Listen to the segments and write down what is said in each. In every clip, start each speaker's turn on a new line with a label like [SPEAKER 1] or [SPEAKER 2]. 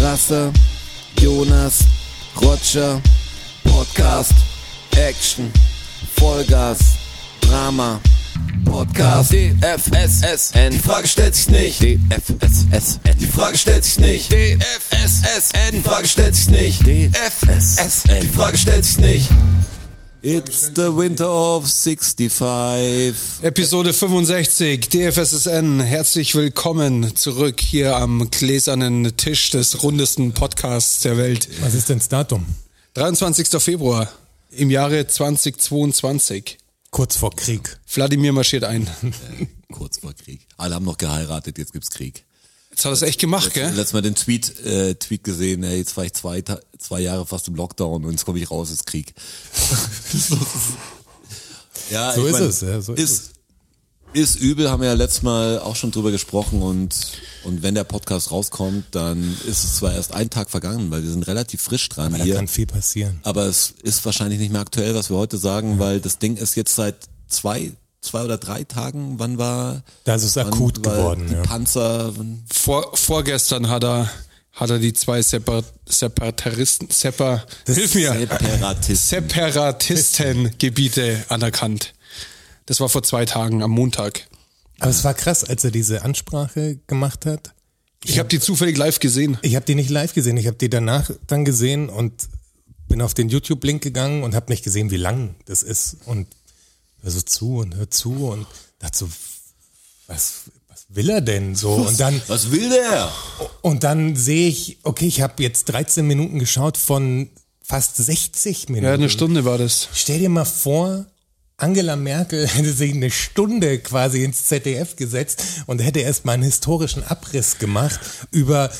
[SPEAKER 1] Rasse, Jonas, Roger, Podcast, Action, Vollgas, Drama, Podcast, DFSSN, die Frage stellt sich nicht, DFSSN, die Frage stellt sich nicht, DFSSN, die Frage stellt sich nicht, DFSSN, die Frage stellt sich nicht. It's the winter of 65.
[SPEAKER 2] Episode 65, DFSSN. Herzlich willkommen zurück hier am gläsernen Tisch des rundesten Podcasts der Welt.
[SPEAKER 3] Was ist denn das Datum?
[SPEAKER 2] 23. Februar im Jahre 2022.
[SPEAKER 3] Kurz vor Krieg.
[SPEAKER 2] Wladimir marschiert ein.
[SPEAKER 1] Kurz vor Krieg. Alle haben noch geheiratet, jetzt gibt's Krieg.
[SPEAKER 2] Jetzt hat er es echt gemacht, gell?
[SPEAKER 1] Letztes Mal den Tweet, äh, Tweet gesehen, ey, jetzt war ich zwei, Ta- zwei Jahre fast im Lockdown und jetzt komme ich raus, ist Krieg. so ja,
[SPEAKER 3] So
[SPEAKER 1] ich
[SPEAKER 3] ist
[SPEAKER 1] mein,
[SPEAKER 3] es, ja, so ist
[SPEAKER 1] ist, ist übel, haben wir ja letztes Mal auch schon drüber gesprochen und, und wenn der Podcast rauskommt, dann ist es zwar erst ein Tag vergangen, weil wir sind relativ frisch dran
[SPEAKER 3] Da
[SPEAKER 1] hier.
[SPEAKER 3] kann viel passieren.
[SPEAKER 1] Aber es ist wahrscheinlich nicht mehr aktuell, was wir heute
[SPEAKER 3] Mhm.
[SPEAKER 1] sagen, weil das Ding ist jetzt seit zwei, zwei oder drei Tagen, wann war...
[SPEAKER 3] Da ist es
[SPEAKER 1] wann
[SPEAKER 3] akut
[SPEAKER 1] war
[SPEAKER 3] geworden.
[SPEAKER 1] Die
[SPEAKER 3] Ja.
[SPEAKER 1] Panzer, wann,
[SPEAKER 2] Vor, vorgestern hat er, hat er die zwei Separ Separataristen, Separ, hilf mir,
[SPEAKER 1] Separatisten.
[SPEAKER 2] Separatistengebiete anerkannt. Das war vor zwei Tagen am Montag.
[SPEAKER 3] Aber es war krass, als er diese Ansprache gemacht hat.
[SPEAKER 2] Ich habe die zufällig live gesehen.
[SPEAKER 3] Ich habe die nicht live gesehen, ich habe die danach dann gesehen und bin auf den YouTube-Link gegangen und habe nicht gesehen, wie lang das ist. Und hör so zu und hör zu und dachte so, was, was will er denn so? Und dann
[SPEAKER 1] Was will der?
[SPEAKER 3] Und dann sehe ich, okay, ich habe jetzt 13 Minuten geschaut von fast 60 Minuten.
[SPEAKER 2] Ja, eine Stunde war das.
[SPEAKER 3] Stell dir mal vor, Angela Merkel hätte sich eine Stunde quasi ins ZDF gesetzt und hätte erstmal einen historischen Abriss gemacht über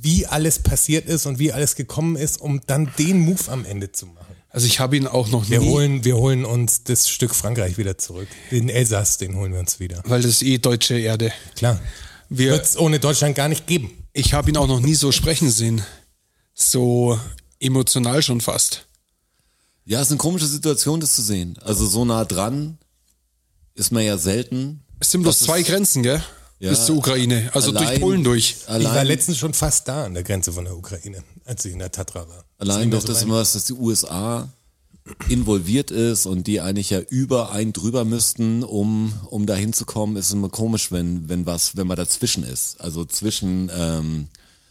[SPEAKER 3] wie alles passiert ist und wie alles gekommen ist, um dann den Move am Ende zu machen.
[SPEAKER 2] Also ich habe ihn auch noch nie,
[SPEAKER 3] Wir holen, wir holen uns das Stück Frankreich wieder zurück. Den Elsass, den holen wir uns wieder.
[SPEAKER 2] weil das ist eh deutsche Erde.
[SPEAKER 3] Klar.
[SPEAKER 2] Wir-
[SPEAKER 3] Wird es ohne Deutschland gar nicht geben.
[SPEAKER 2] Ich habe ihn auch noch nie so sprechen sehen. So emotional schon fast.
[SPEAKER 1] Ja, es ist eine komische Situation, das zu sehen. Also so nah dran ist man ja selten.
[SPEAKER 2] Es sind bloß
[SPEAKER 1] Das ist-
[SPEAKER 2] zwei Grenzen, gell?
[SPEAKER 1] Ja.
[SPEAKER 2] Bis zur Ukraine. Also durch
[SPEAKER 1] Allein-
[SPEAKER 2] Polen durch.
[SPEAKER 3] Ich war
[SPEAKER 1] Allein,
[SPEAKER 3] letztens schon fast da an der Grenze von der Ukraine, als ich in der Tatra war.
[SPEAKER 1] allein
[SPEAKER 3] Das
[SPEAKER 1] durch
[SPEAKER 3] also ist nicht
[SPEAKER 1] das
[SPEAKER 3] mehr
[SPEAKER 1] immer, dass die USA involviert ist und die eigentlich ja über einen drüber müssten, um, um da hinzukommen, ist immer komisch, wenn, wenn was, wenn man dazwischen ist. Also zwischen, ähm,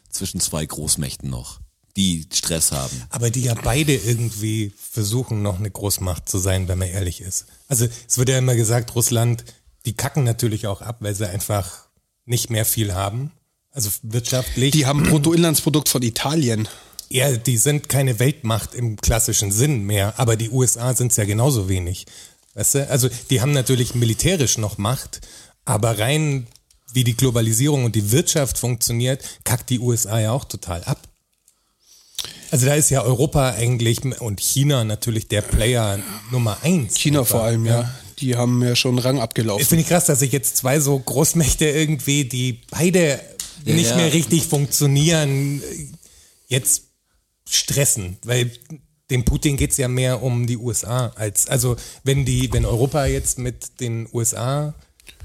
[SPEAKER 1] zwischen zwei Großmächten noch, die Stress haben.
[SPEAKER 3] so weit. Aber die ja beide irgendwie versuchen, noch eine Großmacht zu sein, wenn man ehrlich ist. Also es wird ja immer gesagt, Russland, die kacken natürlich auch ab, weil sie einfach nicht mehr viel haben. Also wirtschaftlich.
[SPEAKER 2] Die haben Bruttoinlandsprodukt von Italien.
[SPEAKER 3] Ja, die sind keine Weltmacht im klassischen Sinn mehr, aber die USA sind's ja genauso wenig. Weißt du? Also die haben natürlich militärisch noch Macht, aber rein wie die Globalisierung und die Wirtschaft funktioniert, kackt die USA ja auch total ab. Also da ist ja Europa eigentlich und China natürlich der Player Nummer eins.
[SPEAKER 2] China
[SPEAKER 3] Einfach,
[SPEAKER 2] vor allem, ja. Die haben ja schon Rang abgelaufen.
[SPEAKER 3] Ich finde ich krass, dass ich jetzt zwei so Großmächte irgendwie, die beide
[SPEAKER 1] Ja,
[SPEAKER 3] nicht
[SPEAKER 1] ja.
[SPEAKER 3] mehr richtig funktionieren, jetzt stressen, weil dem Putin geht's ja mehr um die USA als, also wenn die, wenn Europa jetzt mit den USA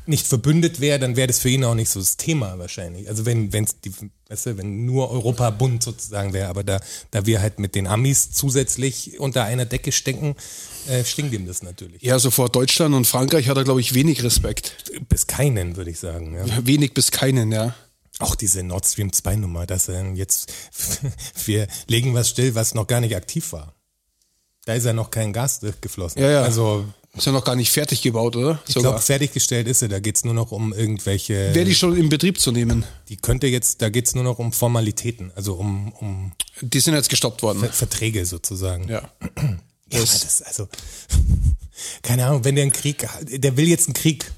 [SPEAKER 3] nicht verbündet wäre, dann wäre das für ihn auch nicht so das Thema wahrscheinlich. Also wenn, wenn's die, weißt du, wenn nur Europa bunt sozusagen wäre, aber da, da wir halt mit den Amis zusätzlich unter einer Decke stecken, äh, stinkt ihm das natürlich.
[SPEAKER 2] Ja, so vor Deutschland und Frankreich hat er, glaube ich, wenig Respekt.
[SPEAKER 3] Bis keinen, würde ich sagen. Ja.
[SPEAKER 2] Wenig bis keinen, ja.
[SPEAKER 3] Auch diese Nord Stream 2 Nummer, dass er jetzt, wir legen was still, was noch gar nicht aktiv war. Da ist ja noch kein Gas durchgeflossen.
[SPEAKER 2] Ja, ja.
[SPEAKER 3] Also,
[SPEAKER 2] Ist ja noch gar nicht fertig gebaut, oder?
[SPEAKER 3] ich glaube, fertiggestellt ist er. Da geht's nur noch um irgendwelche,
[SPEAKER 2] Wäre die schon in Betrieb zu nehmen.
[SPEAKER 3] die könnte jetzt, da geht's nur noch um Formalitäten, also um, um
[SPEAKER 2] Die sind jetzt gestoppt worden.
[SPEAKER 3] Ver Verträge sozusagen.
[SPEAKER 2] Ja.
[SPEAKER 3] Ja,
[SPEAKER 2] Das-
[SPEAKER 3] das, also, keine Ahnung, wenn der einen Krieg, der will jetzt einen Krieg,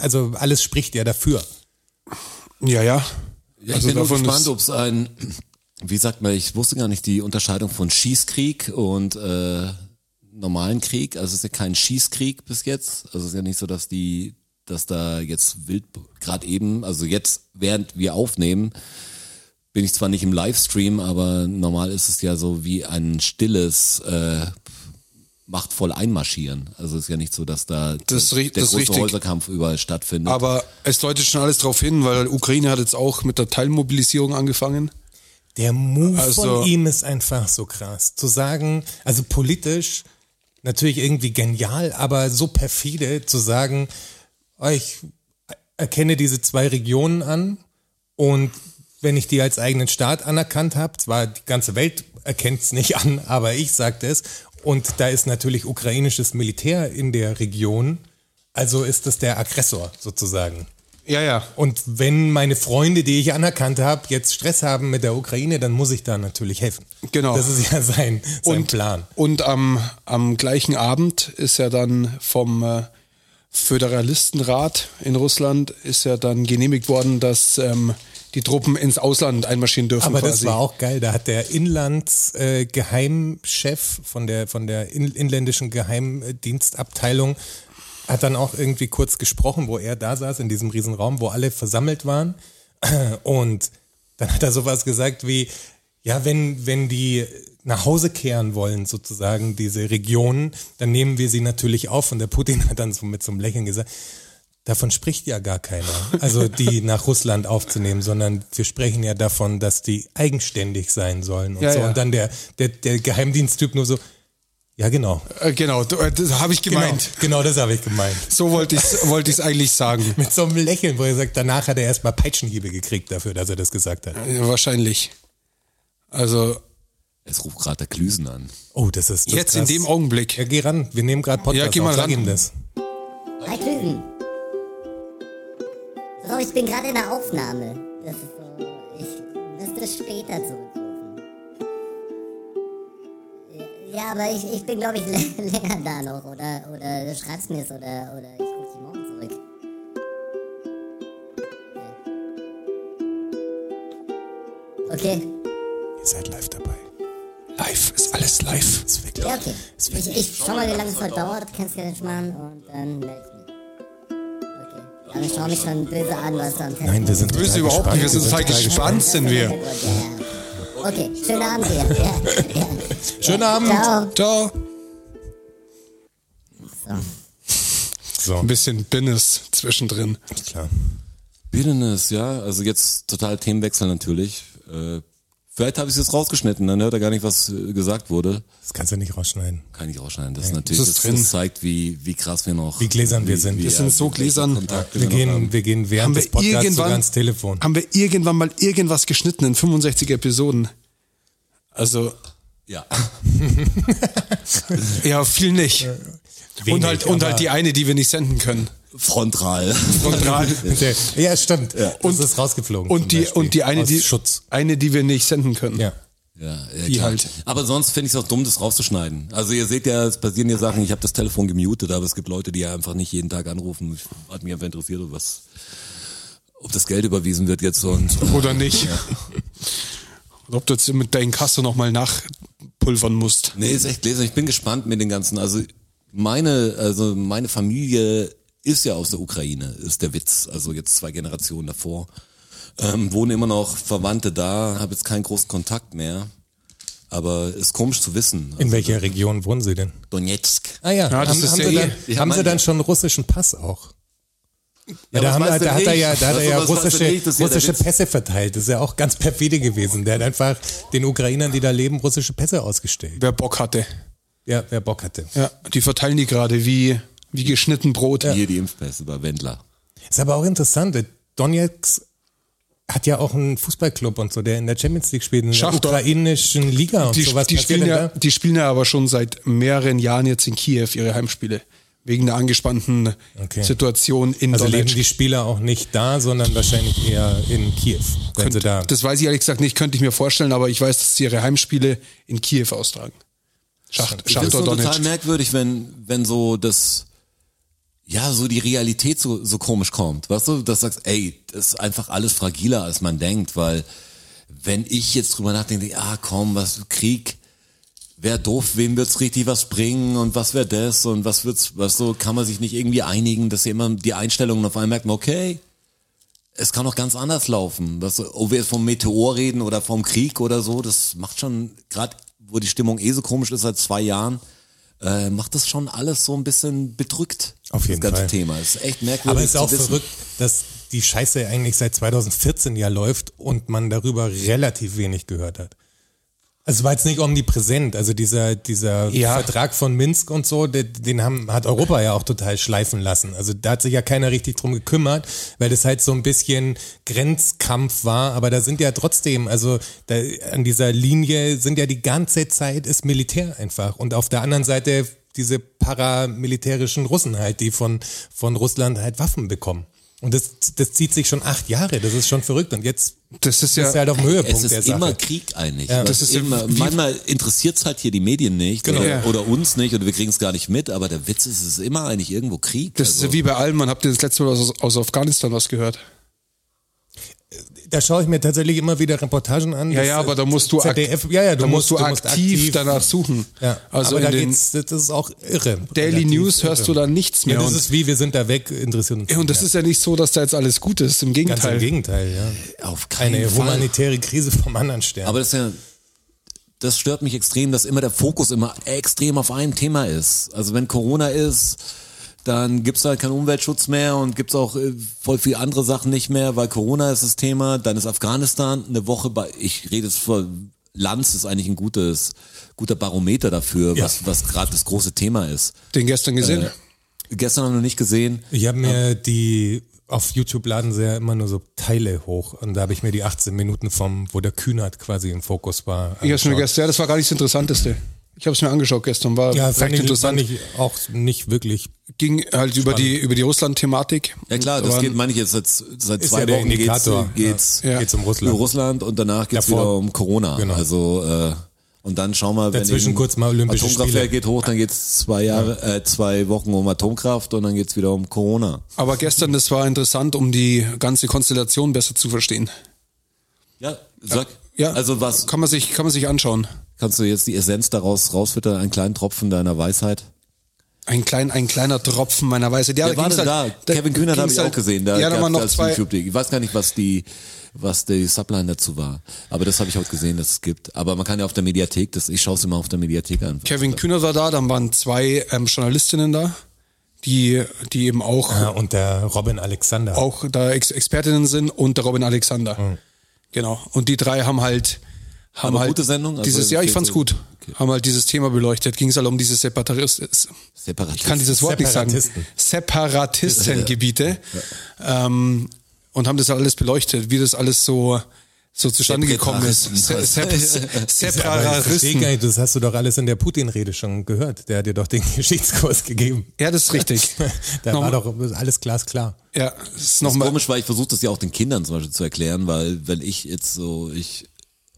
[SPEAKER 3] also alles spricht ja dafür.
[SPEAKER 2] Ja, ja.
[SPEAKER 1] Ja, ich bin nur
[SPEAKER 2] Also davon ist-
[SPEAKER 1] gespannt, ob es ein, wie sagt man, ich wusste gar nicht die Unterscheidung von Schießkrieg und äh, normalen Krieg. Also es ist ja kein Schießkrieg bis jetzt. Also es ist ja nicht so, dass die, dass da jetzt wild, gerade eben, also jetzt, während wir aufnehmen, bin ich zwar nicht im Livestream, aber normal ist es ja so wie ein stilles äh, machtvoll einmarschieren. Also es ist ja nicht so, dass da
[SPEAKER 2] Das ist ri-
[SPEAKER 1] der
[SPEAKER 2] das ist
[SPEAKER 1] große
[SPEAKER 2] richtig.
[SPEAKER 1] Häuserkampf überall stattfindet.
[SPEAKER 2] Aber es deutet schon alles darauf hin, weil Ukraine hat jetzt auch mit der Teilmobilisierung angefangen.
[SPEAKER 3] Der Move
[SPEAKER 2] Also-
[SPEAKER 3] von ihm ist einfach so krass. Zu sagen, also politisch natürlich irgendwie genial, aber so perfide zu sagen, oh, ich erkenne diese zwei Regionen an und wenn ich die als eigenen Staat anerkannt habe, zwar die ganze Welt erkennt es nicht an, aber ich sagte es, und da ist natürlich ukrainisches Militär in der Region, also ist das der Aggressor sozusagen.
[SPEAKER 2] Ja, ja.
[SPEAKER 3] Und wenn meine Freunde, die ich anerkannt habe, jetzt Stress haben mit der Ukraine, dann muss ich da natürlich helfen.
[SPEAKER 2] Genau.
[SPEAKER 3] Das ist ja sein, sein
[SPEAKER 2] Und-
[SPEAKER 3] Plan.
[SPEAKER 2] Und am, am gleichen Abend ist ja dann vom äh, Föderalistenrat in Russland ist ja dann genehmigt worden, dass ähm, die Truppen ins Ausland einmarschieren dürfen.
[SPEAKER 3] Aber
[SPEAKER 2] quasi.
[SPEAKER 3] das war auch geil. Da hat der Inlandsgeheimchef äh, Geheimchef von der, von der in, inländischen Geheimdienstabteilung hat dann auch irgendwie kurz gesprochen, wo er da saß in diesem Riesenraum, wo alle versammelt waren. Und dann hat er sowas gesagt wie, ja, wenn, wenn die nach Hause kehren wollen, sozusagen, diese Regionen, dann nehmen wir sie natürlich auf. Und der Putin hat dann so mit so einem Lächeln gesagt, davon spricht ja gar keiner, also die nach Russland aufzunehmen, sondern wir sprechen ja davon, dass die eigenständig sein sollen und
[SPEAKER 2] Ja,
[SPEAKER 3] so.
[SPEAKER 2] ja.
[SPEAKER 3] Und dann der, der, der Geheimdiensttyp nur so, ja, genau.
[SPEAKER 2] Äh, genau, d- äh, das habe ich gemeint.
[SPEAKER 3] Genau, genau das habe ich gemeint.
[SPEAKER 2] So wollte ich es wollte ich's eigentlich sagen.
[SPEAKER 3] Mit so einem Lächeln, wo er sagt, danach hat er erstmal Peitschenhiebe gekriegt dafür, dass er das gesagt hat.
[SPEAKER 2] Ja, Äh, wahrscheinlich. Also
[SPEAKER 1] Es ruft gerade der Klüsen an.
[SPEAKER 3] Oh, das ist so
[SPEAKER 2] jetzt in
[SPEAKER 3] krass.
[SPEAKER 2] dem Augenblick.
[SPEAKER 3] Ja, geh ran. Wir nehmen gerade Podcast
[SPEAKER 2] Ja, geh mal
[SPEAKER 3] auf. Sag
[SPEAKER 2] ran.
[SPEAKER 3] ihm das.
[SPEAKER 4] Drei Klüsen. So, ich bin gerade in der Aufnahme. Das ist so. Ich müsste später zurückrufen. Ja, aber ich, ich bin, glaube ich, lä- länger da noch. Oder, oder du schreibst mir's oder, oder ich rufe dich morgen zurück. Okay,
[SPEAKER 3] Ihr seid live dabei.
[SPEAKER 2] Live, ist alles live.
[SPEAKER 3] Ist wirklich.
[SPEAKER 4] ja, okay. Ich, ich schau mal, wie lange es heute dauert. Kannst du ja nicht machen und dann melde ich mich. Okay. Aber ich schau mich schon böse an, was du am Test
[SPEAKER 3] Nein, wir sind
[SPEAKER 2] Böse
[SPEAKER 3] total
[SPEAKER 2] überhaupt nicht, wir
[SPEAKER 3] gespannt.
[SPEAKER 2] sind total gespannt, sind wir.
[SPEAKER 4] Okay, schönen Abend dir. Ja,
[SPEAKER 3] Schönen Abend.
[SPEAKER 4] Ciao.
[SPEAKER 2] Ciao.
[SPEAKER 3] So,
[SPEAKER 2] Ein bisschen Binnes zwischendrin.
[SPEAKER 3] klar.
[SPEAKER 1] Business, ja. Also jetzt total Themenwechsel natürlich. Äh, vielleicht habe ich es jetzt rausgeschnitten, dann hört er gar nicht, was äh, gesagt wurde.
[SPEAKER 3] Das kannst du nicht rausschneiden.
[SPEAKER 1] Kann ich rausschneiden. Das ist natürlich,
[SPEAKER 2] das
[SPEAKER 1] das,
[SPEAKER 2] ist drin.
[SPEAKER 1] das zeigt, wie, wie krass wir noch.
[SPEAKER 3] Wie gläsern wir sind. Wir
[SPEAKER 2] sind so
[SPEAKER 1] welche
[SPEAKER 2] gläsern.
[SPEAKER 1] Kontakte
[SPEAKER 3] Wir
[SPEAKER 1] noch haben.
[SPEAKER 3] gehen, wir gehen während
[SPEAKER 2] Haben
[SPEAKER 3] des
[SPEAKER 2] wir,
[SPEAKER 3] Podcasts sogar
[SPEAKER 2] irgendwann,
[SPEAKER 3] ans Telefon.
[SPEAKER 2] haben wir irgendwann mal irgendwas geschnitten in 65 Episoden? Also,
[SPEAKER 1] Ja.
[SPEAKER 2] ja, viel nicht. und
[SPEAKER 3] Äh, Wenig,
[SPEAKER 2] halt, und
[SPEAKER 3] aber-
[SPEAKER 2] halt die eine, die wir nicht senden können.
[SPEAKER 1] Frontal.
[SPEAKER 2] Und, dra-
[SPEAKER 3] Der- Ja, stimmt. Und,
[SPEAKER 2] Und-
[SPEAKER 3] das ist rausgeflogen. zum
[SPEAKER 2] und, die,
[SPEAKER 3] Beispiel.
[SPEAKER 2] und die eine,
[SPEAKER 3] Aus
[SPEAKER 2] die,
[SPEAKER 3] Schutz.
[SPEAKER 2] eine, die wir nicht senden können.
[SPEAKER 3] Ja.
[SPEAKER 1] Ja, ja
[SPEAKER 2] Die
[SPEAKER 1] klar.
[SPEAKER 2] halt.
[SPEAKER 1] Aber sonst finde ich es auch dumm, das rauszuschneiden. Also ihr seht ja, es passieren ja Sachen, ich habe das Telefon gemutet, aber es gibt Leute, die ja einfach nicht jeden Tag anrufen. Ich, hat mich einfach interessiert, ob was, ob das Geld überwiesen wird jetzt und
[SPEAKER 2] Oder nicht. Und ob du jetzt mit deinem Kasse nochmal nachpulvern musst.
[SPEAKER 1] Nee, ist echt gläsern. Ich bin gespannt mit den ganzen. Also meine, also meine Familie ist ja aus der Ukraine, ist der Witz. Also jetzt zwei Generationen davor. Ähm, wohnen immer noch Verwandte da, habe jetzt keinen großen Kontakt mehr. Aber ist komisch zu wissen. Also
[SPEAKER 3] In welcher Region wohnen sie denn?
[SPEAKER 1] Donetsk.
[SPEAKER 3] Ah ja,
[SPEAKER 2] Ja, das
[SPEAKER 3] haben,
[SPEAKER 2] ist
[SPEAKER 3] haben,
[SPEAKER 2] ja
[SPEAKER 3] sie,
[SPEAKER 2] eh-
[SPEAKER 1] Ja,
[SPEAKER 3] dann, haben sie
[SPEAKER 1] meine
[SPEAKER 3] dann
[SPEAKER 1] ich.
[SPEAKER 3] schon einen russischen Pass auch? Ja, da
[SPEAKER 1] was
[SPEAKER 3] haben, halt,
[SPEAKER 1] weiß
[SPEAKER 3] da
[SPEAKER 1] denn
[SPEAKER 3] hat er
[SPEAKER 1] ich?
[SPEAKER 3] ja, da hat er
[SPEAKER 1] Was-
[SPEAKER 3] ja
[SPEAKER 1] was weiß
[SPEAKER 3] russische,
[SPEAKER 1] denn ich? Das ist ja der
[SPEAKER 3] russische
[SPEAKER 1] Witz.
[SPEAKER 3] Pässe verteilt. Das ist ja auch ganz perfide gewesen. Der hat einfach den Ukrainern, die da leben, russische Pässe ausgestellt.
[SPEAKER 2] Wer Bock hatte.
[SPEAKER 3] Ja, wer Bock hatte.
[SPEAKER 2] Ja, die verteilen die gerade wie, wie geschnitten Brot.
[SPEAKER 1] Hier die Impfpässe bei Wendler.
[SPEAKER 3] Ist aber auch interessant. der Donetsk hat ja auch einen Fußballclub und so, der in der Champions League spielt, in der
[SPEAKER 2] Schachtor.
[SPEAKER 3] ukrainischen Liga und
[SPEAKER 2] Die,
[SPEAKER 3] sowas.
[SPEAKER 2] die,
[SPEAKER 3] Passiert
[SPEAKER 2] spielen
[SPEAKER 3] denn
[SPEAKER 2] ja,
[SPEAKER 3] da?
[SPEAKER 2] die spielen ja aber schon seit mehreren Jahren jetzt in Kiew ihre Heimspiele. Wegen der angespannten
[SPEAKER 3] Okay.
[SPEAKER 2] Situation in
[SPEAKER 3] Also leben
[SPEAKER 2] Donetsk.
[SPEAKER 3] die Spieler auch nicht da, sondern wahrscheinlich eher in Kiew, wenn sie da.
[SPEAKER 2] Das weiß ich ehrlich gesagt nicht, könnte ich mir vorstellen, aber ich weiß, dass sie ihre Heimspiele in Kiew austragen. Schacht,
[SPEAKER 1] Ich finde
[SPEAKER 2] Schachtor
[SPEAKER 1] es total
[SPEAKER 2] Donetsk.
[SPEAKER 1] merkwürdig, wenn, wenn so das, ja, so die Realität so, so komisch kommt. Weißt du, dass du sagst, ey, das ist einfach alles fragiler, als man denkt, weil wenn ich jetzt drüber nachdenke, denk ich, ah komm, was, Krieg, wär doof, wem wird's richtig was bringen und was wär das und was wird's, was so, kann man sich nicht irgendwie einigen, dass sie immer die Einstellungen auf einmal merken, okay, es kann auch ganz anders laufen. Das, ob wir jetzt vom Meteor reden oder vom Krieg oder so, das macht schon, gerade wo die Stimmung eh so komisch ist seit zwei Jahren, äh, macht das schon alles so ein bisschen bedrückt.
[SPEAKER 3] Auf jeden
[SPEAKER 1] das ganze
[SPEAKER 3] Fall.
[SPEAKER 1] Thema. Ist echt merkwürdig.
[SPEAKER 3] aber es ist
[SPEAKER 1] zu
[SPEAKER 3] auch
[SPEAKER 1] wissen.
[SPEAKER 3] verrückt, dass die Scheiße eigentlich seit 2014 ja läuft und man darüber relativ wenig gehört hat. Also es war jetzt nicht omnipräsent, also dieser, dieser
[SPEAKER 2] Ja.
[SPEAKER 3] Vertrag von Minsk und so, den, den haben, hat Europa ja auch total schleifen lassen. Also da hat sich ja keiner richtig drum gekümmert, weil das halt so ein bisschen Grenzkampf war, aber da sind ja trotzdem, also da, an dieser Linie sind ja die ganze Zeit ist Militär einfach und auf der anderen Seite diese paramilitärischen Russen halt, die von, von Russland halt Waffen bekommen. Und das, das zieht sich schon acht Jahre, das ist schon verrückt und jetzt
[SPEAKER 2] Das ist ja,
[SPEAKER 3] ist er halt auf dem Höhepunkt
[SPEAKER 1] Es
[SPEAKER 3] der
[SPEAKER 1] ist
[SPEAKER 3] Sache.
[SPEAKER 1] immer Krieg eigentlich.
[SPEAKER 2] Das ist
[SPEAKER 1] immer,
[SPEAKER 2] wie-
[SPEAKER 1] manchmal interessiert's halt hier die Medien nicht
[SPEAKER 3] Genau.
[SPEAKER 1] oder,
[SPEAKER 2] Ja.
[SPEAKER 1] oder uns nicht und wir kriegen's gar nicht mit, aber der Witz ist, es ist immer eigentlich irgendwo Krieg.
[SPEAKER 2] das
[SPEAKER 1] also,
[SPEAKER 2] ist wie bei allem. Man habt ihr das letzte Mal aus, aus Afghanistan was gehört?
[SPEAKER 3] Da schaue ich mir tatsächlich immer wieder Reportagen an.
[SPEAKER 2] Ja,
[SPEAKER 3] Das-
[SPEAKER 2] ja, aber da musst du, ak-
[SPEAKER 3] ZDF, ja, ja, du
[SPEAKER 2] da musst, du aktiv, danach suchen.
[SPEAKER 3] Ja,
[SPEAKER 2] Also
[SPEAKER 3] also aber da
[SPEAKER 2] in den
[SPEAKER 3] geht's, das ist auch irre.
[SPEAKER 2] Daily
[SPEAKER 3] Relativ
[SPEAKER 2] News
[SPEAKER 3] irre.
[SPEAKER 2] hörst du dann nichts mehr.
[SPEAKER 3] Ja, das
[SPEAKER 2] und,
[SPEAKER 3] ist wie wir sind da weg, interessiert uns.
[SPEAKER 2] und das
[SPEAKER 3] nicht
[SPEAKER 2] ist ja nicht so, dass da jetzt alles gut ist. Im
[SPEAKER 3] mehr. ganz
[SPEAKER 2] Gegenteil.
[SPEAKER 3] im Gegenteil, ja.
[SPEAKER 1] auf keinen
[SPEAKER 3] Eine
[SPEAKER 1] Fall.
[SPEAKER 3] humanitäre Krise vom anderen Stern.
[SPEAKER 1] Aber das ist ja, das stört mich extrem, dass immer der Fokus immer extrem auf einem Thema ist. Also wenn Corona ist, dann gibt's halt keinen Umweltschutz mehr und gibt's auch äh, voll viel andere Sachen nicht mehr, weil Corona ist das Thema. Dann ist Afghanistan eine Woche bei, ich rede jetzt von Lanz ist eigentlich ein gutes, guter Barometer dafür,
[SPEAKER 3] Ja.
[SPEAKER 1] was, was gerade das große Thema ist.
[SPEAKER 2] Den gestern gesehen.
[SPEAKER 1] Gestern haben wir noch nicht gesehen.
[SPEAKER 3] ich habe mir die auf YouTube laden sie ja immer nur so Teile hoch und da habe ich mir die 18 Minuten vom, wo der Kühnert quasi im Fokus war.
[SPEAKER 2] ich hab's mir
[SPEAKER 3] angeschaut.
[SPEAKER 2] gestern, ja, das war gar nicht das Interessanteste. Ich habe es mir angeschaut gestern, war
[SPEAKER 3] ja,
[SPEAKER 2] recht
[SPEAKER 3] fand ich,
[SPEAKER 2] interessant.
[SPEAKER 3] fand ich auch nicht wirklich
[SPEAKER 2] Ging halt über die, über die Russland-Thematik.
[SPEAKER 1] Ja klar, das
[SPEAKER 2] Aber-
[SPEAKER 1] geht, meine ich jetzt seit, seit
[SPEAKER 3] Ist
[SPEAKER 1] zwei
[SPEAKER 3] ja der
[SPEAKER 1] Wochen geht's,
[SPEAKER 3] Indikator.
[SPEAKER 1] geht's
[SPEAKER 2] Ja.
[SPEAKER 3] geht's um
[SPEAKER 1] um
[SPEAKER 3] Russland.
[SPEAKER 1] Russland und danach geht's
[SPEAKER 3] Davor-
[SPEAKER 1] wieder um Corona.
[SPEAKER 3] Genau.
[SPEAKER 1] Also äh, und dann schauen wir, wenn
[SPEAKER 3] Dazwischen
[SPEAKER 1] eben
[SPEAKER 3] kurz mal Olympische Spiele.
[SPEAKER 1] Atomkraftwerk geht hoch, dann geht's zwei Jahre, äh, zwei Wochen um Atomkraft und dann geht's wieder um Corona.
[SPEAKER 2] Aber gestern, das war interessant, um die ganze Konstellation besser zu verstehen.
[SPEAKER 1] Ja, sag.
[SPEAKER 2] Ja,
[SPEAKER 1] Also was
[SPEAKER 2] Kann man sich, kann man sich anschauen.
[SPEAKER 1] kannst du jetzt die Essenz daraus rausfüttern, einen kleinen Tropfen deiner Weisheit?
[SPEAKER 2] Ein, klein, ein kleiner Tropfen meiner Weise. Ja,
[SPEAKER 1] Wer war
[SPEAKER 2] ging's
[SPEAKER 1] denn da?
[SPEAKER 2] halt-
[SPEAKER 1] Kevin Kühnert habe
[SPEAKER 2] ging's
[SPEAKER 1] ich
[SPEAKER 2] halt-
[SPEAKER 1] auch gesehen. Da
[SPEAKER 2] ja, da
[SPEAKER 1] gab's
[SPEAKER 2] waren noch
[SPEAKER 1] als
[SPEAKER 2] zwei.
[SPEAKER 1] YouTube-Ding. Ich weiß gar nicht, was die, was die Subline dazu war. Aber das habe ich heute gesehen, dass es gibt. Aber man kann ja auf der Mediathek, das, ich schaue es immer auf der Mediathek an.
[SPEAKER 2] Kevin Kühnert war da, dann waren zwei ähm, Journalistinnen da, die, die eben auch,
[SPEAKER 3] Ja, Ah, und der Robin Alexander.
[SPEAKER 2] auch da Ex Expertinnen sind und der Robin Alexander. Genau. Und die drei haben halt, haben
[SPEAKER 1] Aber
[SPEAKER 2] halt
[SPEAKER 1] gute Sendung? Also
[SPEAKER 2] dieses, ja, ich
[SPEAKER 1] empfehlt
[SPEAKER 2] fand's
[SPEAKER 1] sie-
[SPEAKER 2] gut.
[SPEAKER 1] Okay.
[SPEAKER 2] Haben halt dieses Thema beleuchtet. Ging es halt um diese Separatisten.
[SPEAKER 1] Separatist.
[SPEAKER 2] Ich kann dieses Wort nicht sagen.
[SPEAKER 3] Separatisten.
[SPEAKER 2] Separatistengebiete. Ähm, und haben das alles beleuchtet, wie das alles so, so zustande gekommen ist. Se Sep
[SPEAKER 3] Aber ich verstehe gar
[SPEAKER 2] Separaristen.
[SPEAKER 3] nicht, das hast du doch alles in der Putin-Rede schon gehört. Der hat dir doch den Geschichtskurs gegeben.
[SPEAKER 2] Ja, das ist richtig.
[SPEAKER 3] Da
[SPEAKER 2] Nochmal.
[SPEAKER 3] war doch alles glasklar.
[SPEAKER 2] Ja, das ist
[SPEAKER 1] Das ist
[SPEAKER 2] nochmal.
[SPEAKER 1] komisch, weil ich versuche das ja auch den Kindern zum Beispiel zu erklären, weil wenn ich jetzt so, ich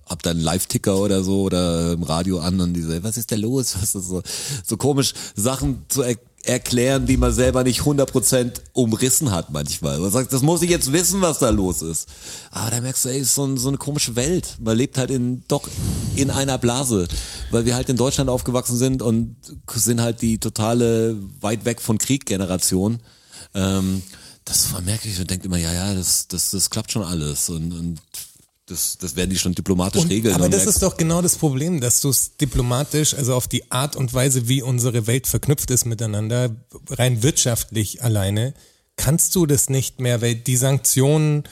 [SPEAKER 1] hab dann einen Live-Ticker oder so oder im Radio an und die so, was ist da los? Was ist so, so komisch, Sachen zu er erklären, die man selber nicht 100% umrissen hat manchmal. Man sagt, das muss ich jetzt wissen, was da los ist. Aber da merkst du, ey, ist so, ein, so eine komische Welt. Man lebt halt in, doch in einer Blase, weil wir halt in Deutschland aufgewachsen sind und sind halt die totale weit weg von Krieg-Generation. Ähm, das vermerke ich und denkt immer, ja, ja, das, das, das klappt schon alles und, und das, das werden die schon diplomatisch regeln.
[SPEAKER 3] aber
[SPEAKER 1] und
[SPEAKER 3] das
[SPEAKER 1] merkst,
[SPEAKER 3] ist doch genau das Problem, dass du es diplomatisch, also auf die Art und Weise, wie unsere Welt verknüpft ist miteinander, rein wirtschaftlich alleine, kannst du das nicht mehr, weil die Sanktionen,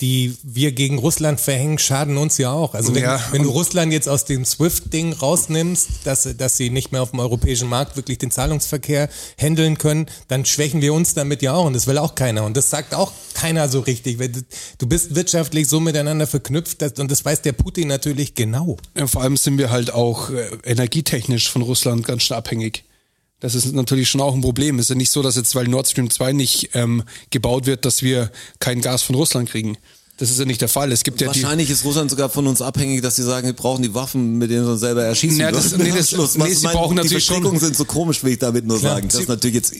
[SPEAKER 3] die wir gegen Russland verhängen, schaden uns ja auch. Also wenn,
[SPEAKER 2] Ja,
[SPEAKER 3] wenn du
[SPEAKER 2] und-
[SPEAKER 3] Russland jetzt aus dem SWIFT-Ding rausnimmst, dass, sie- dass sie nicht mehr auf dem europäischen Markt wirklich den Zahlungsverkehr handeln können, dann schwächen wir uns damit ja auch und das will auch keiner. Und das sagt auch keiner so richtig. weil du- Du bist wirtschaftlich so miteinander verknüpft dass, und das weiß der Putin natürlich genau.
[SPEAKER 2] Ja, vor allem sind wir halt auch äh, energietechnisch von Russland ganz schön abhängig. Das ist natürlich schon auch ein Problem. Es ist ja nicht so, dass jetzt, weil Nord Stream 2 nicht ähm, gebaut wird, dass wir kein Gas von Russland kriegen. Das ist ja nicht der Fall. Es gibt ja die.
[SPEAKER 1] Wahrscheinlich ist Russland sogar von uns abhängig, dass sie sagen, wir brauchen die Waffen, mit denen sie uns selber erschießen.
[SPEAKER 2] Ja, das-
[SPEAKER 1] würden.
[SPEAKER 2] nee, das-
[SPEAKER 1] Am Schluss,
[SPEAKER 2] nee,
[SPEAKER 1] was-
[SPEAKER 2] sie
[SPEAKER 1] ich meine,
[SPEAKER 2] brauchen
[SPEAKER 1] die
[SPEAKER 2] natürlich schon-
[SPEAKER 1] Verstrickungen sind so komisch, will ich damit nur
[SPEAKER 3] Klar,
[SPEAKER 1] sagen. Das
[SPEAKER 3] sie-
[SPEAKER 1] ist natürlich jetzt,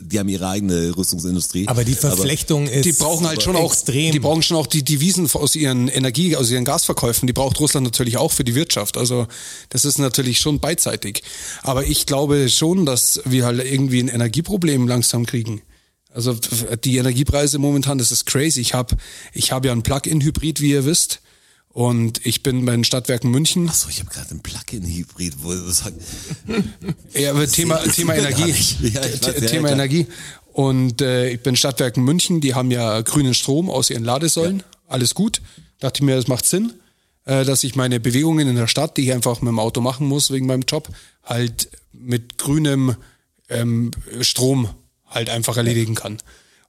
[SPEAKER 1] die haben ihre eigene Rüstungsindustrie.
[SPEAKER 3] Aber die Verflechtung ist
[SPEAKER 2] Die brauchen halt schon auch,
[SPEAKER 3] extrem.
[SPEAKER 2] die brauchen schon auch die Devisen aus ihren Energie, aus ihren Gasverkäufen. Die braucht Russland natürlich auch für die Wirtschaft. Also das ist natürlich schon beidseitig. Aber ich glaube schon, dass wir halt irgendwie ein Energieproblem langsam kriegen. Also die Energiepreise momentan, das ist crazy. Ich habe ich hab ja einen Plug-in-Hybrid, wie ihr wisst. Und ich bin bei den Stadtwerken München.
[SPEAKER 1] Achso, ich habe gerade einen Plug-in-Hybrid, wo ich sagen,
[SPEAKER 2] Ja, aber Thema,
[SPEAKER 1] sehen- das
[SPEAKER 2] Thema
[SPEAKER 1] sehen wir gar
[SPEAKER 2] Energie.
[SPEAKER 1] nicht. Ja, ich weiß, ja,
[SPEAKER 2] Thema
[SPEAKER 1] ja, klar.
[SPEAKER 2] Energie. Und äh, ich bin Stadtwerken München, die haben ja grünen Strom aus ihren Ladesäulen. Alles gut. Dachte ich mir, das macht Sinn, äh, dass ich meine Bewegungen in der Stadt, die ich einfach mit dem Auto machen muss wegen meinem Job, halt mit grünem ähm, Strom halt einfach erledigen kann.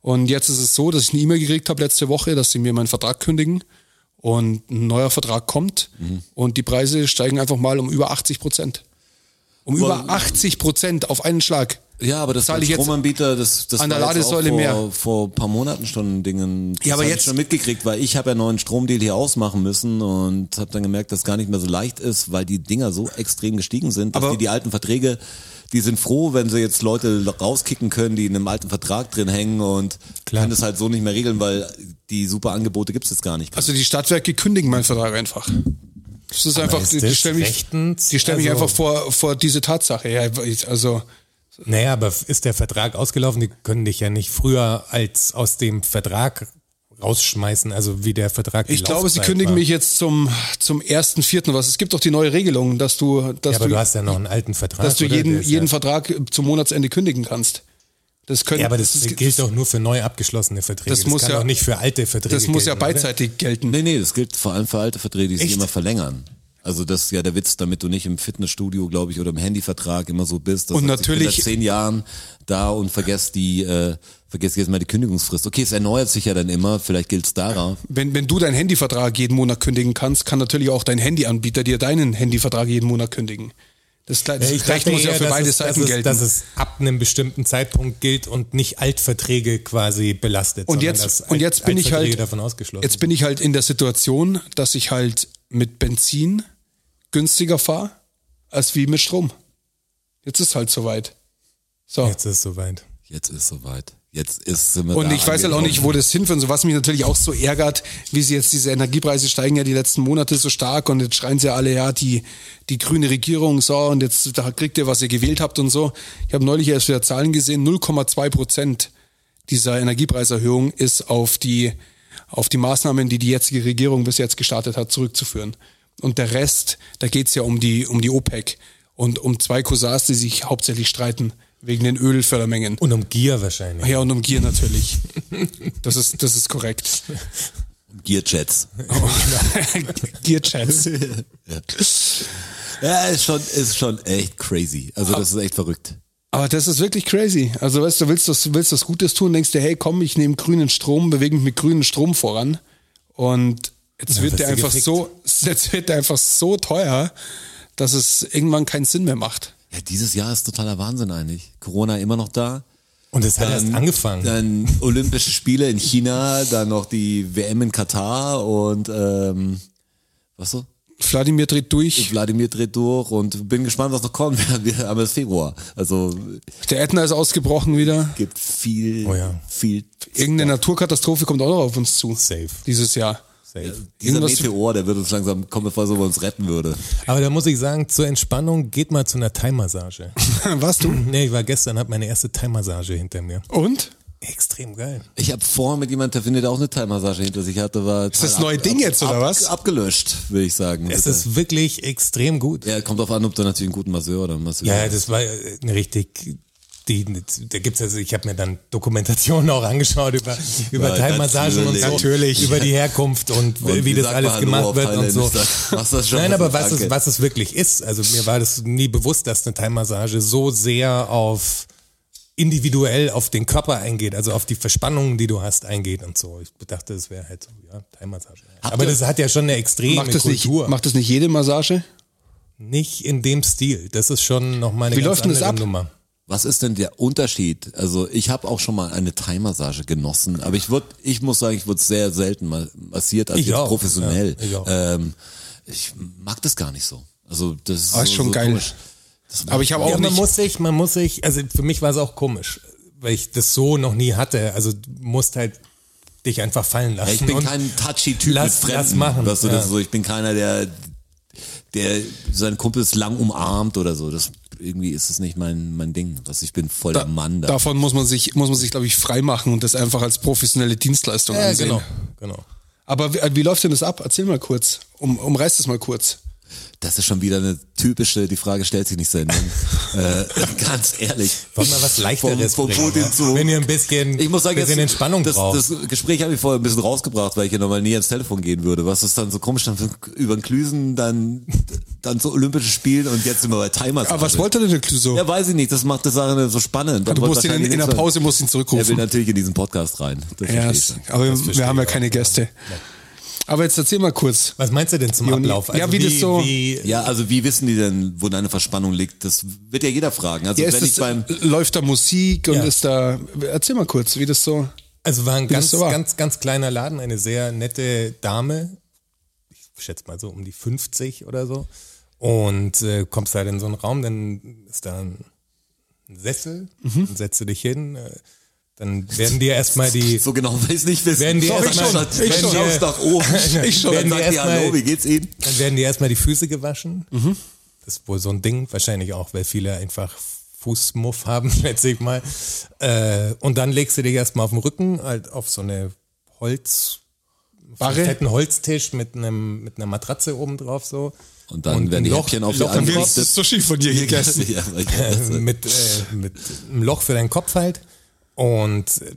[SPEAKER 2] Und jetzt ist es so, dass ich eine E-Mail gekriegt habe letzte Woche, dass sie mir meinen Vertrag kündigen und ein neuer Vertrag kommt
[SPEAKER 1] Mhm.
[SPEAKER 2] und die Preise steigen einfach mal um über 80 Prozent. Um über 80 Prozent auf einen Schlag.
[SPEAKER 1] Ja, aber das
[SPEAKER 2] Zahl
[SPEAKER 1] beim
[SPEAKER 2] ich jetzt
[SPEAKER 1] Stromanbieter, das, das
[SPEAKER 2] an der
[SPEAKER 1] war jetzt auch
[SPEAKER 2] Ladesäule
[SPEAKER 1] vor,
[SPEAKER 2] mehr.
[SPEAKER 1] vor ein paar Monaten schon Dingen. Das
[SPEAKER 2] Ja, aber
[SPEAKER 1] hab ich
[SPEAKER 2] jetzt-
[SPEAKER 1] schon mitgekriegt, weil ich habe ja einen neuen Stromdeal hier ausmachen müssen und habe dann gemerkt, dass gar nicht mehr so leicht ist, weil die Dinger so extrem gestiegen sind, dass
[SPEAKER 2] Aber-
[SPEAKER 1] die die alten Verträge, die sind froh, wenn sie jetzt Leute rauskicken können, die in einem alten Vertrag drin hängen und können das halt so nicht mehr regeln, weil die super Angebote gibt's jetzt gar nicht.
[SPEAKER 2] Also die Stadtwerke kündigen meinen Vertrag einfach. Das ist einfach,
[SPEAKER 3] ist
[SPEAKER 2] die,
[SPEAKER 3] das
[SPEAKER 2] die stellen mich,
[SPEAKER 3] rechtens?
[SPEAKER 2] die stellen mich
[SPEAKER 3] Also-
[SPEAKER 2] einfach vor, vor diese Tatsache. Ja, ich- also,
[SPEAKER 3] Naja, aber ist der Vertrag ausgelaufen? Die können dich ja nicht früher als aus dem Vertrag rausschmeißen, also wie der Vertrag die
[SPEAKER 2] ich glaube, sie
[SPEAKER 3] Laufzeit
[SPEAKER 2] kündigen
[SPEAKER 3] war.
[SPEAKER 2] mich jetzt zum, zum ersten, vierten was. Es gibt doch die neue Regelung, dass du,
[SPEAKER 3] Ja,
[SPEAKER 2] dass
[SPEAKER 3] aber
[SPEAKER 2] du,
[SPEAKER 3] du hast ja noch einen alten Vertrag.
[SPEAKER 2] dass du
[SPEAKER 3] oder? Der
[SPEAKER 2] jeden,
[SPEAKER 3] ist
[SPEAKER 2] jeden
[SPEAKER 3] ja,
[SPEAKER 2] Vertrag zum Monatsende kündigen kannst. Das können,
[SPEAKER 3] Ja, aber das,
[SPEAKER 2] das,
[SPEAKER 3] gilt doch nur für neu abgeschlossene Verträge.
[SPEAKER 2] Das muss
[SPEAKER 3] kann
[SPEAKER 2] ja-
[SPEAKER 3] doch nicht für alte Verträge
[SPEAKER 2] das muss ja
[SPEAKER 3] gelten, oder?
[SPEAKER 2] beidseitig gelten.
[SPEAKER 1] Nee, nee, das gilt vor allem für alte Verträge, die sich
[SPEAKER 3] Echt?
[SPEAKER 1] immer verlängern. Also das ist ja der Witz, damit du nicht im Fitnessstudio, glaube ich, oder im Handyvertrag immer so bist. dass
[SPEAKER 2] Und
[SPEAKER 1] du sagst,
[SPEAKER 2] natürlich-
[SPEAKER 1] ich bin seit zehn Jahren da und vergesst die, äh, vergesst jetzt mal die Kündigungsfrist. Okay, es erneuert sich ja dann immer. Vielleicht gilt's darauf.
[SPEAKER 2] Wenn, wenn du deinen Handyvertrag jeden Monat kündigen kannst, kann natürlich auch dein Handyanbieter dir deinen Handyvertrag jeden Monat kündigen. Das, das
[SPEAKER 3] Ja, Äh, ich
[SPEAKER 2] Recht
[SPEAKER 3] dachte
[SPEAKER 2] muss ja
[SPEAKER 3] eher,
[SPEAKER 2] für
[SPEAKER 3] dass
[SPEAKER 2] beide
[SPEAKER 3] es,
[SPEAKER 2] Seiten
[SPEAKER 3] dass
[SPEAKER 2] gelten.
[SPEAKER 3] Es, dass es ab einem bestimmten Zeitpunkt gilt und nicht Altverträge quasi belastet.
[SPEAKER 2] Und
[SPEAKER 3] sondern
[SPEAKER 2] jetzt-
[SPEAKER 3] dass
[SPEAKER 2] und jetzt bin ich
[SPEAKER 3] Altverträge
[SPEAKER 2] halt-
[SPEAKER 3] davon ausgeschlossen.
[SPEAKER 2] Jetzt bin ich halt in der Situation, dass ich halt mit Benzin günstiger fahre, als wie mit Strom. Jetzt ist halt soweit. So.
[SPEAKER 3] sind. jetzt ist es soweit.
[SPEAKER 1] Jetzt ist soweit. Jetzt ist sind wir
[SPEAKER 2] Und
[SPEAKER 1] da
[SPEAKER 2] ich weiß halt auch
[SPEAKER 1] angekommen.
[SPEAKER 2] nicht, wo das hinführen soll. Was mich natürlich auch so ärgert, wie sie jetzt diese Energiepreise steigen ja die letzten Monate so stark und jetzt schreien sie alle, ja, die, die grüne Regierung, so, und jetzt da kriegt ihr, was ihr gewählt habt und so. Ich habe neulich erst wieder Zahlen gesehen, 0,2 Prozent dieser Energiepreiserhöhung ist auf die, auf die Maßnahmen, die die jetzige Regierung bis jetzt gestartet hat, zurückzuführen. Und der Rest, da geht's ja um die, um die OPEC und um zwei Cousins, die sich hauptsächlich streiten wegen den Ölfördermengen.
[SPEAKER 3] Und um Gier wahrscheinlich.
[SPEAKER 2] Ja, und um Gier natürlich. Das ist, das ist korrekt.
[SPEAKER 1] Gearjets.
[SPEAKER 2] Gier-Chats.
[SPEAKER 1] Ja, ist schon, ist schon echt crazy. Also das ist echt verrückt.
[SPEAKER 2] Aber das ist wirklich crazy. Also, weißt du, willst das, willst das Gutes tun, denkst dir, hey, komm, ich nehme grünen Strom, bewege mich mit grünen Strom voran. Und jetzt
[SPEAKER 3] Ja,
[SPEAKER 2] wird
[SPEAKER 3] wirst
[SPEAKER 2] der
[SPEAKER 3] du
[SPEAKER 2] einfach
[SPEAKER 3] gefickt.
[SPEAKER 2] so, jetzt wird der einfach so teuer, dass es irgendwann keinen Sinn mehr macht.
[SPEAKER 1] Ja, dieses Jahr ist totaler Wahnsinn eigentlich. Corona immer noch da.
[SPEAKER 3] Und es hat erst angefangen.
[SPEAKER 1] Dann Olympische Spiele in China, dann noch die WM in Katar und ähm, was so?
[SPEAKER 2] Wladimir dreht durch.
[SPEAKER 1] Wladimir dreht durch und bin gespannt, was noch kommt. Wir wir haben es Februar. Also
[SPEAKER 2] Der Ätna ist ausgebrochen wieder.
[SPEAKER 1] gibt viel,
[SPEAKER 3] Oh ja.
[SPEAKER 1] viel.
[SPEAKER 2] Irgendeine Naturkatastrophe kommt auch noch auf uns zu.
[SPEAKER 3] Safe.
[SPEAKER 2] Dieses Jahr.
[SPEAKER 3] Safe.
[SPEAKER 1] Dieser
[SPEAKER 2] Irgendwas-
[SPEAKER 1] Meteor, der wird uns langsam kommen, bevor er so über uns retten würde.
[SPEAKER 3] Aber da muss ich sagen, zur Entspannung geht mal zu einer Thai-Massage.
[SPEAKER 2] Was du?
[SPEAKER 3] nee, ich war gestern, hab meine erste Thai-Massage hinter mir.
[SPEAKER 2] Und?
[SPEAKER 3] Extrem geil.
[SPEAKER 1] Ich habe vorher mit jemandem, der findet auch eine Teilmassage hinter sich hatte, war ist
[SPEAKER 2] das neue Ding jetzt, oder was?
[SPEAKER 1] Abgelöscht, würde ich sagen.
[SPEAKER 3] Es
[SPEAKER 1] Bitte.
[SPEAKER 3] ist wirklich extrem gut.
[SPEAKER 1] ja, kommt drauf an, ob du natürlich einen guten Masseur oder einen Masseur.
[SPEAKER 3] Ja, das war äh, eine richtig. Die, da gibt's also, ich habe mir dann Dokumentationen auch angeschaut über, über
[SPEAKER 1] Ja,
[SPEAKER 3] Thai-Massagen und so,
[SPEAKER 1] natürlich.
[SPEAKER 3] über die Herkunft und,
[SPEAKER 1] Und
[SPEAKER 3] wie das
[SPEAKER 1] sagt
[SPEAKER 3] alles
[SPEAKER 1] man Hallo
[SPEAKER 3] gemacht
[SPEAKER 1] auf
[SPEAKER 3] wird und so.
[SPEAKER 1] Thailändisch? Was das schon
[SPEAKER 3] Nein,
[SPEAKER 1] für
[SPEAKER 3] aber
[SPEAKER 1] ein
[SPEAKER 3] was es,
[SPEAKER 1] Danke.
[SPEAKER 3] was es wirklich ist, also mir war das nie bewusst, dass eine Thai-Massage so sehr auf individuell auf den Körper eingeht, also auf die Verspannungen, die du hast, eingeht und so. Ich dachte, es wäre halt so, ja, Thai-Massage.
[SPEAKER 1] Habt
[SPEAKER 3] Aber
[SPEAKER 1] ihr-
[SPEAKER 3] das hat ja schon eine extreme
[SPEAKER 2] Macht das, nicht,
[SPEAKER 3] Kultur.
[SPEAKER 2] macht das nicht jede Massage?
[SPEAKER 3] nicht in dem Stil. Das ist schon nochmal eine
[SPEAKER 2] Wie
[SPEAKER 3] ganz
[SPEAKER 2] läuft denn das
[SPEAKER 3] andere
[SPEAKER 2] ab?
[SPEAKER 3] Nummer.
[SPEAKER 1] Was ist denn der Unterschied? Also ich habe auch schon mal eine Thai-Massage genossen, aber ich würde, ich muss sagen, ich wurde sehr selten mal massiert, also
[SPEAKER 3] Ich
[SPEAKER 1] jetzt
[SPEAKER 3] auch,
[SPEAKER 1] professionell.
[SPEAKER 3] ja, ich auch.
[SPEAKER 1] Ähm, ich mag das gar nicht so. Also das ist,
[SPEAKER 2] Ah, ist
[SPEAKER 1] so,
[SPEAKER 2] schon
[SPEAKER 1] so
[SPEAKER 2] geil.
[SPEAKER 1] komisch. Das
[SPEAKER 2] Aber ich habe auch
[SPEAKER 3] Ja, man
[SPEAKER 2] nicht.
[SPEAKER 3] muss sich, man muss sich, also für mich war es auch komisch, weil ich das so noch nie hatte. Also du musst halt dich einfach fallen lassen.
[SPEAKER 1] Ja, ich bin
[SPEAKER 3] und
[SPEAKER 1] kein touchy Typ
[SPEAKER 3] Lass-
[SPEAKER 1] mit
[SPEAKER 3] lass
[SPEAKER 1] Fremden.
[SPEAKER 3] machen,
[SPEAKER 1] Weißt du, das
[SPEAKER 3] ja.
[SPEAKER 1] ist so, ich bin keiner, der, der seinen Kumpels lang umarmt oder so. Das irgendwie ist es nicht mein mein Ding. Was ich bin voll der Mann da.
[SPEAKER 2] Davon muss man sich, muss man sich, glaube ich, freimachen und das einfach als professionelle Dienstleistung
[SPEAKER 3] ja,
[SPEAKER 2] ansehen. äh,
[SPEAKER 3] genau, genau.
[SPEAKER 2] Aber wie, wie läuft denn das ab? Erzähl mal kurz. Um, umreiß das mal kurz.
[SPEAKER 1] Das ist schon wieder eine typische, die Frage stellt sich nicht Sendung. äh, ganz ehrlich.
[SPEAKER 3] Wollen wir was Leichteres
[SPEAKER 1] Vom- vom
[SPEAKER 3] bringen,
[SPEAKER 1] Putin
[SPEAKER 3] ne?
[SPEAKER 1] zu-
[SPEAKER 3] Wenn ihr ein bisschen,
[SPEAKER 1] Ich muss sagen,
[SPEAKER 3] bisschen
[SPEAKER 1] jetzt,
[SPEAKER 3] Entspannung
[SPEAKER 1] das,
[SPEAKER 3] braucht.
[SPEAKER 1] das Gespräch habe ich vorher ein bisschen rausgebracht, weil ich ja normal nie ans Telefon gehen würde. Was ist dann so komisch, dann über den Klüsen, dann, dann zu Olympischen Spielen und jetzt sind wir bei Timers.
[SPEAKER 2] Aber Ah, was wollte denn der Clouseau?
[SPEAKER 1] Also- Ja, weiß ich nicht. Das macht die Sache so spannend.
[SPEAKER 2] du
[SPEAKER 1] Dann
[SPEAKER 2] musst ihn in,
[SPEAKER 1] wahrscheinlich
[SPEAKER 2] in der
[SPEAKER 1] nichts-
[SPEAKER 2] Pause musst
[SPEAKER 1] Er
[SPEAKER 2] ihn
[SPEAKER 1] will
[SPEAKER 2] zurückrufen.
[SPEAKER 1] natürlich in diesen Podcast rein. Das
[SPEAKER 2] Ja,
[SPEAKER 1] verstehe ich.
[SPEAKER 2] das, aber wir haben ja
[SPEAKER 3] ich auch.
[SPEAKER 2] keine Gäste. Aber jetzt erzähl mal kurz.
[SPEAKER 3] was meinst du denn zum
[SPEAKER 2] Juni-
[SPEAKER 3] Ablauf? Also
[SPEAKER 2] Ja, wie das so-
[SPEAKER 3] wie,
[SPEAKER 1] Ja, also wie wissen die denn, wo deine Verspannung liegt? Das wird ja jeder fragen. Also
[SPEAKER 2] Ja, ist
[SPEAKER 1] wenn ich
[SPEAKER 2] das,
[SPEAKER 1] beim
[SPEAKER 2] läuft da Musik und
[SPEAKER 3] Ja.
[SPEAKER 2] ist da. Erzähl mal kurz, wie das so.
[SPEAKER 3] Also war ein
[SPEAKER 2] das
[SPEAKER 3] ganz,
[SPEAKER 2] so war.
[SPEAKER 3] ganz, ganz kleiner Laden, eine sehr nette Dame. Ich schätze mal so um die 50 oder so. Und äh, kommst halt in so einen Raum, dann ist da ein Sessel,
[SPEAKER 2] Mhm.
[SPEAKER 3] dann setzt du dich hin. Äh, dann werden dir erstmal die.
[SPEAKER 1] so genau will ich es nicht wissen.
[SPEAKER 3] Werden die
[SPEAKER 1] Doch, ich
[SPEAKER 3] erstmal-
[SPEAKER 1] schon, ich
[SPEAKER 3] werden
[SPEAKER 1] schon.
[SPEAKER 3] die-
[SPEAKER 1] Schaust nach oben.
[SPEAKER 3] Ich
[SPEAKER 1] Dann
[SPEAKER 3] schon. Werden
[SPEAKER 1] sagt
[SPEAKER 3] die
[SPEAKER 1] die
[SPEAKER 3] erstmal-
[SPEAKER 1] Hallo, wie geht's Ihnen?
[SPEAKER 3] Dann werden dir erstmal die Füße gewaschen.
[SPEAKER 1] Mhm.
[SPEAKER 3] Das ist wohl so ein Ding, wahrscheinlich auch, weil viele einfach Fußmuff haben, schätze ich mal. Äh, und dann legst du dich erstmal auf den Rücken, halt auf so eine Holz,
[SPEAKER 2] Barre?
[SPEAKER 3] einen fetten Holztisch mit einem mit einer Matratze oben drauf so.
[SPEAKER 1] Und dann
[SPEAKER 3] Und
[SPEAKER 1] werden die
[SPEAKER 3] Loch-
[SPEAKER 1] Häppchen auf die
[SPEAKER 3] Loch im
[SPEAKER 1] andere
[SPEAKER 3] Kopf.
[SPEAKER 1] Seite-
[SPEAKER 2] so schief von dir gegessen.
[SPEAKER 1] Ja, weil ich- das-
[SPEAKER 3] mit, äh, mit einem Loch für deinen Kopf halt. Und äh,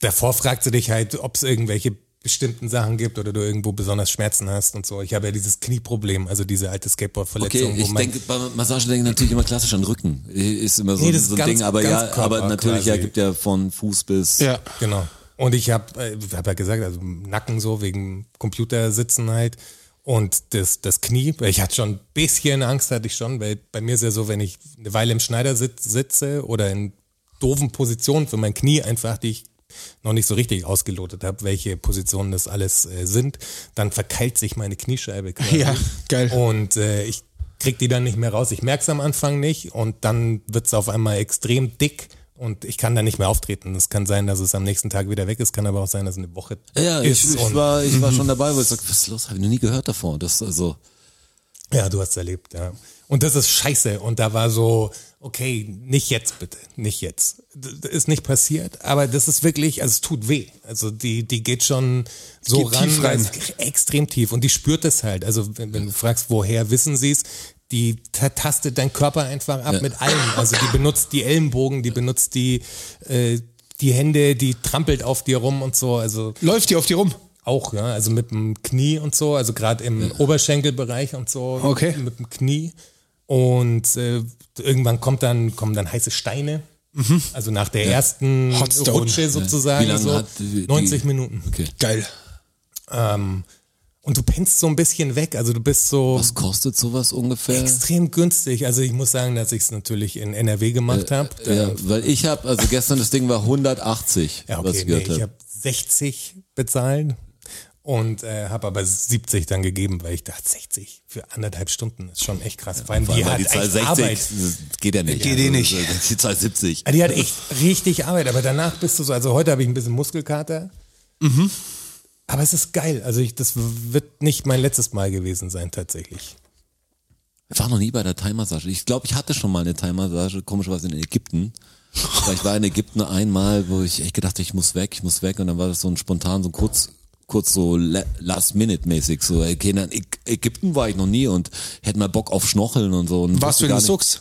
[SPEAKER 3] davor fragt sie dich halt, ob es irgendwelche bestimmten Sachen gibt oder du irgendwo besonders Schmerzen hast und so. Ich habe ja dieses Knieproblem, also diese alte Skateboard-Verletzung.
[SPEAKER 1] Okay,
[SPEAKER 3] wo
[SPEAKER 1] ich
[SPEAKER 3] man-
[SPEAKER 1] denke, bei Massage denke ich natürlich immer klassisch an Rücken. Ist immer so,
[SPEAKER 3] Nee, das
[SPEAKER 1] so ein
[SPEAKER 3] ist ganz-
[SPEAKER 1] Ding, aber ja,
[SPEAKER 3] ganz Körper
[SPEAKER 1] aber natürlich, ja,
[SPEAKER 3] quasi.
[SPEAKER 1] gibt ja von Fuß bis.
[SPEAKER 2] Ja.
[SPEAKER 3] Genau. Und ich habe äh, hab ja gesagt, also Nacken so wegen Computersitzen halt und das, das Knie, weil ich hatte schon ein bisschen Angst, hatte ich schon, weil bei mir ist ja so, wenn ich eine Weile im Schneidersitz sitze oder in doofen Positionen für mein Knie einfach, die ich noch nicht so richtig ausgelotet habe, welche Positionen das alles äh, sind, dann verkeilt sich meine Kniescheibe quasi.
[SPEAKER 2] Ja, geil.
[SPEAKER 3] Und äh, ich krieg die dann nicht mehr raus. Ich merk's am Anfang nicht und dann wird's auf einmal extrem dick und ich kann da nicht mehr auftreten. Es kann sein, dass es am nächsten Tag wieder weg ist, kann aber auch sein, dass eine Woche
[SPEAKER 1] Ja, ich,
[SPEAKER 3] ist.
[SPEAKER 1] ich
[SPEAKER 3] und,
[SPEAKER 1] war, ich war schon dabei, wo ich sag, was ist los? Habe ich noch nie gehört davon. Das, also,
[SPEAKER 3] ja, du hast erlebt, ja. Und das ist scheiße. Und da war so, okay, nicht jetzt bitte, nicht jetzt. D- d- Ist nicht passiert, aber das ist wirklich, also es tut weh. Also die, die geht schon so
[SPEAKER 2] Geht
[SPEAKER 3] ran,
[SPEAKER 2] tief rein.
[SPEAKER 3] weil es- extrem tief. Und die spürt es halt. Also wenn, wenn du fragst, woher wissen sie es, die ta- tastet deinen Körper einfach ab
[SPEAKER 1] Ja.
[SPEAKER 3] mit allem. Also die benutzt die Ellenbogen, die benutzt die, äh, die Hände, die trampelt auf dir rum und so. Also
[SPEAKER 2] Läuft die auf dir rum?
[SPEAKER 3] auch, ja, also mit dem Knie und so, also gerade im Oberschenkelbereich und so,
[SPEAKER 2] Okay.
[SPEAKER 3] mit dem Knie. Und äh, irgendwann kommt dann, kommen dann heiße Steine.
[SPEAKER 1] Mhm.
[SPEAKER 3] Also nach der ersten
[SPEAKER 2] Hotstone.
[SPEAKER 3] Rutsche sozusagen.
[SPEAKER 1] Wie lange
[SPEAKER 3] so
[SPEAKER 1] hat die-
[SPEAKER 3] 90 Minuten.
[SPEAKER 1] okay.
[SPEAKER 2] Geil.
[SPEAKER 3] Ähm, und du pennst so ein bisschen weg. Also du bist so
[SPEAKER 1] Was kostet sowas ungefähr?
[SPEAKER 3] extrem günstig. Also ich muss sagen, dass ich es natürlich in NRW gemacht habe.
[SPEAKER 1] Äh, Ja, weil ich habe, also gestern das Ding war 180,
[SPEAKER 3] Ja,
[SPEAKER 1] was
[SPEAKER 3] okay,
[SPEAKER 1] ich
[SPEAKER 3] nee,
[SPEAKER 1] gehört
[SPEAKER 3] ich
[SPEAKER 1] habe.
[SPEAKER 3] habe 60 bezahlt und äh, habe aber 70 dann gegeben, weil ich dachte, 60 für anderthalb Stunden ist schon echt krass. Vor allem die
[SPEAKER 1] Weil
[SPEAKER 3] hat
[SPEAKER 1] die Zahl
[SPEAKER 3] echt
[SPEAKER 1] 60
[SPEAKER 3] Arbeit.
[SPEAKER 1] das geht ja nicht.
[SPEAKER 2] Geht eh nicht.
[SPEAKER 1] das- Die Zahl 70.
[SPEAKER 3] Ah, Die hat echt richtig Arbeit, aber danach bist du so, also heute habe ich ein bisschen Muskelkater.
[SPEAKER 1] Mhm.
[SPEAKER 3] Aber es ist geil. Also ich, das wird nicht mein letztes Mal gewesen sein tatsächlich.
[SPEAKER 1] Ich war noch nie bei der Thai-Massage. Ich glaube, ich hatte schon mal eine Thai-Massage, komischerweise in Ägypten. Weil ich war in Ägypten einmal, wo ich echt gedacht habe, ich muss weg, ich muss weg. Und dann war das so ein spontan, so ein kurz, kurz so la- last-minute-mäßig. So, okay, dann Äg- Ägypten war ich noch nie und hätte mal Bock auf Schnorcheln und so. Und
[SPEAKER 2] Warst du in den
[SPEAKER 1] wusste gar
[SPEAKER 2] Suchs?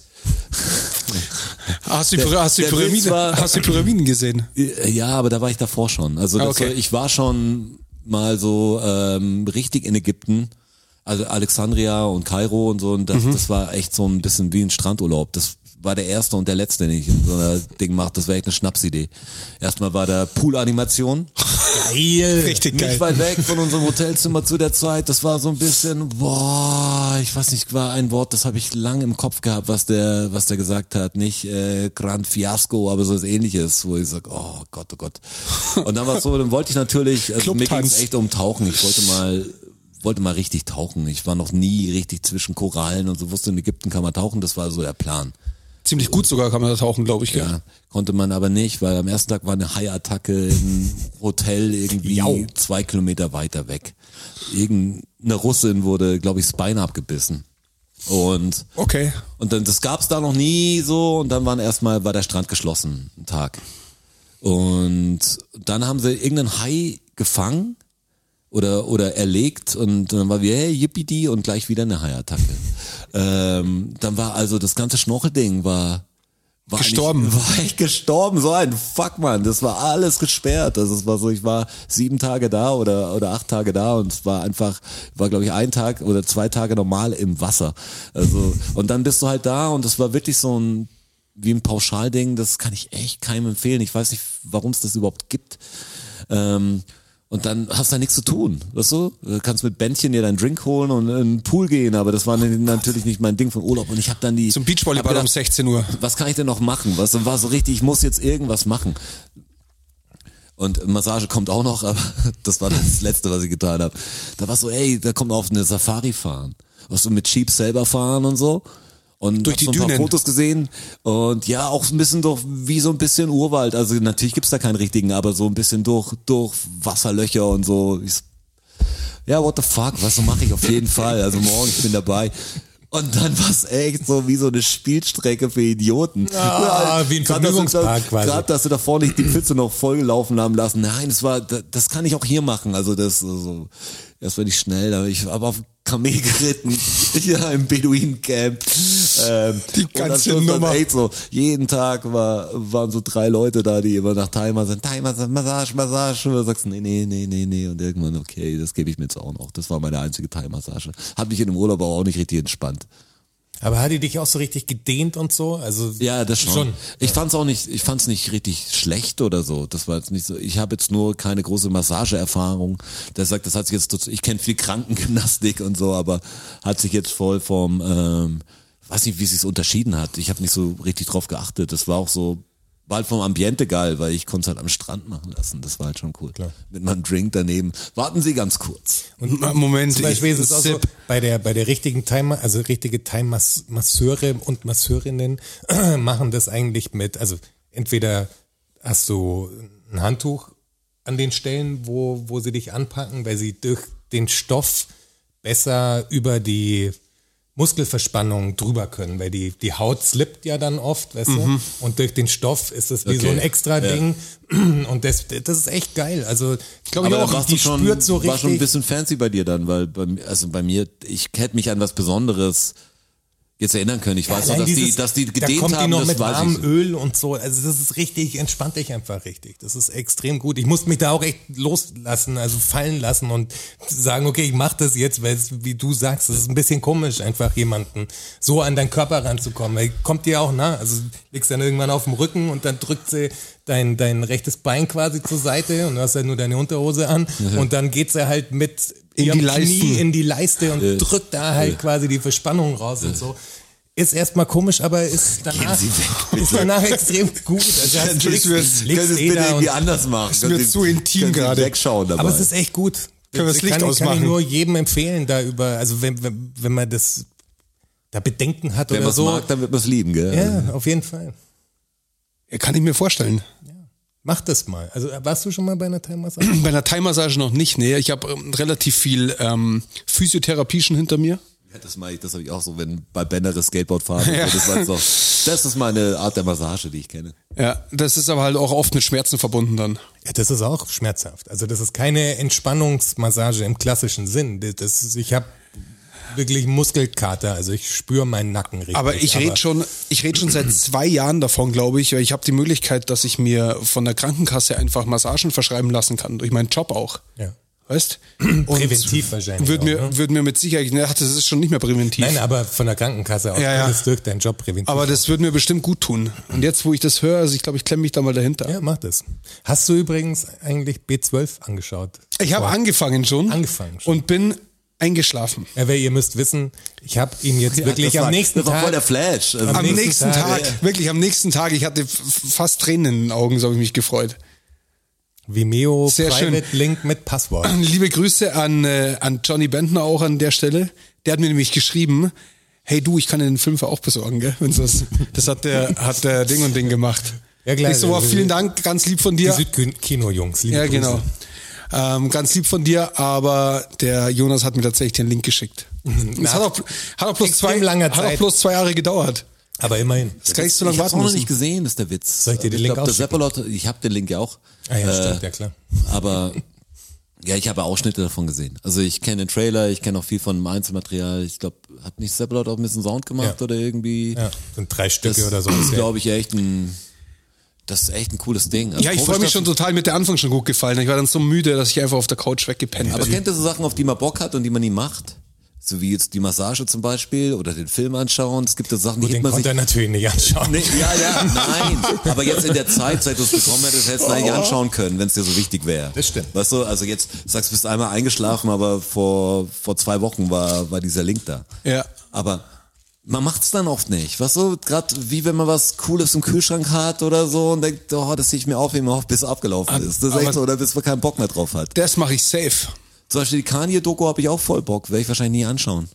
[SPEAKER 2] hast, du die Pyra- hast, du die
[SPEAKER 1] der Witz
[SPEAKER 2] Pyramiden,
[SPEAKER 1] war-
[SPEAKER 2] hast du die Pyramiden gesehen?
[SPEAKER 1] nicht- Äh, Ja, aber da war ich davor schon. Also das
[SPEAKER 2] Okay.
[SPEAKER 1] war, ich war schon mal so ähm, richtig in Ägypten. Also Alexandria und Kairo und so. Und das, das war echt so ein bisschen wie ein Strandurlaub. Das war der erste und der letzte, den ich in so einer Ding mache. Das wäre echt eine Schnapsidee. Erstmal war da Poolanimation.
[SPEAKER 3] Geil.
[SPEAKER 2] Richtig
[SPEAKER 1] Nicht
[SPEAKER 2] geil.
[SPEAKER 1] weit weg von unserem Hotelzimmer zu der Zeit. Das war so ein bisschen, boah, ich weiß nicht, war ein Wort, das habe ich lang im Kopf gehabt, was der, was der gesagt hat. Nicht äh, Grand Fiasco, aber so was ähnliches, wo ich sage, oh Gott, oh Gott. Und dann war es so, dann wollte ich natürlich, also mir ging
[SPEAKER 2] Clubtanz.
[SPEAKER 1] es echt um Tauchen. Ich wollte mal wollte mal richtig tauchen. Ich war noch nie richtig zwischen Korallen und so wusste, in Ägypten kann man tauchen, das war so der Plan.
[SPEAKER 2] Ziemlich gut sogar kann man da tauchen, glaube ich. Ja.
[SPEAKER 1] Ja, konnte man aber nicht, weil am ersten Tag war eine Haiattacke im Hotel irgendwie
[SPEAKER 3] Jau.
[SPEAKER 1] zwei Kilometer weiter weg. Irgendeine Russin wurde, glaube ich, das Bein abgebissen. Und,
[SPEAKER 2] Okay.
[SPEAKER 1] und dann, das gab's da noch nie so und dann waren erstmal, war der Strand geschlossen, einen Tag. Und dann haben sie irgendeinen Hai gefangen oder, oder erlegt und dann war wir, hey, yippidi und gleich wieder eine Haiattacke. ähm, dann war also das ganze Schnorchelding war, war
[SPEAKER 2] Gestorben.
[SPEAKER 1] eigentlich- War ich gestorben, so ein Fuck, Mann. Das war alles gesperrt. Also es war so, ich war sieben Tage da oder, oder acht Tage da und es war einfach, war glaube ich ein Tag oder zwei Tage normal im Wasser. Also, und dann bist du halt da und es war wirklich so ein, wie ein Pauschalding, das kann ich echt keinem empfehlen. Ich weiß nicht, warum es das überhaupt gibt. Ähm, und dann hast du da nichts zu tun, weißt du? Du kannst mit Bändchen dir deinen Drink holen und in den Pool gehen, aber das war natürlich nicht mein Ding von Urlaub. Und ich habe dann die...
[SPEAKER 2] Zum Beachvolleyball
[SPEAKER 1] hab
[SPEAKER 2] um
[SPEAKER 1] gedacht,
[SPEAKER 2] 16 Uhr.
[SPEAKER 1] was kann ich denn noch machen? Was war so richtig, ich muss jetzt irgendwas machen. Und Massage kommt auch noch, aber das war das Letzte, was ich getan habe. Da war so, ey, da kommt man auf eine Safari fahren. Was so mit Jeep selber fahren und so. Und
[SPEAKER 2] Durch
[SPEAKER 1] hab
[SPEAKER 2] die
[SPEAKER 1] so ein paar
[SPEAKER 2] Dünen.
[SPEAKER 1] Fotos gesehen. Und ja, auch ein bisschen durch, wie so ein bisschen Urwald. Also natürlich gibt's da keinen richtigen, aber so ein bisschen durch, durch Wasserlöcher und so. Ich so, ja, what the fuck, was mache ich auf jeden Fall? Also morgen, ich bin dabei. Und dann war es echt so wie so eine Spielstrecke für Idioten.
[SPEAKER 3] Ah, wie ein
[SPEAKER 1] Grad, dass sie
[SPEAKER 3] Vergnügungspark
[SPEAKER 1] da-
[SPEAKER 3] quasi.
[SPEAKER 1] Grad, dass sie da vorne nicht die Pfütze noch vollgelaufen haben lassen. Nein, das war, das, das kann ich auch hier machen. Also das, also, das war nicht schnell, aber ich habe auf dem Kamel geritten, ja, im Beduinencamp. Ähm,
[SPEAKER 2] Die
[SPEAKER 1] und am
[SPEAKER 2] ganze
[SPEAKER 1] Schluss dann
[SPEAKER 2] Nummer.
[SPEAKER 1] echt so, jeden Tag war, waren so drei Leute da, die immer nach Timer sind, Timer sind, Massage, Massage. Und du sagst, nee, nee, nee, nee, nee. Und irgendwann, okay, das gebe ich mir jetzt auch noch. Das war meine einzige Thai-Massage. Hab mich in dem Urlaub aber auch nicht richtig entspannt.
[SPEAKER 3] Aber hat die dich auch so richtig gedehnt und so? Also
[SPEAKER 1] Ja, das schon. Ich fand's auch nicht, ich fand's nicht richtig schlecht oder so. Das war jetzt nicht so. Ich habe jetzt nur keine große Massageerfahrung. Der sagt, das hat sich jetzt, ich kenne viel Krankengymnastik und so, aber hat sich jetzt voll vom, ähm, weiß nicht, wie sich's unterschieden hat. Ich habe nicht so richtig drauf geachtet. Das war auch so, war halt vom Ambiente geil, weil ich konnte halt am Strand machen lassen. Das war halt schon cool. Mit meinem Drink daneben. Warten Sie ganz kurz.
[SPEAKER 3] Und
[SPEAKER 2] Moment,
[SPEAKER 3] zum Beispiel
[SPEAKER 2] ich-
[SPEAKER 3] ist es auch so,
[SPEAKER 2] Sip.
[SPEAKER 3] bei der, bei der richtigen Time, also richtige Time-Masseure und Masseurinnen machen das eigentlich mit, also entweder hast du ein Handtuch an den Stellen, wo, wo sie dich anpacken, weil sie durch den Stoff besser über die Muskelverspannung drüber können, weil die, die Haut slippt ja dann oft, weißt du? Und durch den Stoff ist das wie
[SPEAKER 1] Mhm.
[SPEAKER 3] so
[SPEAKER 1] Okay,
[SPEAKER 3] ein extra
[SPEAKER 1] ja.
[SPEAKER 3] Ding. Und das, das ist echt geil. Also, ich glaube,
[SPEAKER 1] Aber da
[SPEAKER 3] auch,
[SPEAKER 1] warst du
[SPEAKER 3] die
[SPEAKER 1] schon,
[SPEAKER 3] spürt so
[SPEAKER 1] war schon ein
[SPEAKER 3] richtig.
[SPEAKER 1] bisschen fancy bei dir dann, weil bei, mir- also bei mir, ich hätte mich an was Besonderes jetzt erinnern können. Ich weiß noch,
[SPEAKER 3] Allein
[SPEAKER 1] dass die,
[SPEAKER 3] dieses-
[SPEAKER 1] dass die
[SPEAKER 3] da
[SPEAKER 1] gedehnt
[SPEAKER 3] kommt die
[SPEAKER 1] haben,
[SPEAKER 3] noch
[SPEAKER 1] das
[SPEAKER 3] mit
[SPEAKER 1] weiß
[SPEAKER 3] warmem
[SPEAKER 1] ich.
[SPEAKER 3] Öl und so. Also das ist richtig, entspannt dich einfach richtig. Das ist extrem gut. Ich musste mich da auch echt loslassen, also fallen lassen und sagen, okay, ich mach das jetzt, weil es, wie du sagst, es ist ein bisschen komisch, einfach jemanden so an deinen Körper ranzukommen. Weil kommt dir auch nah. Also liegst dann irgendwann auf dem Rücken und dann drückt sie dein, dein rechtes Bein quasi zur Seite und du hast halt nur deine Unterhose an und dann geht sie halt mit
[SPEAKER 2] In
[SPEAKER 3] ihrem
[SPEAKER 2] die Leisten.
[SPEAKER 3] Knie in die Leiste und drückt da halt quasi die Verspannung raus und so. Ist erstmal komisch, aber ist danach,
[SPEAKER 1] Sie weg, bitte.
[SPEAKER 3] ist danach extrem gut. Also hast
[SPEAKER 1] Können
[SPEAKER 3] links,
[SPEAKER 1] Sie es können
[SPEAKER 3] links
[SPEAKER 1] Sie es bitte
[SPEAKER 3] Leder
[SPEAKER 1] irgendwie
[SPEAKER 3] und,
[SPEAKER 1] anders machen?
[SPEAKER 2] mir
[SPEAKER 1] Können Sie-
[SPEAKER 2] zu intim
[SPEAKER 1] können Sie
[SPEAKER 2] gerade.
[SPEAKER 1] Wegschauen dabei.
[SPEAKER 3] aber es ist echt gut.
[SPEAKER 2] Können wir das Licht
[SPEAKER 3] kann, ich- Kann
[SPEAKER 2] ausmachen?
[SPEAKER 3] ich nur jedem empfehlen, da über, also wenn, wenn, wenn man das da Bedenken hat
[SPEAKER 1] Wenn man
[SPEAKER 3] oder
[SPEAKER 1] es
[SPEAKER 3] so.
[SPEAKER 1] mag, dann wird man es lieben, gell?
[SPEAKER 3] ja, auf jeden Fall.
[SPEAKER 2] Kann ich mir vorstellen.
[SPEAKER 3] Mach das mal. Also warst du schon mal bei einer Thai-Massage?
[SPEAKER 2] Bei einer Thai-Massage noch nicht. Nee, ich habe ähm, relativ viel ähm, Physiotherapie schon hinter mir.
[SPEAKER 1] Ja, Das mache ich, das habe ich auch so, wenn bei Bänderriss Skateboard fahren. und So, das, war so, das ist meine Art der Massage, die ich kenne.
[SPEAKER 2] Ja, das ist aber halt auch oft mit Schmerzen verbunden dann.
[SPEAKER 3] Ja, das ist auch schmerzhaft. Also das ist keine Entspannungsmassage im klassischen Sinn. Das- Das ist, ich habe wirklich Muskelkater, also ich spüre meinen Nacken richtig.
[SPEAKER 2] Aber ich rede schon, ich rede schon seit zwei Jahren davon, glaube ich. weil Ich habe die Möglichkeit, dass ich mir von der Krankenkasse einfach Massagen verschreiben lassen kann, durch meinen Job auch.
[SPEAKER 3] Ja.
[SPEAKER 2] Weißt? Und
[SPEAKER 3] Präventiv wahrscheinlich
[SPEAKER 2] Würde
[SPEAKER 3] auch,
[SPEAKER 2] mir,
[SPEAKER 3] ne?
[SPEAKER 2] würd mir mit Sicherheit, ne, ach, das ist schon nicht mehr präventiv.
[SPEAKER 3] Nein, aber von der Krankenkasse aus,
[SPEAKER 2] Ja, ja.
[SPEAKER 3] das ist durch deinen Job präventiv.
[SPEAKER 2] aber das würde mir bestimmt gut tun. Und jetzt, wo ich das höre, also ich glaube, ich klemme mich da mal dahinter.
[SPEAKER 3] ja, mach das. Hast du übrigens eigentlich B12 angeschaut?
[SPEAKER 2] Ich habe
[SPEAKER 3] Vor-
[SPEAKER 2] angefangen schon.
[SPEAKER 3] Angefangen schon.
[SPEAKER 2] Und bin eingeschlafen.
[SPEAKER 3] Ja, weil ihr müsst wissen, ich habe ihn jetzt wirklich
[SPEAKER 1] das
[SPEAKER 3] am
[SPEAKER 1] war,
[SPEAKER 3] nächsten
[SPEAKER 1] das war voll der
[SPEAKER 3] Tag.
[SPEAKER 1] Flash. Also,
[SPEAKER 2] Am
[SPEAKER 3] nächsten
[SPEAKER 2] nächsten Tag,
[SPEAKER 3] Tag,
[SPEAKER 2] wirklich am nächsten Tag, ich hatte f- fast Tränen in den Augen, so habe ich mich gefreut.
[SPEAKER 3] Vimeo
[SPEAKER 2] Sehr schön.
[SPEAKER 3] Private Link mit Passwort.
[SPEAKER 2] Liebe Grüße an, äh, an Johnny Bentner auch an der Stelle. Der hat mir nämlich geschrieben, hey du, ich kann dir den Fünfer auch besorgen, gell? Wenn's das, das hat der, hat der Ding und Ding gemacht.
[SPEAKER 3] Ja, klar.
[SPEAKER 2] Ich so, wow, vielen Dank, ganz lieb von
[SPEAKER 3] Die
[SPEAKER 2] dir.
[SPEAKER 3] Südkino-Jungs, liebe
[SPEAKER 2] Ja,
[SPEAKER 3] Grüße.
[SPEAKER 2] genau. Ähm, ganz lieb von dir, aber der Jonas hat mir tatsächlich den Link geschickt. Es hat auch, hat auch bloß
[SPEAKER 3] Extrem
[SPEAKER 2] zwei,
[SPEAKER 3] langer
[SPEAKER 2] hat auch
[SPEAKER 3] Zeit.
[SPEAKER 2] bloß zwei Jahre gedauert.
[SPEAKER 3] Aber immerhin.
[SPEAKER 2] Das kann ich so lange
[SPEAKER 1] ich habe
[SPEAKER 2] warten
[SPEAKER 1] auch noch
[SPEAKER 2] müssen.
[SPEAKER 1] nicht gesehen, ist der Witz.
[SPEAKER 3] Soll ich dir den
[SPEAKER 1] ich
[SPEAKER 3] Link
[SPEAKER 1] glaub, der
[SPEAKER 3] ausschicken?
[SPEAKER 1] Seppalot, ich habe den Link ja auch.
[SPEAKER 3] Ah ja,
[SPEAKER 1] Äh,
[SPEAKER 3] stimmt, ja klar.
[SPEAKER 1] Aber Ja, ich habe Ausschnitte davon gesehen. Also ich kenne den Trailer, ich kenne auch viel von dem Einzelmaterial. Ich glaube, hat nicht Zeppelin auch ein bisschen Sound gemacht
[SPEAKER 3] Ja.
[SPEAKER 1] oder irgendwie?
[SPEAKER 3] Ja, sind drei Stücke
[SPEAKER 1] Das
[SPEAKER 3] oder so.
[SPEAKER 1] ist, glaube ich, echt ein, das ist echt ein cooles Ding. Also
[SPEAKER 2] Ja, ich
[SPEAKER 1] komisch,
[SPEAKER 2] freue mich
[SPEAKER 1] dass-
[SPEAKER 2] schon total, mit der Anfang schon gut gefallen. Ich war dann so müde, dass ich einfach auf der Couch weggepennt
[SPEAKER 1] Aber
[SPEAKER 2] bin.
[SPEAKER 1] kennt ihr so Sachen, auf die man Bock hat und die man nie macht? So wie jetzt die Massage zum Beispiel oder den Film anschauen. Es gibt so Sachen, die
[SPEAKER 3] Den
[SPEAKER 1] hebt man sich
[SPEAKER 3] konnte er natürlich nicht anschauen.
[SPEAKER 1] Nee, ja, ja, nein. Aber jetzt in der Zeit, seit du es bekommen hättest, hättest du es eigentlich anschauen können, wenn es dir so wichtig wäre.
[SPEAKER 3] Das stimmt.
[SPEAKER 1] Weißt du, also jetzt sagst du, bist einmal eingeschlafen, aber vor, vor zwei Wochen war, war dieser Link da.
[SPEAKER 2] Ja.
[SPEAKER 1] Aber man macht's dann oft nicht. Weißt du, gerade wie wenn man was Cooles im Kühlschrank hat oder so und denkt, oh, das sehe ich mir auf, immer auf, bis es abgelaufen ist. Das ist echt
[SPEAKER 2] aber-
[SPEAKER 1] so, oder bis man keinen Bock mehr drauf hat.
[SPEAKER 2] Das mache ich safe.
[SPEAKER 1] Zum Beispiel die Kanye-Doku habe ich auch voll Bock, werde ich wahrscheinlich nie anschauen.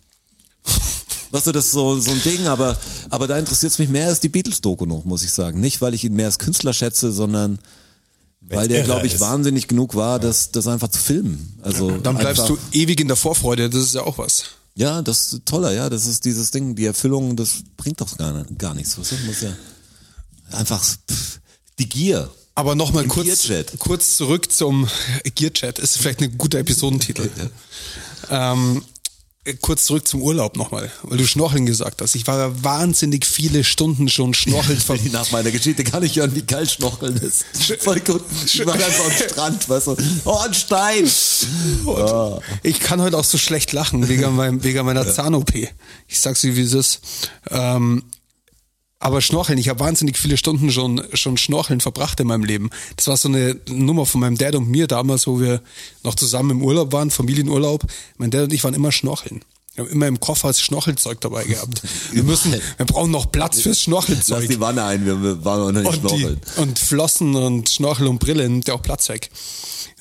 [SPEAKER 1] Weißt du, das ist so, so ein Ding, aber, aber da interessiert es mich mehr als die Beatles-Doku noch, muss ich sagen. Nicht, weil ich ihn mehr als Künstler schätze, sondern weil der,
[SPEAKER 3] irre
[SPEAKER 1] glaube ich,
[SPEAKER 3] ist.
[SPEAKER 1] wahnsinnig genug war, das, das einfach zu filmen. Also
[SPEAKER 2] Dann bleibst
[SPEAKER 1] einfach,
[SPEAKER 2] du ewig in der Vorfreude, das ist ja auch was.
[SPEAKER 1] Ja, das ist toller, ja. Das ist dieses Ding, die Erfüllung, das bringt doch gar, gar nichts. Weißt du, muss ja einfach pff, die Gier.
[SPEAKER 2] Aber nochmal
[SPEAKER 1] Im
[SPEAKER 2] kurz,
[SPEAKER 1] Gearjet.
[SPEAKER 2] kurz zurück zum Gearjet. Ist vielleicht ein guter Episodentitel. ähm, kurz zurück zum Urlaub nochmal, weil du Schnorcheln gesagt hast. Ich war ja wahnsinnig viele Stunden schon schnorchelt. Von,
[SPEAKER 1] Nach meiner Geschichte kann ich hören, wie geil Schnorcheln ist. Voll gut. Ich war ganz am Strand, weißt du. Oh, ein Stein. Ah,
[SPEAKER 2] Und Ich kann heute auch so schlecht lachen wegen, meinem, wegen meiner Zahn-OP. Ich sag's dir, wie es ist. Ähm, aber Schnorcheln, ich habe wahnsinnig viele Stunden schon, schon Schnorcheln verbracht in meinem Leben. Das war so eine Nummer von meinem Dad und mir damals, wo wir noch zusammen im Urlaub waren, Familienurlaub. Mein Dad und ich waren immer Schnorcheln. Wir haben immer im Koffer das Schnorchelzeug dabei gehabt. Wir müssen, wir brauchen noch Platz fürs
[SPEAKER 1] Lass
[SPEAKER 2] Schnorchelzeug.
[SPEAKER 1] die Wanne ein, wir waren noch nicht
[SPEAKER 2] Und, die,
[SPEAKER 1] schnorcheln.
[SPEAKER 2] und Flossen und Schnorchel und Brille nimmt ja auch Platz weg.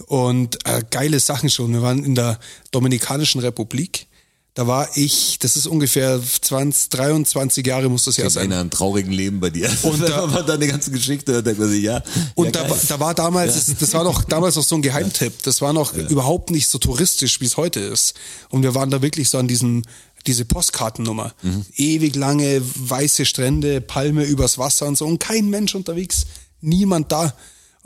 [SPEAKER 2] Und äh, geile Sachen schon. Wir waren in der Dominikanischen Republik. Da war ich, das ist ungefähr 20, 23 Jahre muss das ja
[SPEAKER 1] Das ist
[SPEAKER 2] sein. ne?
[SPEAKER 1] einer einem traurigen Leben bei dir.
[SPEAKER 2] Und
[SPEAKER 1] Und wenn
[SPEAKER 2] da-
[SPEAKER 1] man dann die ganze Geschichte hört, denkt man sich, ja. ja,
[SPEAKER 2] Und da,
[SPEAKER 1] geil.
[SPEAKER 2] war- da war damals, das, das war noch damals noch so ein Geheimtipp. Das war noch überhaupt nicht so touristisch, wie es heute ist. Und wir waren da wirklich so an diesem, diese Postkartennummer.
[SPEAKER 1] Mhm.
[SPEAKER 2] Ewig lange weiße Strände, Palme übers Wasser und so. Und kein Mensch unterwegs. Niemand da.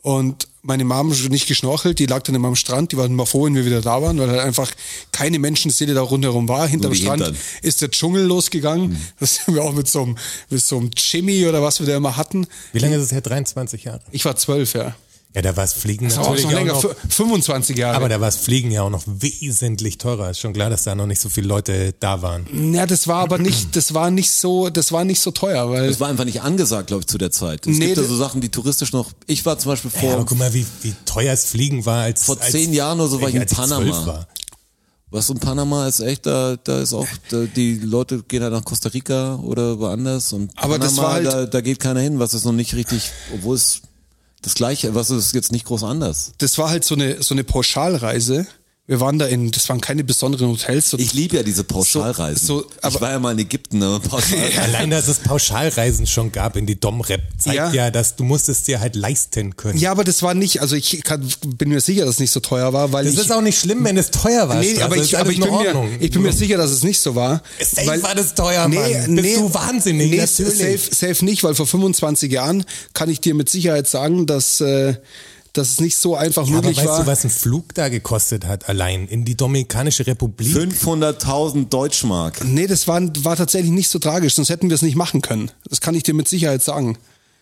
[SPEAKER 2] Und meine Mom schon nicht geschnorchelt, die lag dann immer am Strand, die waren immer froh, wenn wir wieder da waren, weil halt einfach keine Menschenseele da rundherum war. Hinterm
[SPEAKER 1] die Mhm.
[SPEAKER 2] Strand
[SPEAKER 1] Hintern.
[SPEAKER 2] ist der Dschungel losgegangen. Das haben wir auch mit so einem, mit so einem Jimmy oder was wir da immer hatten.
[SPEAKER 3] Wie lange ist es her? 23 Jahre.
[SPEAKER 2] Ich war zwölf, ja.
[SPEAKER 3] Ja, da war es Fliegen
[SPEAKER 2] Das war auch
[SPEAKER 3] natürlich
[SPEAKER 2] schon
[SPEAKER 3] auch
[SPEAKER 2] länger,
[SPEAKER 3] noch,
[SPEAKER 2] fü- 25 Jahre.
[SPEAKER 3] aber da war es Fliegen ja auch noch wesentlich teurer. Ist schon klar, dass da noch nicht so viele Leute da waren.
[SPEAKER 2] ja, das war aber nicht, das war nicht so, das war nicht so teuer, weil
[SPEAKER 1] das war einfach nicht angesagt, glaube ich, zu der Zeit. Es
[SPEAKER 2] Nee,
[SPEAKER 1] gibt ja
[SPEAKER 2] das-
[SPEAKER 1] so Sachen, die touristisch noch. Ich war zum Beispiel vor,
[SPEAKER 3] Ja, aber guck mal, wie, wie teuer es Fliegen war als
[SPEAKER 1] Vor
[SPEAKER 3] als,
[SPEAKER 1] zehn Jahren oder so war ich in
[SPEAKER 3] als zwölf
[SPEAKER 1] Panama.
[SPEAKER 3] war.
[SPEAKER 1] was in Panama ist echt, da, da ist auch, da, die Leute gehen halt nach Costa Rica oder woanders und
[SPEAKER 2] Aber
[SPEAKER 1] Panama,
[SPEAKER 2] das war halt-
[SPEAKER 1] da, da geht keiner hin, was ist noch nicht richtig, obwohl es das gleiche, was ist jetzt nicht groß anders.
[SPEAKER 2] das war halt so eine, so eine Pauschalreise. Wir waren da in, das waren keine besonderen Hotels. So,
[SPEAKER 1] Ich liebe ja diese Pauschalreisen.
[SPEAKER 2] So- so, aber-
[SPEAKER 1] ich war ja mal in Ägypten, ne? aber Pauschalreisen.
[SPEAKER 3] Allein, dass es Pauschalreisen schon gab in die Domrep, zeigt
[SPEAKER 2] Ja.
[SPEAKER 3] ja. dass du musstest dir halt leisten können.
[SPEAKER 2] ja, aber das war nicht, also ich kann, bin mir sicher, dass es nicht so teuer war, weil
[SPEAKER 3] Das
[SPEAKER 2] ich, also
[SPEAKER 3] ist auch nicht schlimm, wenn es teuer war.
[SPEAKER 2] nee,
[SPEAKER 3] Straße.
[SPEAKER 2] aber
[SPEAKER 3] Das
[SPEAKER 2] ich,
[SPEAKER 3] ist
[SPEAKER 2] aber
[SPEAKER 3] alles
[SPEAKER 2] ich
[SPEAKER 3] in
[SPEAKER 2] bin mir,
[SPEAKER 3] Ordnung.
[SPEAKER 2] ich bin mir sicher, dass es nicht so war.
[SPEAKER 3] Safe war das teuer, Mann. Bist du wahnsinnig,
[SPEAKER 2] Nee,
[SPEAKER 3] natürlich.
[SPEAKER 2] safe, safe nicht, weil vor 25 Jahren kann ich dir mit Sicherheit sagen, dass, äh, dass es nicht so einfach
[SPEAKER 3] Ja, aber
[SPEAKER 2] möglich
[SPEAKER 3] weißt
[SPEAKER 2] war.
[SPEAKER 3] du, was ein Flug da gekostet hat, allein in die Dominikanische Republik?
[SPEAKER 1] 500.000 Deutschmark.
[SPEAKER 2] Nee, das war, war tatsächlich nicht so tragisch, sonst hätten wir es nicht machen können. Das kann ich dir mit Sicherheit sagen.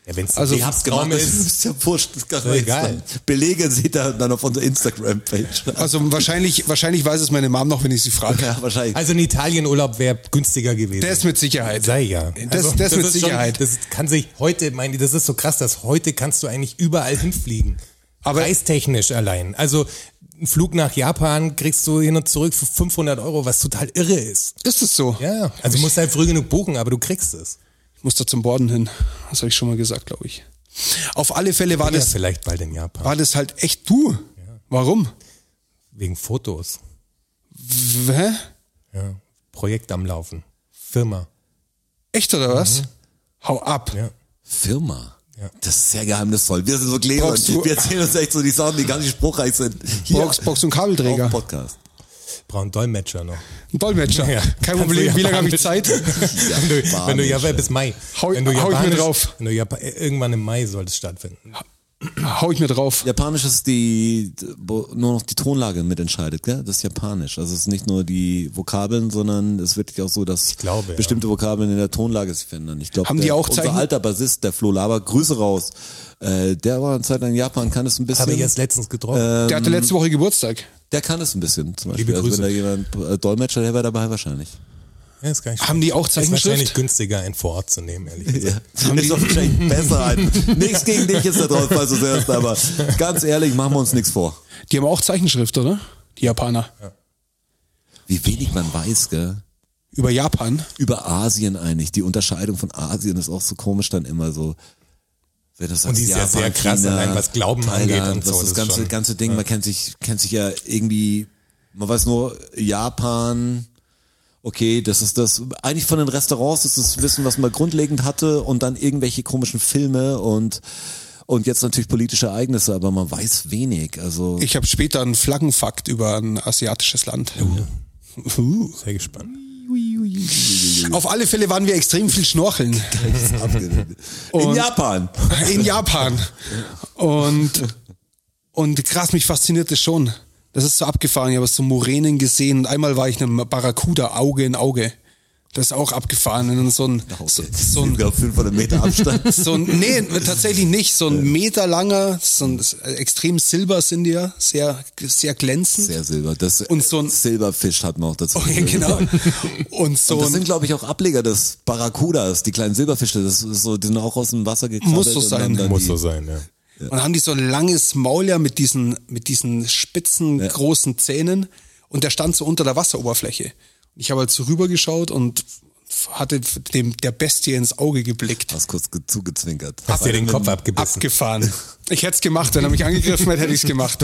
[SPEAKER 3] Ja, wenn's
[SPEAKER 2] Also,
[SPEAKER 3] also,
[SPEAKER 2] ihr
[SPEAKER 1] hab's
[SPEAKER 3] Traum
[SPEAKER 1] gemacht,
[SPEAKER 3] ist.
[SPEAKER 1] Das ist ja wurscht. Das kann
[SPEAKER 3] Ist doch
[SPEAKER 1] man jetzt
[SPEAKER 3] egal.
[SPEAKER 1] sagen. Belege seht ihr dann auf unserer Instagram-Page.
[SPEAKER 2] Also wahrscheinlich, wahrscheinlich weiß es meine Mom noch, wenn ich sie frage.
[SPEAKER 1] ja, wahrscheinlich.
[SPEAKER 3] Also ein Italienurlaub wäre günstiger gewesen.
[SPEAKER 2] Das mit Sicherheit.
[SPEAKER 3] sei ja. Also,
[SPEAKER 2] Das- das mit
[SPEAKER 3] ist
[SPEAKER 2] Sicherheit.
[SPEAKER 3] Schon, das kann sich heute, meine ich, das ist so krass, dass heute kannst du eigentlich überall hinfliegen.
[SPEAKER 2] Aber-
[SPEAKER 3] Preistechnisch allein. Also einen Flug nach Japan kriegst du hin und zurück für 500 Euro, was total irre ist.
[SPEAKER 2] Ist es so?
[SPEAKER 3] Ja, also du musst halt früh genug buchen, aber du kriegst es.
[SPEAKER 2] Ich muss da zum Borden hin. Das habe ich schon mal gesagt, glaube ich. Auf alle Fälle war
[SPEAKER 3] Bin ja
[SPEAKER 2] das,
[SPEAKER 3] vielleicht bald in Japan.
[SPEAKER 2] war das halt echt du. Warum?
[SPEAKER 3] Wegen Fotos.
[SPEAKER 2] W- Hä?
[SPEAKER 3] Ja. Projekt am Laufen. Firma.
[SPEAKER 2] Echt oder was? Hau ab.
[SPEAKER 3] Mhm. Ja.
[SPEAKER 1] Firma.
[SPEAKER 3] Ja.
[SPEAKER 1] Das ist sehr geheimnisvoll. Wir sind so clever.
[SPEAKER 2] Brauchst du-
[SPEAKER 1] Wir erzählen uns echt so die Sachen, die gar nicht spruchreich sind. Hier
[SPEAKER 2] Box, Box und
[SPEAKER 1] auf dem
[SPEAKER 2] Kabelträger.
[SPEAKER 1] Podcast.
[SPEAKER 3] Brauchen Dolmetscher noch.
[SPEAKER 2] Ein Dolmetscher.
[SPEAKER 3] Ja.
[SPEAKER 2] Kein Problem. Wie lange habe ich Zeit?
[SPEAKER 3] wenn du, wenn du Japan- bis Mai.
[SPEAKER 2] Hau-
[SPEAKER 3] wenn du
[SPEAKER 2] hau ich mir
[SPEAKER 3] Japanisch-
[SPEAKER 2] drauf.
[SPEAKER 3] Wenn du Japan, irgendwann im Mai soll es stattfinden.
[SPEAKER 2] Hau ich mir drauf.
[SPEAKER 1] Japanisch ist die, wo nur noch die Tonlage mitentscheidet, gell? Das ist Japanisch. Also es ist nicht nur die Vokabeln, sondern es ist wirklich auch so, dass
[SPEAKER 3] glaube, ja.
[SPEAKER 1] bestimmte Vokabeln in der Tonlage sich verändern. Ich glaube,
[SPEAKER 2] Haben die
[SPEAKER 1] der-
[SPEAKER 2] auch
[SPEAKER 1] unser
[SPEAKER 2] Zeichen-
[SPEAKER 1] alter Bassist, der Flo Laber, Grüße raus. Äh, der war eine Zeit lang in Japan, kann es ein bisschen.
[SPEAKER 3] Habe ich erst letztens getroffen.
[SPEAKER 2] Der hatte letzte Woche Geburtstag.
[SPEAKER 1] der kann es ein bisschen, zum Beispiel.
[SPEAKER 3] Liebe
[SPEAKER 1] also wenn
[SPEAKER 3] Grüße.
[SPEAKER 1] da jemand äh, Dolmetscher, der wäre dabei wahrscheinlich.
[SPEAKER 3] ja, ist gar nicht
[SPEAKER 2] Haben die auch
[SPEAKER 3] schlecht. ist wahrscheinlich
[SPEAKER 2] Zeichenschrift?
[SPEAKER 3] günstiger, einen vor Ort zu nehmen, ehrlich gesagt.
[SPEAKER 1] Also, Ist doch wahrscheinlich besser ein. Nichts gegen dich jetzt da drauf, falls du selbst, aber ganz ehrlich, machen wir uns nichts vor.
[SPEAKER 2] Die haben auch Zeichenschrift, oder? Die Japaner.
[SPEAKER 1] Wie wenig man weiß, gell?
[SPEAKER 2] Über Japan.
[SPEAKER 1] über Asien eigentlich. Die Unterscheidung von Asien ist auch so komisch dann immer so. Wenn das
[SPEAKER 3] Und die ist ja sehr krass, allein was Glauben angeht und so,
[SPEAKER 1] Das,
[SPEAKER 3] das
[SPEAKER 1] das
[SPEAKER 3] ist
[SPEAKER 1] ganze,
[SPEAKER 3] schon-
[SPEAKER 1] ganze Ding, man kennt sich, kennt sich ja irgendwie, man weiß nur, Japan, okay, das ist das, eigentlich von den Restaurants ist das Wissen, was man grundlegend hatte und dann irgendwelche komischen Filme und, und jetzt natürlich politische Ereignisse, aber man weiß wenig, also.
[SPEAKER 2] Ich habe später einen Flaggenfakt über ein asiatisches Land. Uh.
[SPEAKER 3] Oh. Sehr gespannt.
[SPEAKER 2] Auf alle Fälle waren wir extrem viel schnorcheln
[SPEAKER 1] in Japan!
[SPEAKER 2] in Japan. Und, und krass, mich fasziniert das schon. Das ist so abgefahren. Ich habe so Muränen gesehen und einmal war ich einem Barracuda Auge in Auge. Das ist auch abgefahren. Und so ein, so, so ein
[SPEAKER 1] auf 500 Meter Abstand.
[SPEAKER 2] So ein, nee, tatsächlich nicht. So ein Meter langer, so ein äh, extrem silber sind die ja, sehr, sehr glänzend.
[SPEAKER 1] Sehr silber. Das
[SPEAKER 2] Und so ein-
[SPEAKER 1] Silberfisch hat man auch dazu.
[SPEAKER 2] Okay, genau. Und so
[SPEAKER 1] Und das
[SPEAKER 2] ein,
[SPEAKER 1] sind, glaube ich, auch Ableger des Barracudas, die kleinen Silberfische. Das ist so, die sind auch aus dem Wasser gekrabbelt.
[SPEAKER 2] Muss so
[SPEAKER 1] und haben
[SPEAKER 2] sein.
[SPEAKER 1] dann
[SPEAKER 3] Muss
[SPEAKER 1] die-
[SPEAKER 3] so sein, ja.
[SPEAKER 2] und haben die so ein langes Maul ja mit diesen, mit diesen spitzen,
[SPEAKER 1] Ja.
[SPEAKER 2] großen Zähnen. Und der stand so unter der Wasseroberfläche. Und ich habe halt so rübergeschaut und hatte dem, der Bestie ins Auge geblickt.
[SPEAKER 1] Hast kurz ge- zugezwinkert.
[SPEAKER 3] Hast dir den Kopf abgebissen.
[SPEAKER 2] Abgefahren. Ich hätte es gemacht, wenn er mich angegriffen hätte, hätte ich es gemacht.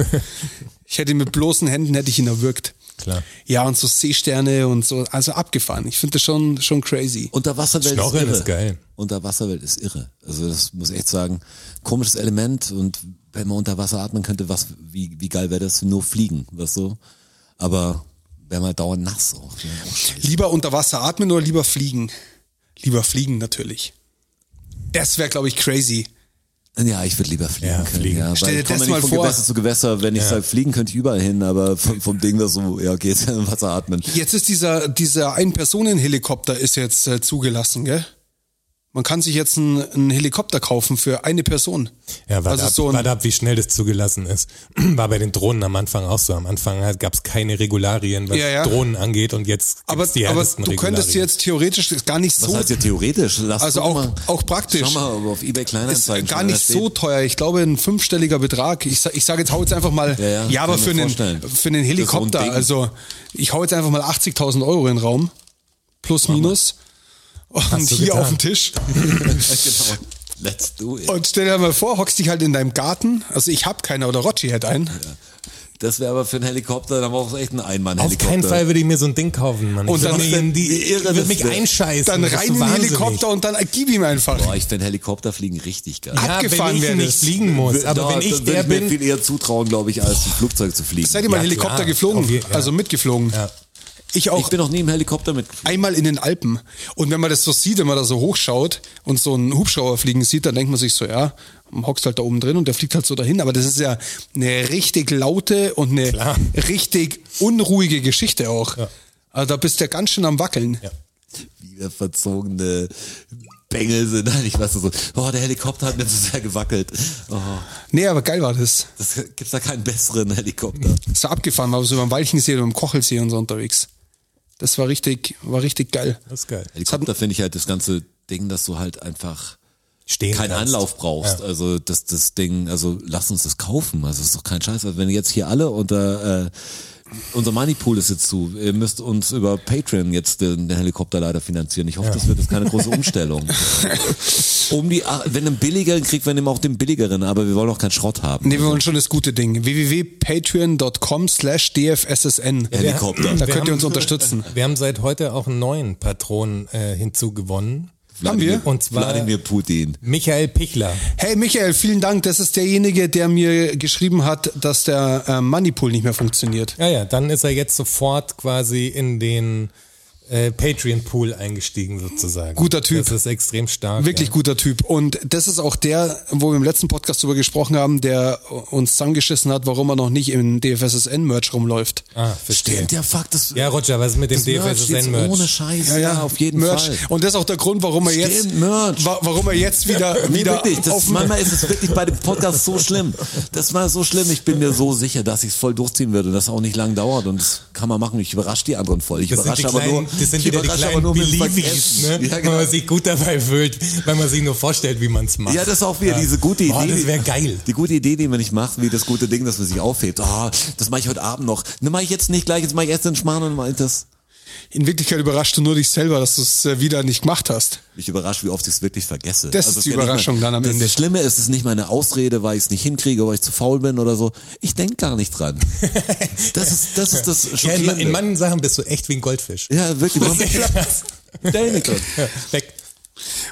[SPEAKER 2] Ich hätte ihn mit bloßen Händen, hätte ich ihn erwürgt.
[SPEAKER 3] Klar.
[SPEAKER 2] Ja, und so Seesterne und so, also abgefahren. Ich finde das schon, schon crazy.
[SPEAKER 1] Unterwasserwelt ist
[SPEAKER 3] Schnorcheln
[SPEAKER 1] irre.
[SPEAKER 3] ist geil.
[SPEAKER 1] Unterwasserwelt ist irre. Also das muss ich echt sagen, komisches Element und wenn man unter Wasser atmen könnte, was, wie, wie geil wäre das, nur fliegen, was so. Aber wäre mal dauernd nass auch. Ne? Auch scheiße.
[SPEAKER 2] Lieber unter Wasser atmen oder lieber fliegen? Lieber fliegen natürlich. Das wäre, glaube ich, crazy.
[SPEAKER 1] Ja, ich würde lieber fliegen
[SPEAKER 3] Ja,
[SPEAKER 1] können.
[SPEAKER 3] fliegen.
[SPEAKER 1] Ja, weil
[SPEAKER 2] Stell dir
[SPEAKER 1] ich komm
[SPEAKER 2] das
[SPEAKER 1] ja
[SPEAKER 2] mal
[SPEAKER 1] nicht von
[SPEAKER 2] vor.
[SPEAKER 1] Gewässer zu Gewässer, wenn ich sag, fliegen könnte ich überall hin, aber vom, vom Ding das so, ja okay, jetzt im Wasser atmen.
[SPEAKER 2] Jetzt ist dieser, dieser Ein-Personen-Helikopter ist jetzt äh, zugelassen, gell? Man kann sich jetzt einen, einen Helikopter kaufen für eine Person.
[SPEAKER 3] Ja, warte
[SPEAKER 2] also
[SPEAKER 3] ab,
[SPEAKER 2] so ein,
[SPEAKER 3] warte ab, wie schnell das zugelassen ist. War bei den Drohnen am Anfang auch so. Am Anfang gab es keine Regularien, was
[SPEAKER 2] Ja, ja.
[SPEAKER 3] Drohnen angeht und jetzt
[SPEAKER 2] aber,
[SPEAKER 3] gibt's die
[SPEAKER 2] aber
[SPEAKER 3] härtesten
[SPEAKER 2] du könntest
[SPEAKER 3] Regularien.
[SPEAKER 2] jetzt theoretisch ist gar nicht
[SPEAKER 1] Was
[SPEAKER 2] so,
[SPEAKER 1] heißt ja theoretisch? Lass
[SPEAKER 2] also
[SPEAKER 1] doch
[SPEAKER 2] auch,
[SPEAKER 1] mal,
[SPEAKER 2] auch praktisch.
[SPEAKER 1] Schau mal, ob auf eBay
[SPEAKER 2] ist
[SPEAKER 1] Kleinanzeigen
[SPEAKER 2] gar
[SPEAKER 1] schon
[SPEAKER 2] nicht
[SPEAKER 1] einer
[SPEAKER 2] so
[SPEAKER 1] steht.
[SPEAKER 2] teuer. Ich glaube, ein fünfstelliger Betrag. Ich, sa- ich sage jetzt, hau jetzt einfach mal, ja,
[SPEAKER 1] Ja, ja,
[SPEAKER 2] aber
[SPEAKER 1] kann ich
[SPEAKER 2] für
[SPEAKER 1] mir
[SPEAKER 2] einen,
[SPEAKER 1] vorstellen.
[SPEAKER 2] für einen
[SPEAKER 1] Das ist so ein
[SPEAKER 2] Helikopter.
[SPEAKER 1] Ding.
[SPEAKER 2] also, ich hau jetzt einfach mal 80.000 Euro in den Raum. Plus, minus. Und
[SPEAKER 3] du
[SPEAKER 2] hier
[SPEAKER 3] getan.
[SPEAKER 2] auf dem Tisch.
[SPEAKER 1] Genau. Let's do it.
[SPEAKER 2] Und stell dir mal vor, hockst dich halt in deinem Garten. Also, ich hab keiner oder Rotschi hätte einen.
[SPEAKER 1] Das wäre aber für einen Helikopter, dann braucht es echt einen
[SPEAKER 3] Auf
[SPEAKER 1] Einmann-Helikopter.
[SPEAKER 3] keinen Fall würde ich mir so ein Ding kaufen, Mann.
[SPEAKER 2] Und
[SPEAKER 3] ich
[SPEAKER 2] dann-
[SPEAKER 3] würde mir in die,
[SPEAKER 1] Irre,
[SPEAKER 3] ich würde
[SPEAKER 1] das
[SPEAKER 3] mich
[SPEAKER 1] wär-
[SPEAKER 3] einscheißen.
[SPEAKER 2] Dann
[SPEAKER 3] bist
[SPEAKER 2] rein in
[SPEAKER 3] du
[SPEAKER 2] den
[SPEAKER 3] wahnsinnig.
[SPEAKER 2] Helikopter und dann äh, gib ihm einfach.
[SPEAKER 1] Boah, ich finde Helikopter fliegen richtig geil.
[SPEAKER 3] Ja,
[SPEAKER 2] Abgefahren
[SPEAKER 3] wenn ich
[SPEAKER 2] wär
[SPEAKER 3] nicht
[SPEAKER 2] das.
[SPEAKER 3] fliegen muss. Aber
[SPEAKER 1] Da-
[SPEAKER 3] wenn
[SPEAKER 1] das
[SPEAKER 3] ich
[SPEAKER 1] würde
[SPEAKER 3] der
[SPEAKER 1] mir
[SPEAKER 3] bin,
[SPEAKER 1] viel eher zutrauen, glaube ich, als ein Flugzeug zu fliegen.
[SPEAKER 2] Seid ihr mal
[SPEAKER 3] Ja,
[SPEAKER 2] Helikopter
[SPEAKER 3] klar.
[SPEAKER 2] geflogen?
[SPEAKER 3] Auf je- ja.
[SPEAKER 2] Also mitgeflogen.
[SPEAKER 3] Ja.
[SPEAKER 2] Ich auch.
[SPEAKER 1] ich bin noch nie im Helikopter mitgeflogen.
[SPEAKER 2] einmal in den Alpen. Und wenn man das so sieht, wenn man da so hochschaut und so einen Hubschrauber fliegen sieht, dann denkt man sich so, ja, man hockst halt da oben drin und der fliegt halt so dahin. Aber das ist ja eine richtig laute und eine
[SPEAKER 3] Klar.
[SPEAKER 2] richtig unruhige Geschichte auch.
[SPEAKER 3] Ja.
[SPEAKER 2] Also da bist du ja ganz schön am Wackeln.
[SPEAKER 3] Ja.
[SPEAKER 1] Wieder verzogene Bengel sind eigentlich was so. Oh, der Helikopter hat mir zu sehr gewackelt. Oh,
[SPEAKER 2] Nee, aber geil war das.
[SPEAKER 1] das gibt's da keinen besseren Helikopter.
[SPEAKER 2] Ist da abgefahren, war so über den Walchensee und über den Kochelsee und so unterwegs. Das war richtig, war richtig geil.
[SPEAKER 3] das ist geil.
[SPEAKER 1] Helikopter finde ich halt das ganze Ding, dass du halt einfach
[SPEAKER 3] Stehen
[SPEAKER 1] keinen
[SPEAKER 3] kannst.
[SPEAKER 1] Anlauf brauchst.
[SPEAKER 3] Ja.
[SPEAKER 1] Also das, das Ding, also lass uns das kaufen. Also ist doch kein Scheiß. Also wenn jetzt hier alle unter äh, unser Moneypool ist jetzt zu. Ihr müsst uns über Patreon jetzt den, den Helikopter leider finanzieren. Ich hoffe, das wird jetzt keine große Umstellung. um die, ah, wenn einen billigeren kriegt, wir nehmen auch den billigeren, aber wir wollen auch keinen Schrott haben.
[SPEAKER 2] Nee, wir wollen schon das gute Ding. www.patreon.com slash dfssn.
[SPEAKER 1] Helikopter.
[SPEAKER 2] Da
[SPEAKER 3] Wir
[SPEAKER 2] könnt ihr
[SPEAKER 3] haben-
[SPEAKER 2] uns unterstützen.
[SPEAKER 3] Wir haben seit heute auch einen neuen Patron äh, hinzugewonnen.
[SPEAKER 1] Wladimir-
[SPEAKER 2] wir?
[SPEAKER 3] Und zwar-
[SPEAKER 1] Wladimir Putin.
[SPEAKER 3] Michael Pichler.
[SPEAKER 2] Hey Michael, vielen Dank. Das ist derjenige, der mir geschrieben hat, dass der äh, Moneypool nicht mehr funktioniert.
[SPEAKER 3] Ja, ja, dann ist er jetzt sofort quasi in den äh, Patreon-Pool eingestiegen sozusagen.
[SPEAKER 2] Guter Typ.
[SPEAKER 3] Das ist extrem stark.
[SPEAKER 2] Wirklich
[SPEAKER 3] ja.
[SPEAKER 2] guter Typ. Und das ist auch der, wo wir im letzten Podcast drüber gesprochen haben, der uns zusammengeschissen hat, warum er noch nicht im DFSSN-Merch rumläuft.
[SPEAKER 3] Ah, verstehe.
[SPEAKER 1] Stimmt, ja, fuck, das,
[SPEAKER 3] Ja, Roger, was ist mit dem
[SPEAKER 1] das Merch jetzt ohne
[SPEAKER 3] DFSSN-Merch?
[SPEAKER 1] Scheiß. Ja, auf jeden
[SPEAKER 2] Merch.
[SPEAKER 1] Fall.
[SPEAKER 2] Und das ist auch der Grund, warum er
[SPEAKER 1] Stimmt,
[SPEAKER 2] jetzt,
[SPEAKER 1] Merch.
[SPEAKER 2] wa warum er jetzt wieder,
[SPEAKER 1] Nee,
[SPEAKER 2] wieder
[SPEAKER 1] wirklich. Das,
[SPEAKER 2] auf
[SPEAKER 1] manchmal ist es wirklich bei dem Podcast so schlimm. Das war so schlimm. Ich bin mir so sicher, dass ich es voll durchziehen würde und das auch nicht lang dauert. Und das kann man machen. Ich überrasche die anderen voll. Ich
[SPEAKER 3] Das sind, die
[SPEAKER 1] überrasche aber
[SPEAKER 3] kleinen,
[SPEAKER 1] nur.
[SPEAKER 3] das sind
[SPEAKER 1] ich
[SPEAKER 3] wieder die
[SPEAKER 1] überrasche
[SPEAKER 3] kleinen
[SPEAKER 1] mit dem
[SPEAKER 3] Beliebies, ne?
[SPEAKER 1] Vergessen. Ja, genau.
[SPEAKER 3] wenn man sich gut dabei fühlt, weil man sich nur vorstellt, wie man es macht.
[SPEAKER 1] Ja, das ist auch wieder diese gute Idee.
[SPEAKER 3] ah, Boah, das
[SPEAKER 1] die-
[SPEAKER 3] wäre geil.
[SPEAKER 1] Die gute Idee, die man nicht macht, wie das gute Ding, das man sich aufhebt. Oh, das mache ich heute Abend noch. Ne, mache ich jetzt nicht gleich, jetzt mache ich erst den Schmarrn und mache das.
[SPEAKER 2] In Wirklichkeit überraschst du nur dich selber, dass du es äh, wieder nicht gemacht hast.
[SPEAKER 1] Mich überrascht, wie oft ich es wirklich vergesse. Also
[SPEAKER 2] Das ist
[SPEAKER 1] es
[SPEAKER 2] die
[SPEAKER 1] ja nicht
[SPEAKER 2] Überraschung
[SPEAKER 1] mein,
[SPEAKER 2] dann am
[SPEAKER 1] das
[SPEAKER 2] Ende.
[SPEAKER 1] Das Schlimme ist, es ist nicht meine Ausrede, weil ich es nicht hinkriege, weil ich zu faul bin oder so. Ich denk gar nicht dran. Das ist das, ist das
[SPEAKER 3] ja, in,
[SPEAKER 1] Schockierende.
[SPEAKER 3] in manchen Sachen bist du echt wie ein Goldfisch.
[SPEAKER 1] ja, wirklich. Däniken.
[SPEAKER 3] Weg.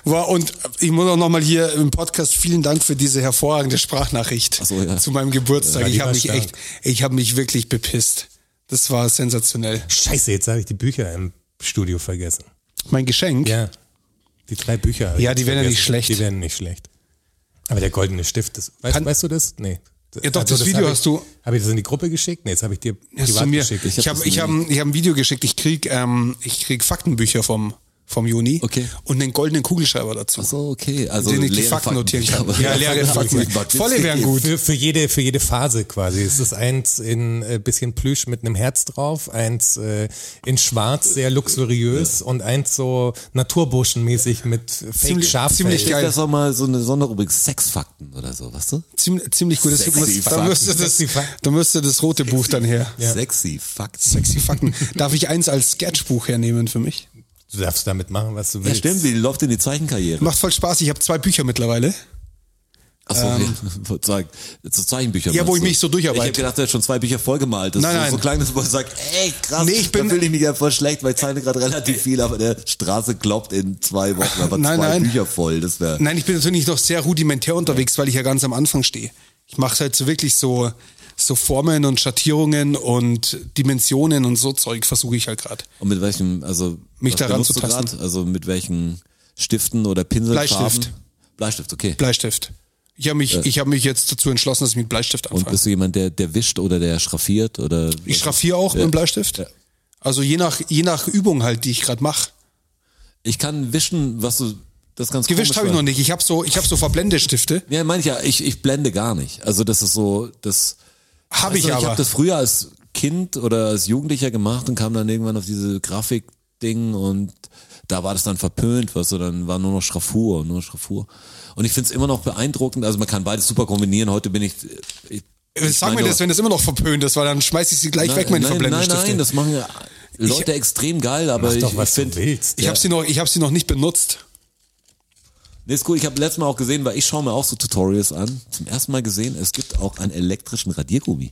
[SPEAKER 2] Wow, und ich muss auch nochmal hier im Podcast vielen Dank für diese hervorragende Sprachnachricht
[SPEAKER 1] Ach so, ja.
[SPEAKER 2] zu meinem Geburtstag.
[SPEAKER 3] Ja, die
[SPEAKER 2] ich
[SPEAKER 3] war
[SPEAKER 2] habe mich
[SPEAKER 3] stark.
[SPEAKER 2] echt, ich habe mich wirklich bepisst. Das war sensationell.
[SPEAKER 3] Scheiße, jetzt habe ich die Bücher im Studio vergessen.
[SPEAKER 2] Mein Geschenk.
[SPEAKER 3] Ja. Die drei Bücher. habe
[SPEAKER 2] Ja,
[SPEAKER 3] ich
[SPEAKER 2] die werden ja
[SPEAKER 3] vergessen.
[SPEAKER 2] nicht schlecht.
[SPEAKER 3] Die werden nicht schlecht. Aber der goldene Stift, das, weißt,
[SPEAKER 2] Kann-
[SPEAKER 3] weißt du das? Nee.
[SPEAKER 2] Ja, doch, das Video
[SPEAKER 3] habe
[SPEAKER 2] hast
[SPEAKER 3] ich,
[SPEAKER 2] du-
[SPEAKER 3] Habe ich das in die Gruppe geschickt? Nee, jetzt habe ich dir
[SPEAKER 2] Hast du
[SPEAKER 3] privat
[SPEAKER 2] mir,
[SPEAKER 3] geschickt.
[SPEAKER 2] ich habe ich hab, ein- ich hab ein Video geschickt. Ich krieg, ähm, ich krieg Faktenbücher vom, vom Juni
[SPEAKER 1] Okay.
[SPEAKER 2] und einen goldenen Kugelschreiber dazu.
[SPEAKER 1] So, okay. Also
[SPEAKER 2] den ich die
[SPEAKER 1] leere
[SPEAKER 2] Fakten notieren kann.
[SPEAKER 1] Aber-
[SPEAKER 2] Ja, leere Fakten. Volle wären gut.
[SPEAKER 3] Für, für, jede, für jede Phase quasi. Es ist eins in äh, bisschen Plüsch mit einem Herz drauf, eins äh, in Schwarz, sehr luxuriös und eins so naturburschenmäßig mit Fake
[SPEAKER 2] Ziemlich-
[SPEAKER 3] Schaf.
[SPEAKER 2] ziemlich
[SPEAKER 1] Ich
[SPEAKER 2] geil.
[SPEAKER 1] das auch mal so eine Sonderrubrik Sexfakten oder so, weißt du?
[SPEAKER 2] Ziem, ziemlich gut. Das
[SPEAKER 1] Sexy
[SPEAKER 2] muss, da,
[SPEAKER 1] Fakten.
[SPEAKER 2] müsste das,
[SPEAKER 3] Sexy Fakten.
[SPEAKER 2] da müsste das rote Buch dann her.
[SPEAKER 3] Ja.
[SPEAKER 1] Sexy Fakten.
[SPEAKER 2] Sexy Fakten. Darf ich eins als Sketchbuch hernehmen für mich?
[SPEAKER 3] Du darfst damit machen, was du
[SPEAKER 1] Ja,
[SPEAKER 3] willst.
[SPEAKER 1] stimmt, die läuft in die Zeichenkarriere.
[SPEAKER 2] Macht voll Spaß. Ich habe zwei Bücher mittlerweile.
[SPEAKER 1] Achso, ja, sozusagen, zu Zeichenbüchern.
[SPEAKER 2] Ähm, Ja, wo
[SPEAKER 1] meinst
[SPEAKER 2] ich
[SPEAKER 1] du?
[SPEAKER 2] mich so durcharbeite.
[SPEAKER 1] Ich habe gedacht, du hast schon zwei Bücher vollgemalt. Das
[SPEAKER 2] Nein,
[SPEAKER 1] ist so-
[SPEAKER 2] nein.
[SPEAKER 1] so klein, dass man sagt, ey, krass,
[SPEAKER 2] Nee, ich bin-
[SPEAKER 1] da fühle ich mich ja voll schlecht, weil ich zeichne gerade relativ viel, aber der Straße kloppt in zwei Wochen aber
[SPEAKER 2] Nein,
[SPEAKER 1] zwei
[SPEAKER 2] nein.
[SPEAKER 1] Bücher voll. Das wäre
[SPEAKER 2] Nein, ich bin natürlich noch sehr rudimentär unterwegs, weil ich ja ganz am Anfang stehe. Ich mache halt so wirklich so, so Formen und Schattierungen und Dimensionen und so Zeug versuche ich halt gerade.
[SPEAKER 1] Und mit welchem, also
[SPEAKER 2] Mich
[SPEAKER 1] was
[SPEAKER 2] daran
[SPEAKER 1] benutzt
[SPEAKER 2] zu
[SPEAKER 1] du
[SPEAKER 2] tasten.
[SPEAKER 1] grad? Also mit welchen Stiften oder Pinseln?
[SPEAKER 2] Bleistift.
[SPEAKER 1] Farben? Bleistift, okay.
[SPEAKER 2] Bleistift. Ich habe mich, ich habe mich jetzt dazu entschlossen, dass ich mit Bleistift
[SPEAKER 1] Und
[SPEAKER 2] anfange.
[SPEAKER 1] bist du jemand, der, der wischt oder der schraffiert oder?
[SPEAKER 2] Ich schraffiere auch mit Bleistift. Also je nach, je nach Übung halt, die ich gerade mache.
[SPEAKER 1] Ich kann wischen, was du, das ist ganz
[SPEAKER 2] Gewischt
[SPEAKER 1] komisch,
[SPEAKER 2] habe ich
[SPEAKER 1] weil-
[SPEAKER 2] noch nicht. Ich habe so, ich habe so Verblendestifte.
[SPEAKER 1] Ja, meine ich ja, ich, ich blende gar nicht. Also das ist so, das... Also
[SPEAKER 2] Habe ich
[SPEAKER 1] Ich
[SPEAKER 2] aber.
[SPEAKER 1] habe das früher als Kind oder als Jugendlicher gemacht und kam dann irgendwann auf diese Grafik-Ding und da war das dann verpönt, weißt du, dann war nur noch Schraffur, nur noch Schraffur. Und ich find's immer noch beeindruckend, also man kann beides super kombinieren. Heute bin ich, äh, ich
[SPEAKER 2] Äh, Sag mir
[SPEAKER 1] meine-
[SPEAKER 2] das, wenn das immer noch verpönt ist, weil dann schmeiß ich sie gleich weg, meine
[SPEAKER 1] nein, nein,
[SPEAKER 2] Verblendestifte.
[SPEAKER 1] nein, das machen ja Leute extrem geil, aber
[SPEAKER 3] Mach
[SPEAKER 1] ich,
[SPEAKER 3] doch,
[SPEAKER 1] ich
[SPEAKER 3] was du
[SPEAKER 1] finde,
[SPEAKER 3] willst.
[SPEAKER 2] ich habe sie noch, ich habe sie noch nicht benutzt.
[SPEAKER 1] Nee, ist cool. Ich habe letztes Mal auch gesehen, weil ich schaue mir auch so Tutorials an. Zum ersten Mal gesehen, es gibt auch einen elektrischen Radiergummi.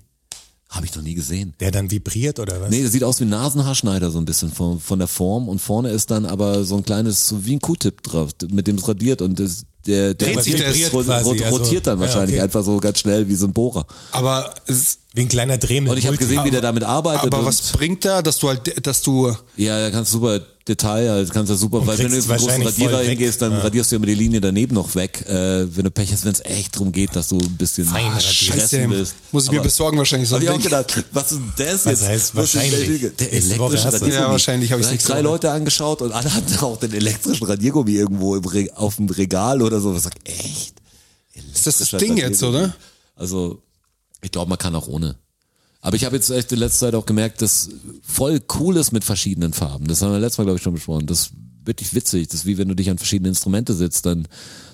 [SPEAKER 1] Habe ich noch nie gesehen.
[SPEAKER 3] Der dann vibriert oder was?
[SPEAKER 1] Nee, das sieht aus wie ein Nasenhaarschneider so ein bisschen von, von der Form und vorne ist dann aber so ein kleines, so wie ein Q-Tip drauf, mit dem es radiert und das, der, der
[SPEAKER 2] Dreht sich
[SPEAKER 1] rot-
[SPEAKER 2] das
[SPEAKER 1] rot-
[SPEAKER 3] quasi,
[SPEAKER 1] rot-
[SPEAKER 3] also-
[SPEAKER 1] rotiert dann
[SPEAKER 3] ja,
[SPEAKER 1] wahrscheinlich
[SPEAKER 3] okay.
[SPEAKER 1] einfach so ganz schnell wie so ein Bohrer.
[SPEAKER 2] Aber es,
[SPEAKER 3] Wie ein kleiner Dreh mit
[SPEAKER 1] Und ich habe
[SPEAKER 3] Multi-
[SPEAKER 1] gesehen, wie der damit arbeitet.
[SPEAKER 2] Aber
[SPEAKER 1] und,
[SPEAKER 2] was bringt da, dass du halt, dass du,
[SPEAKER 1] Ja, da kannst du super Detail, also kannst du super, weil wenn du jetzt
[SPEAKER 3] kriegst
[SPEAKER 1] mit großen
[SPEAKER 3] wahrscheinlich voll
[SPEAKER 1] Radierer
[SPEAKER 3] weg.
[SPEAKER 1] hingehst, dann
[SPEAKER 3] Ja.
[SPEAKER 1] radierst du immer die Linie daneben noch weg, äh, wenn du Pech hast, wenn es echt drum geht, dass du ein bisschen
[SPEAKER 3] Fein
[SPEAKER 1] Ah,
[SPEAKER 3] radieren.
[SPEAKER 1] stressen
[SPEAKER 2] Scheiße,
[SPEAKER 1] willst.
[SPEAKER 2] muss ich mir besorgen wahrscheinlich so
[SPEAKER 1] Hab ich
[SPEAKER 2] ein
[SPEAKER 1] auch
[SPEAKER 2] Ding.
[SPEAKER 1] gedacht, was ist denn das
[SPEAKER 3] Was
[SPEAKER 1] jetzt?
[SPEAKER 3] heißt
[SPEAKER 1] Was ist denn
[SPEAKER 3] wahrscheinlich?
[SPEAKER 1] Der, der
[SPEAKER 3] Nächste Woche
[SPEAKER 1] elektrische
[SPEAKER 3] hast du-
[SPEAKER 1] Radiergummi.
[SPEAKER 2] Ja, wahrscheinlich hab ich's
[SPEAKER 1] Da
[SPEAKER 2] nicht
[SPEAKER 1] drei
[SPEAKER 2] so.
[SPEAKER 1] Leute angeschaut und alle hatten auch den elektrischen Radiergummi irgendwo im Re auf dem Regal oder so. Ich sag, echt?
[SPEAKER 2] ist das das
[SPEAKER 1] Elektrischer
[SPEAKER 2] Ding jetzt,
[SPEAKER 1] Radiergummi?
[SPEAKER 2] oder?
[SPEAKER 1] Also, ich glaube, man kann auch ohne. Aber ich habe jetzt echt in letzter Zeit auch gemerkt, dass voll cool ist mit verschiedenen Farben. Das haben wir letztes Mal, glaube ich, schon besprochen. Das ist wirklich witzig. Das ist wie wenn du dich an verschiedene Instrumente sitzt, dann,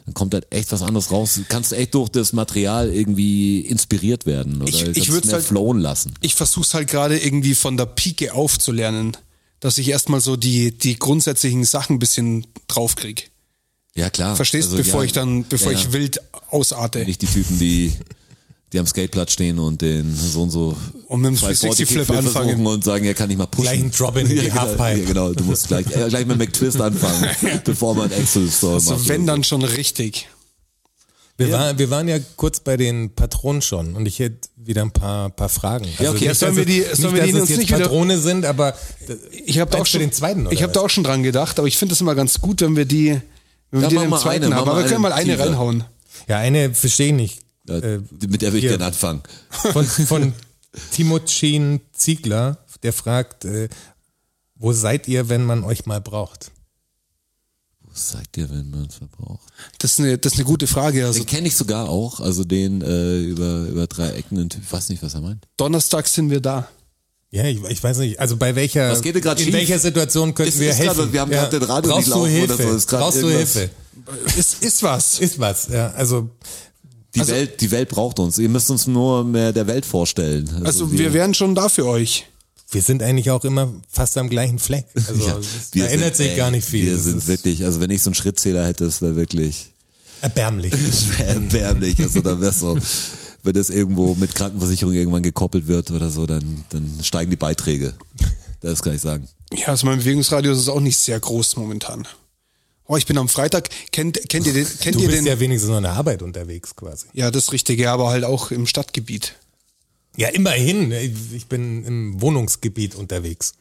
[SPEAKER 1] dann kommt halt echt was anderes raus. Du kannst echt durch das Material irgendwie inspiriert werden oder
[SPEAKER 2] Ich- ich
[SPEAKER 1] kannst es
[SPEAKER 2] würd's
[SPEAKER 1] mehr
[SPEAKER 2] halt-
[SPEAKER 1] flown lassen.
[SPEAKER 2] Ich versuch's halt gerade irgendwie von der Pike aufzulernen, dass ich erstmal so die, die grundsätzlichen Sachen ein bisschen draufkrieg.
[SPEAKER 1] Ja, klar.
[SPEAKER 2] Verstehst du,
[SPEAKER 1] Also,
[SPEAKER 2] bevor
[SPEAKER 1] ja,
[SPEAKER 2] ich dann, bevor
[SPEAKER 1] ja,
[SPEAKER 2] ich
[SPEAKER 1] ja.
[SPEAKER 2] wild ausarte
[SPEAKER 1] Nicht die Typen, die, die am Skateplatz stehen und den so und so.
[SPEAKER 2] und mit dem
[SPEAKER 1] zwei
[SPEAKER 2] 360
[SPEAKER 1] Forte-Kick
[SPEAKER 2] Flip anfangen.
[SPEAKER 1] versuchen Und sagen, ja, kann ich mal pushen.
[SPEAKER 3] Gleich einen Drop in die
[SPEAKER 1] genau,
[SPEAKER 3] Halfpipe.
[SPEAKER 1] Ja, genau, du musst gleich, äh, gleich mit McTwist anfangen, bevor man Excel Store macht.
[SPEAKER 2] Also wenn dann schon richtig.
[SPEAKER 3] Wir, war, wir waren ja kurz bei den Patronen schon und ich hätte wieder ein paar, paar Fragen. Also
[SPEAKER 1] okay.
[SPEAKER 3] nicht,
[SPEAKER 2] Sollen
[SPEAKER 3] dass
[SPEAKER 2] wir die-
[SPEAKER 3] es-
[SPEAKER 2] sollen wir
[SPEAKER 3] nicht,
[SPEAKER 2] die
[SPEAKER 3] dass es
[SPEAKER 2] uns
[SPEAKER 3] jetzt
[SPEAKER 2] nicht wieder-
[SPEAKER 3] Patrone sind, aber
[SPEAKER 2] Ich habe da auch
[SPEAKER 3] Meinst du
[SPEAKER 2] schon
[SPEAKER 3] den zweiten, oder
[SPEAKER 2] Ich habe da
[SPEAKER 3] was?
[SPEAKER 2] auch schon dran gedacht, aber ich finde es immer ganz gut, wenn wir die, wenn wir
[SPEAKER 1] Ja,
[SPEAKER 2] die
[SPEAKER 1] mach
[SPEAKER 2] im
[SPEAKER 1] mal
[SPEAKER 2] zweiten
[SPEAKER 1] eine,
[SPEAKER 2] haben.
[SPEAKER 1] mach
[SPEAKER 2] Aber
[SPEAKER 1] mal
[SPEAKER 2] wir können
[SPEAKER 1] eine
[SPEAKER 2] mal eine
[SPEAKER 1] Teaser.
[SPEAKER 2] reinhauen.
[SPEAKER 3] ja, eine verstehe ich nicht.
[SPEAKER 1] Ja,
[SPEAKER 3] Äh,
[SPEAKER 1] mit der will ich
[SPEAKER 3] hier.
[SPEAKER 1] gerne anfangen.
[SPEAKER 3] Von, von Timotschin Ziegler, der fragt, äh, wo seid ihr, wenn man euch mal braucht?
[SPEAKER 1] Was sagt ihr, wenn man es verbraucht?
[SPEAKER 2] Das ist eine, das ist eine gute Frage. Also
[SPEAKER 1] Den kenne ich sogar auch, also den äh, über, über drei Ecken, den Typ, weiß nicht, was er meint.
[SPEAKER 2] donnerstags sind wir da.
[SPEAKER 3] Ja, ich, ich weiß nicht. Also bei welcher
[SPEAKER 1] Was geht denn grad
[SPEAKER 3] in
[SPEAKER 1] schief?
[SPEAKER 3] welcher Situation könnten
[SPEAKER 1] Ist-
[SPEAKER 3] wir
[SPEAKER 1] ist
[SPEAKER 3] helfen?
[SPEAKER 1] grad- wir haben grad den Radio
[SPEAKER 3] Brauchst
[SPEAKER 1] nicht
[SPEAKER 3] du
[SPEAKER 1] laufen
[SPEAKER 3] Hilfe?
[SPEAKER 1] oder so, ist grad
[SPEAKER 3] Brauchst du
[SPEAKER 1] irgendwas-
[SPEAKER 3] Hilfe?
[SPEAKER 2] Ist, ist was.
[SPEAKER 3] Ist was. Ja, also
[SPEAKER 1] Die, Welt, die Welt braucht uns. Ihr müsst uns nur mehr der Welt vorstellen.
[SPEAKER 2] Also wir wären schon da für euch.
[SPEAKER 3] wir sind eigentlich auch immer fast am gleichen Fleck. Also
[SPEAKER 1] Ja,
[SPEAKER 3] es
[SPEAKER 1] wir
[SPEAKER 3] da ändert
[SPEAKER 1] sind-
[SPEAKER 3] sich gar nicht viel.
[SPEAKER 1] Wir
[SPEAKER 3] Das
[SPEAKER 1] sind
[SPEAKER 3] ist
[SPEAKER 1] wirklich, also wenn ich so einen Schrittzähler hätte, das wäre wirklich
[SPEAKER 3] erbärmlich.
[SPEAKER 1] erbärmlich. Also da wär's so, wenn das irgendwo mit Krankenversicherung irgendwann gekoppelt wird oder so, dann, dann steigen die Beiträge. Das kann ich sagen.
[SPEAKER 2] Ja, also mein Bewegungsradius ist auch nicht sehr groß momentan. Oh, ich bin am Freitag. Kennt, kennt ihr den? Kennt
[SPEAKER 3] Du
[SPEAKER 2] ihr
[SPEAKER 3] bist
[SPEAKER 2] den?
[SPEAKER 3] ja wenigstens noch in der Arbeit unterwegs quasi.
[SPEAKER 2] ja, das Richtige, aber halt auch im Stadtgebiet.
[SPEAKER 3] Ja, immerhin. Ich bin im Wohnungsgebiet unterwegs.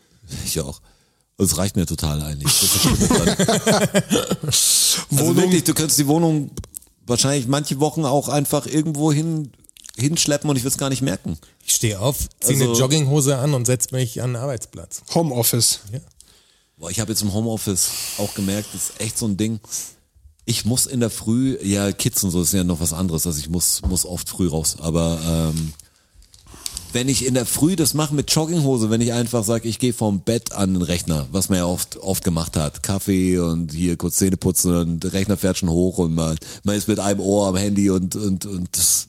[SPEAKER 1] Ich auch. Und es reicht mir total eigentlich. Das ist schon dran. also
[SPEAKER 2] Wohnung-
[SPEAKER 1] wirklich, du könntest die Wohnung wahrscheinlich manche Wochen auch einfach irgendwo hin, hinschleppen und ich würde es gar nicht merken.
[SPEAKER 3] Ich stehe auf, ziehe eine
[SPEAKER 1] Also-
[SPEAKER 3] Jogginghose an und setze mich an den Arbeitsplatz.
[SPEAKER 2] Homeoffice.
[SPEAKER 1] Boah, ich habe jetzt im Homeoffice auch gemerkt, das ist echt so ein Ding. Ich muss in der Früh, ja, Kids und so ist ja noch was anderes, also ich muss, muss oft früh raus, aber ähm, wenn ich in der Früh das mache mit Jogginghose, wenn ich einfach sage, ich gehe vom Bett an den Rechner, was man ja oft, oft gemacht hat, Kaffee und hier kurz Zähne putzen und der Rechner fährt schon hoch und man, man ist mit einem Ohr am Handy und, und, und das,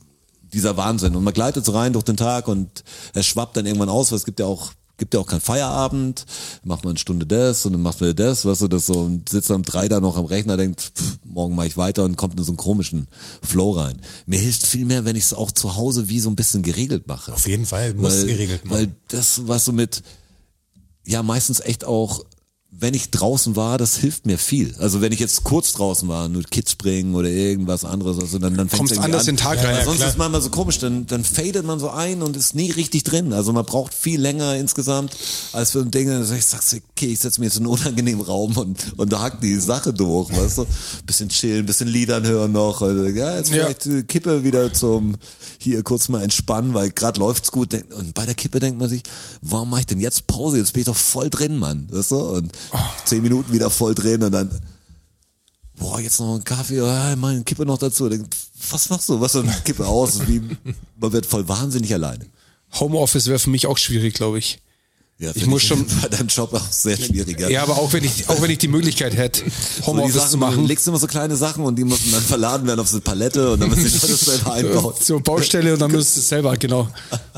[SPEAKER 1] dieser Wahnsinn und man gleitet so rein durch den Tag und es schwappt dann irgendwann aus, weil es gibt ja auch gibt ja auch keinen Feierabend, macht man eine Stunde das und dann macht man wieder das, weißt du, das so und sitzt am drei da noch am Rechner, denkt, pff, morgen mache ich weiter und kommt in so einen komischen Flow rein. Mir hilft viel mehr, wenn ich es auch zu Hause wie so ein bisschen geregelt mache
[SPEAKER 3] Auf jeden Fall muss es geregelt machen.
[SPEAKER 1] weil das, was so mit, ja, meistens echt auch, wenn ich draußen war, das hilft mir viel. Also wenn ich jetzt kurz draußen war, nur Kids bringen oder irgendwas anderes, also dann, dann fängt
[SPEAKER 2] Kommst
[SPEAKER 1] es
[SPEAKER 2] anders
[SPEAKER 1] an.
[SPEAKER 2] in den Tag rein.
[SPEAKER 1] Weil
[SPEAKER 3] Ja,
[SPEAKER 1] sonst
[SPEAKER 3] klar.
[SPEAKER 1] ist manchmal so komisch, dann, dann fadet man so ein und ist nie richtig drin. Also man braucht viel länger insgesamt als für ein Ding. Also ich sag's, okay, ich setze mir jetzt in einen unangenehmen Raum und, und da hackt die Sache durch, weißt du? Bisschen chillen, bisschen Liedern hören noch. Also, ja, jetzt
[SPEAKER 2] Ja.
[SPEAKER 1] vielleicht äh, Kippe wieder zum hier kurz mal entspannen, weil gerade läuft's gut. Denk- Und bei der Kippe denkt man sich, warum mache ich denn jetzt Pause? Jetzt bin ich doch voll drin, Mann. Weißt du? Und zehn Minuten wieder voll drin und dann boah, jetzt noch einen Kaffee, ah, mal eine Kippe noch dazu. Denk, Was machst du? Was für eine Kippe aus? Wie, man wird voll wahnsinnig alleine.
[SPEAKER 2] Homeoffice wäre für mich auch schwierig, glaube ich.
[SPEAKER 1] Ja,
[SPEAKER 2] Ich
[SPEAKER 1] find
[SPEAKER 2] muss schon-
[SPEAKER 1] bei deinem Job auch sehr schwieriger.
[SPEAKER 2] Ja, aber auch wenn ich, auch wenn ich die Möglichkeit hätte,
[SPEAKER 1] So die
[SPEAKER 2] Homeoffice
[SPEAKER 1] Sachen, Du
[SPEAKER 2] zu machen.
[SPEAKER 1] legst immer so kleine Sachen und die müssen dann verladen werden auf so eine Palette und dann müssen die das selber einbauen.
[SPEAKER 2] Zur Baustelle und dann müsstest du es selber, genau,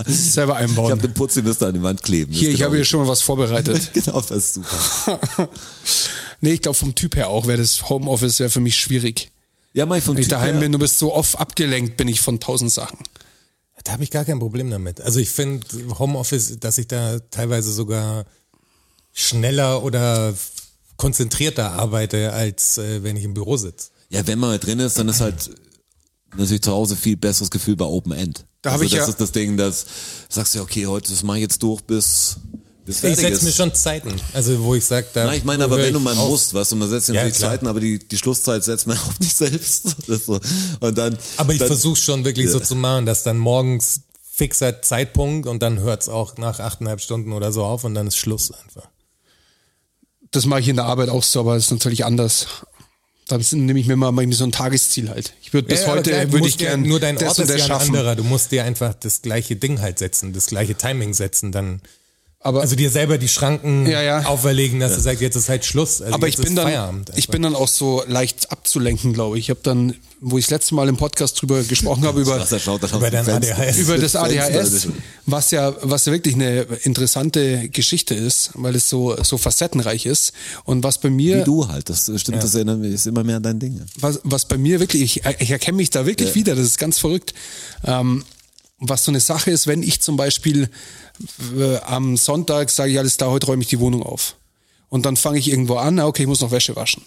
[SPEAKER 2] selber
[SPEAKER 1] Ich habe
[SPEAKER 2] einbauen.
[SPEAKER 1] den Putzi müsst ihr an die Wand kleben. Das
[SPEAKER 2] Hier,
[SPEAKER 1] ist
[SPEAKER 2] ich
[SPEAKER 1] genau
[SPEAKER 2] habe hier schon mal was vorbereitet.
[SPEAKER 1] Genau, das ist super.
[SPEAKER 2] nee, ich glaube, vom Typ her auch wäre das Homeoffice wäre für mich schwierig.
[SPEAKER 1] Ja, mach ich vom
[SPEAKER 2] Wenn ich
[SPEAKER 1] Typ
[SPEAKER 2] daheim
[SPEAKER 1] her.
[SPEAKER 2] bin, du bist so oft abgelenkt, bin ich von tausend Sachen.
[SPEAKER 3] Da habe ich gar kein Problem damit. Also ich finde Homeoffice, dass ich da teilweise sogar schneller oder konzentrierter arbeite, als äh, wenn ich im Büro sitze.
[SPEAKER 1] Ja, wenn man mal drin ist, dann ist halt natürlich zu Hause viel besseres Gefühl bei Open End.
[SPEAKER 2] Da hab
[SPEAKER 1] also
[SPEAKER 2] ich
[SPEAKER 1] das
[SPEAKER 2] ja-
[SPEAKER 1] ist das Ding, dass sagst du, okay, heute das mach ich jetzt durch bis bis
[SPEAKER 3] Ich
[SPEAKER 1] fertig
[SPEAKER 3] setze
[SPEAKER 1] ist.
[SPEAKER 3] mir schon Zeiten, also wo ich sage, da.
[SPEAKER 1] Nein, ich meine aber,
[SPEAKER 3] hör
[SPEAKER 1] wenn du mal
[SPEAKER 3] auf.
[SPEAKER 1] musst, weißt du, man setzt ja
[SPEAKER 3] Ja,
[SPEAKER 1] natürlich
[SPEAKER 3] klar.
[SPEAKER 1] Zeiten, aber die, die Schlusszeit setzt man auf dich selbst. Das ist so. Und dann,
[SPEAKER 3] Aber ich
[SPEAKER 1] dann,
[SPEAKER 3] versuche schon wirklich so
[SPEAKER 1] Ja.
[SPEAKER 3] zu machen, dass dann morgens fixer Zeitpunkt und dann hört es auch nach achteinhalb Stunden oder so auf und dann ist Schluss einfach.
[SPEAKER 2] Das mache ich in der Arbeit auch so, aber das ist natürlich anders. Dann nehme ich mir mal irgendwie so ein Tagesziel halt. Ich würde bis
[SPEAKER 3] Ja, aber klar,
[SPEAKER 2] heute
[SPEAKER 3] du
[SPEAKER 2] würde
[SPEAKER 3] musst
[SPEAKER 2] ich
[SPEAKER 3] dir-
[SPEAKER 2] gerne
[SPEAKER 3] Nur dein Ort
[SPEAKER 2] das und
[SPEAKER 3] ist
[SPEAKER 2] das
[SPEAKER 3] ja ein
[SPEAKER 2] schaffen.
[SPEAKER 3] anderer. Du musst dir einfach das gleiche Ding halt setzen, das gleiche Timing setzen, dann.
[SPEAKER 2] Aber,
[SPEAKER 3] Also dir selber die Schranken
[SPEAKER 2] Ja, ja.
[SPEAKER 3] auferlegen, dass du sagst, jetzt ist halt Schluss. Also
[SPEAKER 2] aber ich
[SPEAKER 3] jetzt
[SPEAKER 2] bin
[SPEAKER 3] ist
[SPEAKER 2] dann,
[SPEAKER 3] Feierabend. also.
[SPEAKER 2] ich bin dann auch so leicht abzulenken, glaube ich. Ich habe dann, wo ich das letzte Mal im Podcast drüber gesprochen habe über
[SPEAKER 1] Was er schaut, dann
[SPEAKER 3] Über
[SPEAKER 1] auf dem
[SPEAKER 3] dein
[SPEAKER 1] Fenster.
[SPEAKER 3] ADHS.
[SPEAKER 2] über das
[SPEAKER 1] Fenster.
[SPEAKER 2] ADHS, was ja, was ja wirklich eine interessante Geschichte ist, weil es so, so facettenreich ist. Und was bei
[SPEAKER 1] Wie
[SPEAKER 2] mir,
[SPEAKER 1] du halt, das stimmt, das erinnert mich, ist immer mehr an dein Ding.
[SPEAKER 2] was, was bei mir wirklich, ich, ich erkenne mich da wirklich
[SPEAKER 1] Ja.
[SPEAKER 2] wieder, das ist ganz verrückt. Ähm, was so eine Sache ist, wenn ich zum Beispiel äh, am Sonntag sage ich, alles klar, heute räume ich die Wohnung auf. Und dann fange ich irgendwo an, ah, okay, ich muss noch Wäsche waschen.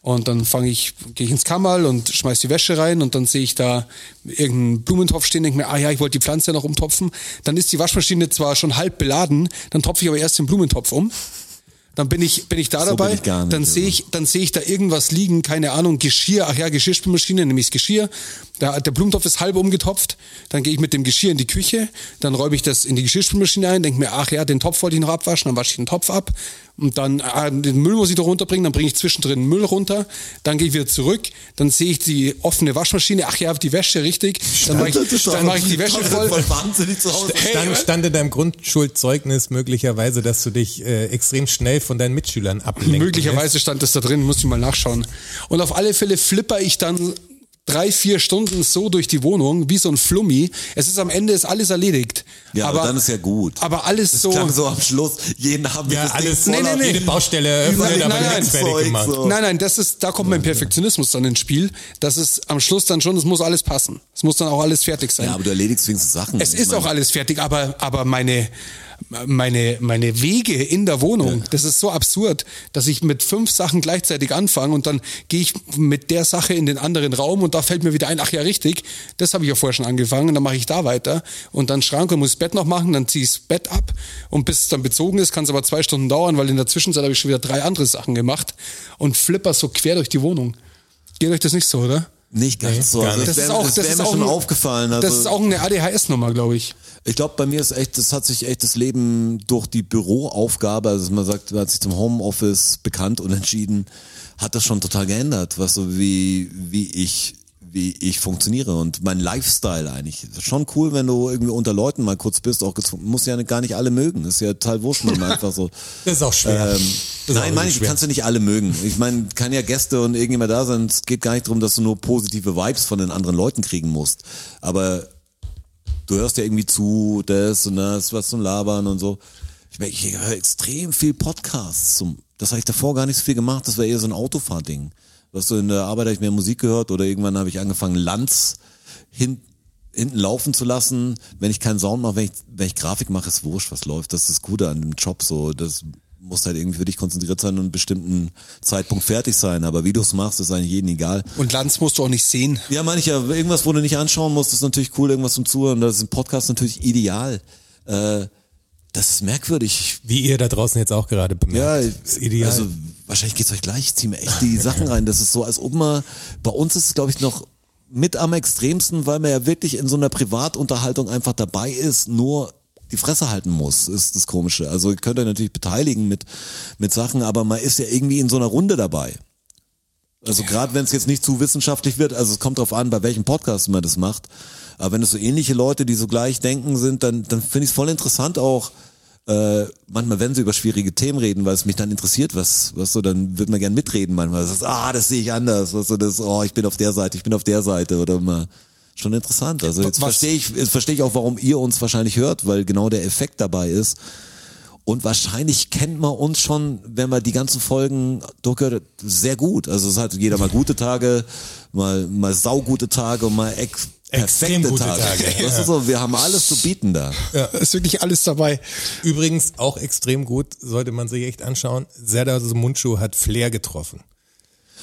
[SPEAKER 2] Und dann fange ich, gehe ich ins Kammerl und schmeiß die Wäsche rein und dann sehe ich da irgendeinen Blumentopf stehen, denke mir, ah ja, ich wollte die Pflanze noch umtopfen. Dann ist die Waschmaschine zwar schon halb beladen, dann topfe ich aber erst den Blumentopf um. Dann bin ich, bin ich da dabei,
[SPEAKER 1] ich gar nicht,
[SPEAKER 2] dann
[SPEAKER 1] also.
[SPEAKER 2] sehe ich, dann sehe ich da irgendwas liegen, keine Ahnung, Geschirr, ach ja, Geschirrspülmaschine, nehme ich das Geschirr. Da, der Blumentopf ist halb umgetopft, dann gehe ich mit dem Geschirr in die Küche, dann räume ich das in die Geschirrspülmaschine ein, denke mir, ach ja, den Topf wollte ich noch abwaschen, dann wasche ich den Topf ab und dann ah, den Müll muss ich da runterbringen, dann bringe ich zwischendrin Müll runter, dann gehe ich wieder zurück, dann sehe ich die offene Waschmaschine, ach ja, die Wäsche richtig, dann mache ich, dann mache ich die Wäsche voll.
[SPEAKER 1] wahnsinnig zu Hause.
[SPEAKER 3] Stand, stand in deinem Grundschulzeugnis möglicherweise, dass du dich äh, extrem schnell von deinen Mitschülern ablenkst.
[SPEAKER 2] Möglicherweise stand das da drin, muss ich mal nachschauen. Und auf alle Fälle flipper ich dann drei, vier Stunden so durch die Wohnung, wie so ein Flummi. Es ist am Ende, ist alles erledigt.
[SPEAKER 1] Ja, aber
[SPEAKER 2] aber
[SPEAKER 1] dann ist ja gut.
[SPEAKER 2] Aber alles so.
[SPEAKER 1] Klang so am Schluss, jeden haben wir
[SPEAKER 3] Ja,
[SPEAKER 1] das
[SPEAKER 3] alles,
[SPEAKER 1] Ding
[SPEAKER 2] Nee,
[SPEAKER 1] voll
[SPEAKER 2] nee,
[SPEAKER 1] auf
[SPEAKER 2] nee.
[SPEAKER 3] jede Baustelle eröffnet,
[SPEAKER 2] Nein,
[SPEAKER 3] aber
[SPEAKER 2] nein,
[SPEAKER 3] nichts fertig
[SPEAKER 1] Zeug,
[SPEAKER 3] gemacht.
[SPEAKER 1] so.
[SPEAKER 2] Nein, nein, das ist, da kommt mein
[SPEAKER 1] genau.
[SPEAKER 2] Perfektionismus dann ins Spiel. Das ist am Schluss dann schon, es muss alles passen. Es muss dann auch alles fertig sein.
[SPEAKER 1] Ja, aber du erledigst wenigstens Sachen.
[SPEAKER 2] Es
[SPEAKER 1] Ich
[SPEAKER 2] ist
[SPEAKER 1] meine,
[SPEAKER 2] auch alles fertig, aber, aber meine, meine, meine Wege in der Wohnung, das ist so absurd, dass ich mit fünf Sachen gleichzeitig anfange und dann gehe ich mit der Sache in den anderen Raum und da fällt mir wieder ein, ach ja, richtig, das habe ich ja vorher schon angefangen und dann mache ich da weiter und dann Schrank und muss das Bett noch machen, dann ziehe ich das Bett ab und bis es dann bezogen ist, kann es aber zwei Stunden dauern, weil in der Zwischenzeit habe ich schon wieder drei andere Sachen gemacht und flipper so quer durch die Wohnung. Geht euch das nicht so, oder?
[SPEAKER 1] Nicht ganz so.
[SPEAKER 3] gar
[SPEAKER 1] Also
[SPEAKER 3] nicht.
[SPEAKER 1] das, wäre das wär mir schon
[SPEAKER 2] ein-
[SPEAKER 1] aufgefallen. Also
[SPEAKER 2] das ist auch eine ADHS-Nummer, glaube ich.
[SPEAKER 1] Ich glaube, bei mir ist echt, das hat sich echt das Leben durch die Büroaufgabe, also dass man sagt, man hat sich zum Homeoffice bekannt und entschieden, hat das schon total geändert, was so wie, wie ich, wie ich funktioniere und mein Lifestyle eigentlich. Ist Schon cool, wenn du irgendwie unter Leuten mal kurz bist, auch gezwungen, muss ja gar nicht alle mögen, ist ja total wurscht, wenn man einfach so.
[SPEAKER 3] Das ist auch schwer.
[SPEAKER 1] Ähm,
[SPEAKER 3] Das ist auch
[SPEAKER 1] nein, meine ich,
[SPEAKER 3] schwer.
[SPEAKER 1] kannst du nicht alle mögen. Ich meine, kann ja Gäste und irgendjemand da sein. Es geht gar nicht darum, dass du nur positive Vibes von den anderen Leuten kriegen musst. Aber du hörst ja irgendwie zu, das und das, was zum Labern und so. Ich, mein, ich höre extrem viel Podcasts. Zum, das habe ich davor gar nicht so viel gemacht. Das war eher so ein Autofahrding. Weißt du, in der Arbeit habe ich mehr Musik gehört oder irgendwann habe ich angefangen, Lanz hin, hinten laufen zu lassen. Wenn ich keinen Sound mache, wenn ich, wenn ich Grafik mache, ist wurscht, was läuft. Das ist das Gute an dem Job so. Das muss halt irgendwie für dich konzentriert sein und einen bestimmten Zeitpunkt fertig sein. Aber wie du es machst, ist eigentlich jedem egal.
[SPEAKER 2] Und Lanz musst du auch nicht sehen.
[SPEAKER 1] Ja, meine ich ja. Irgendwas, wo du nicht anschauen musst, ist natürlich cool, irgendwas zum Zuhören. Das ist ein Podcast natürlich ideal. Äh, das ist merkwürdig.
[SPEAKER 3] Wie ihr da draußen jetzt auch gerade
[SPEAKER 1] Ja,
[SPEAKER 3] bemerkt. ist ideal.
[SPEAKER 1] also wahrscheinlich geht's euch gleich. Ich zieh mir echt die Sachen rein. Das ist so, als ob man, bei uns ist es, glaube ich, noch mit am extremsten, weil man ja wirklich in so einer Privatunterhaltung einfach dabei ist, nur die Fresse halten muss, ist das Komische. Also ihr könnt euch natürlich beteiligen mit, mit Sachen, aber man ist ja irgendwie in so einer Runde dabei. Also gerade wenn es jetzt nicht zu wissenschaftlich wird, also es kommt drauf an, bei welchem Podcast man das macht. Aber wenn es so ähnliche Leute, die so gleich denken sind, dann, dann finde ich es voll interessant auch, äh, manchmal, wenn sie über schwierige Themen reden, weil es mich dann interessiert, was, was so, dann wird man gern mitreden manchmal. Das ist, ah, das sehe ich anders, was so, das, oh, ich bin auf der Seite, ich bin auf der Seite oder mal. Schon interessant. Also jetzt
[SPEAKER 2] Was-
[SPEAKER 1] verstehe ich, jetzt verstehe ich auch, warum ihr uns wahrscheinlich hört, weil genau der Effekt dabei ist. Und wahrscheinlich kennt man uns schon, wenn man die ganzen Folgen durchgehört hat, sehr gut. Also es hat jeder mal gute Tage, mal, mal saugute Tage und mal ex
[SPEAKER 3] Extrem
[SPEAKER 1] perfekte
[SPEAKER 3] gute
[SPEAKER 1] Tage.
[SPEAKER 3] Tage,
[SPEAKER 1] Das
[SPEAKER 3] ja.
[SPEAKER 1] ist so, wir haben alles zu bieten da.
[SPEAKER 2] Ja. Ist wirklich alles dabei.
[SPEAKER 3] Übrigens auch extrem gut, sollte man sich echt anschauen. Serdar Mundschuh hat Flair getroffen.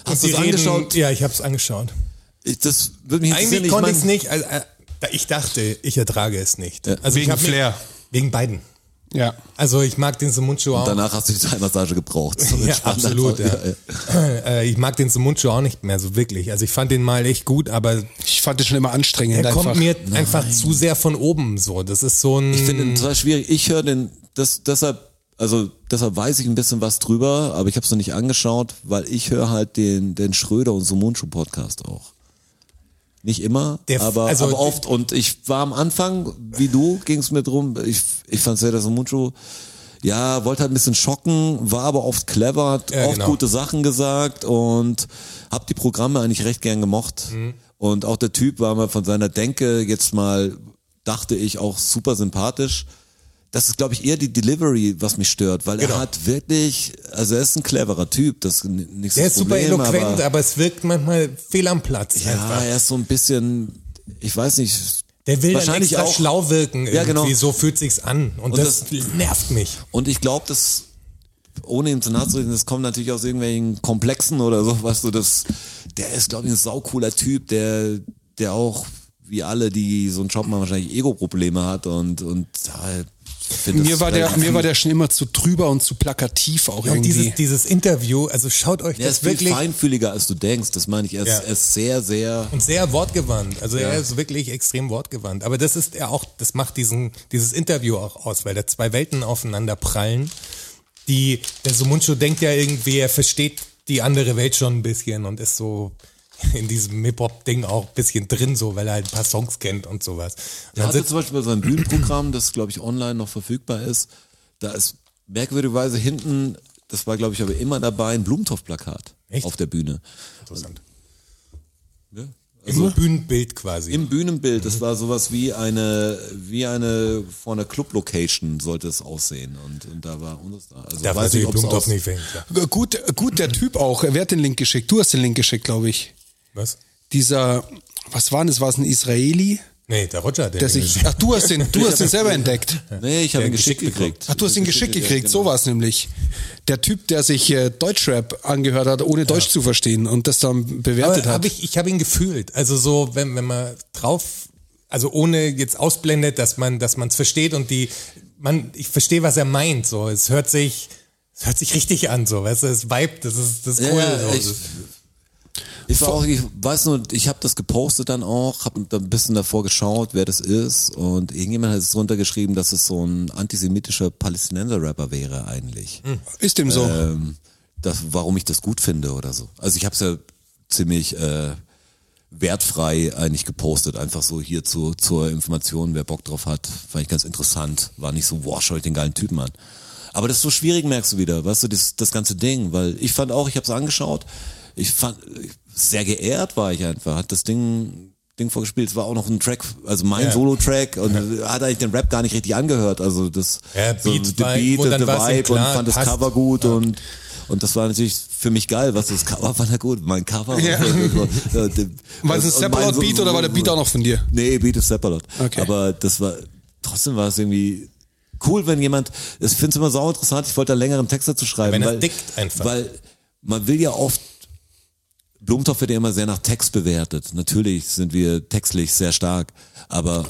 [SPEAKER 1] Hast du
[SPEAKER 3] Die
[SPEAKER 1] es
[SPEAKER 3] reden-
[SPEAKER 1] angeschaut?
[SPEAKER 3] Ja, ich habe es angeschaut.
[SPEAKER 1] Ich, das würde mich interessieren.
[SPEAKER 3] Eigentlich konnte ich es
[SPEAKER 1] mein-
[SPEAKER 3] nicht. Also, äh, ich dachte, ich ertrage es nicht.
[SPEAKER 1] Ja.
[SPEAKER 3] Also ich
[SPEAKER 2] Wegen
[SPEAKER 3] hab mir-
[SPEAKER 2] Flair.
[SPEAKER 3] Wegen beiden.
[SPEAKER 2] Ja.
[SPEAKER 3] Also ich mag den Sumunchu auch.
[SPEAKER 1] Danach hast du die Teilmassage gebraucht. So
[SPEAKER 3] ja,
[SPEAKER 1] entspannt
[SPEAKER 3] absolut. Ja.
[SPEAKER 1] einfach. Ja, ja.
[SPEAKER 3] Äh, ich mag den Sumunchu auch nicht mehr so wirklich. Also ich fand den mal echt gut, aber
[SPEAKER 2] Ich fand es schon immer anstrengend.
[SPEAKER 3] er kommt
[SPEAKER 2] einfach.
[SPEAKER 3] mir einfach zu sehr von oben. So, das ist so ein.
[SPEAKER 1] Ich finde ihn total schwierig. Ich höre den, das, deshalb, also deshalb weiß ich ein bisschen was drüber, aber ich habe es noch nicht angeschaut, weil ich höre halt den, den Schröder und Sumunchu Podcast auch. Nicht immer,
[SPEAKER 3] Der-
[SPEAKER 1] aber,
[SPEAKER 3] also-
[SPEAKER 1] aber oft. Und ich war am Anfang, wie du, ging es mir drum. Ich, ich fand Zelda Sumunchu, ja, wollte halt ein bisschen schocken, war aber oft clever, hat
[SPEAKER 3] Ja,
[SPEAKER 1] oft
[SPEAKER 3] genau.
[SPEAKER 1] gute Sachen gesagt und habe die Programme eigentlich recht gern gemocht.
[SPEAKER 3] Mhm.
[SPEAKER 1] Und auch der Typ war mal von seiner Denke jetzt mal, dachte ich, auch super sympathisch. Das ist, glaube ich, eher die Delivery, was mich stört, weil er
[SPEAKER 3] Genau.
[SPEAKER 1] hat wirklich, also er ist ein cleverer Typ, das ist n- nichts
[SPEAKER 3] der ist super
[SPEAKER 1] Problem,
[SPEAKER 3] eloquent, aber,
[SPEAKER 1] aber,
[SPEAKER 3] es wirkt manchmal fehl am Platz.
[SPEAKER 1] ja,
[SPEAKER 3] einfach.
[SPEAKER 1] er ist so ein bisschen, ich weiß nicht,
[SPEAKER 3] Der will dann
[SPEAKER 1] wahrscheinlich
[SPEAKER 3] extra
[SPEAKER 1] auch,
[SPEAKER 3] schlau wirken. Irgendwie.
[SPEAKER 1] Ja, genau.
[SPEAKER 3] So fühlt sich's an. Und,
[SPEAKER 1] Und
[SPEAKER 3] das,
[SPEAKER 1] das-
[SPEAKER 3] nervt mich.
[SPEAKER 1] Und ich glaube, das ohne ihm zu nahe zu reden, das kommt natürlich aus irgendwelchen Komplexen oder so, weißt du, das, der ist, glaube ich, ein saucooler Typ, der, der auch, wie alle, die so einen Job machen, wahrscheinlich Ego-Probleme hat und, und ja, ich find
[SPEAKER 2] Mir
[SPEAKER 1] das
[SPEAKER 2] war, der,
[SPEAKER 1] relativ-
[SPEAKER 2] mir war der schon immer zu trüber und zu plakativ auch
[SPEAKER 3] Und
[SPEAKER 2] irgendwie.
[SPEAKER 3] dieses, dieses Interview, also schaut euch
[SPEAKER 1] der
[SPEAKER 3] das
[SPEAKER 1] ist viel
[SPEAKER 3] wirklich
[SPEAKER 1] feinfühliger, als du denkst, das meine ich, er ist,
[SPEAKER 3] Ja.
[SPEAKER 1] er ist sehr, sehr,
[SPEAKER 3] und sehr wortgewandt. Also
[SPEAKER 1] Ja.
[SPEAKER 3] er ist wirklich extrem wortgewandt. Aber das ist er auch, das macht diesen, dieses Interview auch aus, weil da zwei Welten aufeinander prallen. Die, der Sumuncho denkt ja irgendwie, er versteht die andere Welt schon ein bisschen und ist so in diesem Hip-Hop-Ding auch ein bisschen drin, so, weil er halt ein paar Songs kennt und sowas. Und
[SPEAKER 1] Er
[SPEAKER 3] dann
[SPEAKER 1] hatte
[SPEAKER 3] sitzt,
[SPEAKER 1] zum Beispiel sein Bühnenprogramm, das glaube ich online noch verfügbar ist. Da ist merkwürdigerweise hinten, das war glaube ich aber immer dabei, ein Blumentopf-Plakat
[SPEAKER 3] Echt?
[SPEAKER 1] auf der Bühne.
[SPEAKER 3] interessant.
[SPEAKER 1] Ja.
[SPEAKER 3] Im Bühnenbild quasi.
[SPEAKER 2] Mhm.
[SPEAKER 1] Im Bühnenbild, das war sowas wie eine, wie eine vor einer Club-Location sollte es aussehen. Und, und da war unser da. Also
[SPEAKER 3] da weiß
[SPEAKER 1] weiß
[SPEAKER 3] ich
[SPEAKER 1] nicht, ob es
[SPEAKER 3] Blumentopf
[SPEAKER 1] aus,
[SPEAKER 3] nicht fängt. Ja.
[SPEAKER 2] gut, gut, der Typ auch. Wer hat den Link geschickt? Du hast den Link geschickt, glaube ich.
[SPEAKER 3] Was?
[SPEAKER 2] Dieser, was war denn das? War es ein Israeli?
[SPEAKER 3] Nee, der Roger hat den
[SPEAKER 2] Der sich, ach, du hast den, du hast den selber entdeckt.
[SPEAKER 1] Nee, ich habe ihn geschickt
[SPEAKER 3] geschickt
[SPEAKER 1] gekriegt.
[SPEAKER 2] Ach, du hast ihn geschickt gekriegt,
[SPEAKER 1] ja,
[SPEAKER 2] so war es nämlich. Der Typ, der sich äh, Deutschrap angehört hat, ohne Deutsch zu verstehen und das dann bewertet hat.
[SPEAKER 3] Aber hab ich ich habe ihn gefühlt. Also so, wenn, wenn man drauf, also ohne jetzt ausblendet, dass man dass man es versteht und die, man, ich verstehe, was er meint. So, es hört sich, es hört sich richtig an. So, weißt du, es vibet, das ist das ist
[SPEAKER 1] Ja,
[SPEAKER 3] cool.
[SPEAKER 1] ja,
[SPEAKER 3] so.
[SPEAKER 1] ich-
[SPEAKER 3] Das-
[SPEAKER 1] Ich, war auch, ich weiß nur, ich habe das gepostet dann auch, habe da ein bisschen davor geschaut, wer das ist und irgendjemand hat es runtergeschrieben, dass es so ein antisemitischer Palästinenser-Rapper wäre
[SPEAKER 2] Mhm.
[SPEAKER 1] eigentlich.
[SPEAKER 2] Ist dem so.
[SPEAKER 1] Ähm, das, warum ich das gut finde oder so. Also ich habe es ja ziemlich äh, wertfrei eigentlich gepostet, einfach so hier zu, zur Information, wer Bock drauf hat, fand ich ganz interessant, war nicht so, wow, schau ich den geilen Typen an. Aber das ist so schwierig, merkst du wieder, weißt du, das, das ganze Ding, weil ich fand auch, ich habe es angeschaut, ich fand, sehr geehrt war ich einfach, hat das Ding, Ding vorgespielt, es war auch noch ein Track, also mein
[SPEAKER 3] Ja.
[SPEAKER 1] Solo-Track und hat eigentlich den Rap gar nicht richtig angehört, also das,
[SPEAKER 3] Ja, Beat
[SPEAKER 1] the
[SPEAKER 3] war-
[SPEAKER 1] Beat
[SPEAKER 3] wo
[SPEAKER 1] und
[SPEAKER 3] dann
[SPEAKER 1] the
[SPEAKER 3] war's ihm
[SPEAKER 1] Vibe und
[SPEAKER 3] klar,
[SPEAKER 1] fand das
[SPEAKER 3] passt.
[SPEAKER 1] Cover gut und, und das war natürlich für mich geil, was das Cover fand er gut, mein Cover.
[SPEAKER 2] Ja.
[SPEAKER 1] Ja, de-
[SPEAKER 2] War es ein
[SPEAKER 1] und mein-
[SPEAKER 2] Separate Beat oder war der Beat auch noch von dir?
[SPEAKER 1] Nee, Beat ist Separate.
[SPEAKER 2] Okay.
[SPEAKER 1] Aber das war, trotzdem war es irgendwie cool, wenn jemand, ich finde es immer sau interessant, ich wollte da längeren Text dazu schreiben.
[SPEAKER 3] Wenn er
[SPEAKER 1] weil,
[SPEAKER 3] dickt einfach.
[SPEAKER 1] Weil man will ja oft, Blumentopf wird ja immer sehr nach Text bewertet. Natürlich sind wir textlich sehr stark, aber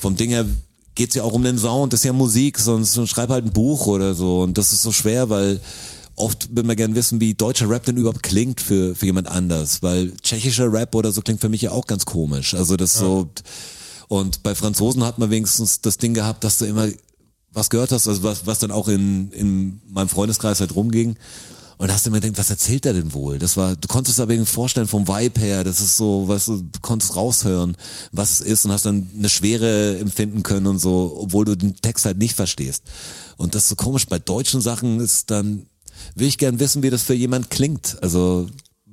[SPEAKER 1] vom Ding her geht's ja auch um den Sound, das ist ja Musik, sonst sonst schreib halt ein Buch oder so. Und das ist so schwer, weil oft will man gern wissen, wie deutscher Rap denn überhaupt klingt für, für jemand anders. Weil tschechischer Rap oder so klingt für mich ja auch ganz komisch. Also das so. Und bei Franzosen hat man wenigstens das Ding gehabt, dass du immer was gehört hast, also was, was dann auch in, in meinem Freundeskreis halt rumging. Und da hast du immer gedacht, was erzählt er denn wohl? Das war, du konntest aber irgendwie vorstellen vom Vibe her, das ist so, weißt du, du konntest raushören, was es ist und hast dann eine Schwere empfinden können und so, obwohl du den Text halt nicht verstehst. Und das ist so komisch, bei deutschen Sachen ist dann, will ich gern wissen, wie das für jemand klingt. Also,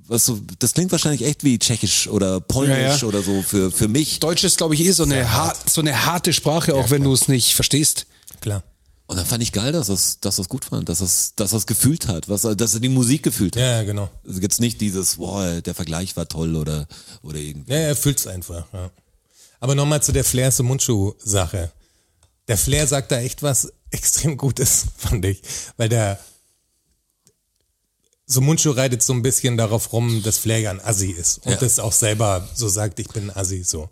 [SPEAKER 1] weißt du, das klingt wahrscheinlich echt wie tschechisch oder polnisch
[SPEAKER 2] Ja, ja.
[SPEAKER 1] oder so für, für mich.
[SPEAKER 2] Deutsch ist, glaube ich, eh so eine, hart. so eine harte Sprache, auch wenn du es nicht verstehst.
[SPEAKER 3] Klar.
[SPEAKER 1] Und dann fand ich geil, dass das, dass das gut fand, dass das, dass das gefühlt hat, was, er- dass er die Musik gefühlt hat.
[SPEAKER 3] Ja, ja, genau.
[SPEAKER 1] Also gibt's nicht dieses, wow, der Vergleich war toll oder, oder irgendwie.
[SPEAKER 3] Ja, er fühlt's einfach. Ja. Aber nochmal zu der Flairs und Mundschuh-Sache. Der Flair sagt da echt was extrem Gutes, fand ich. Weil der so Mundschuh reitet so ein bisschen darauf rum, dass Flair ja ein Assi ist. Und
[SPEAKER 1] Ja.
[SPEAKER 3] das auch selber so sagt, ich bin ein Assi, so.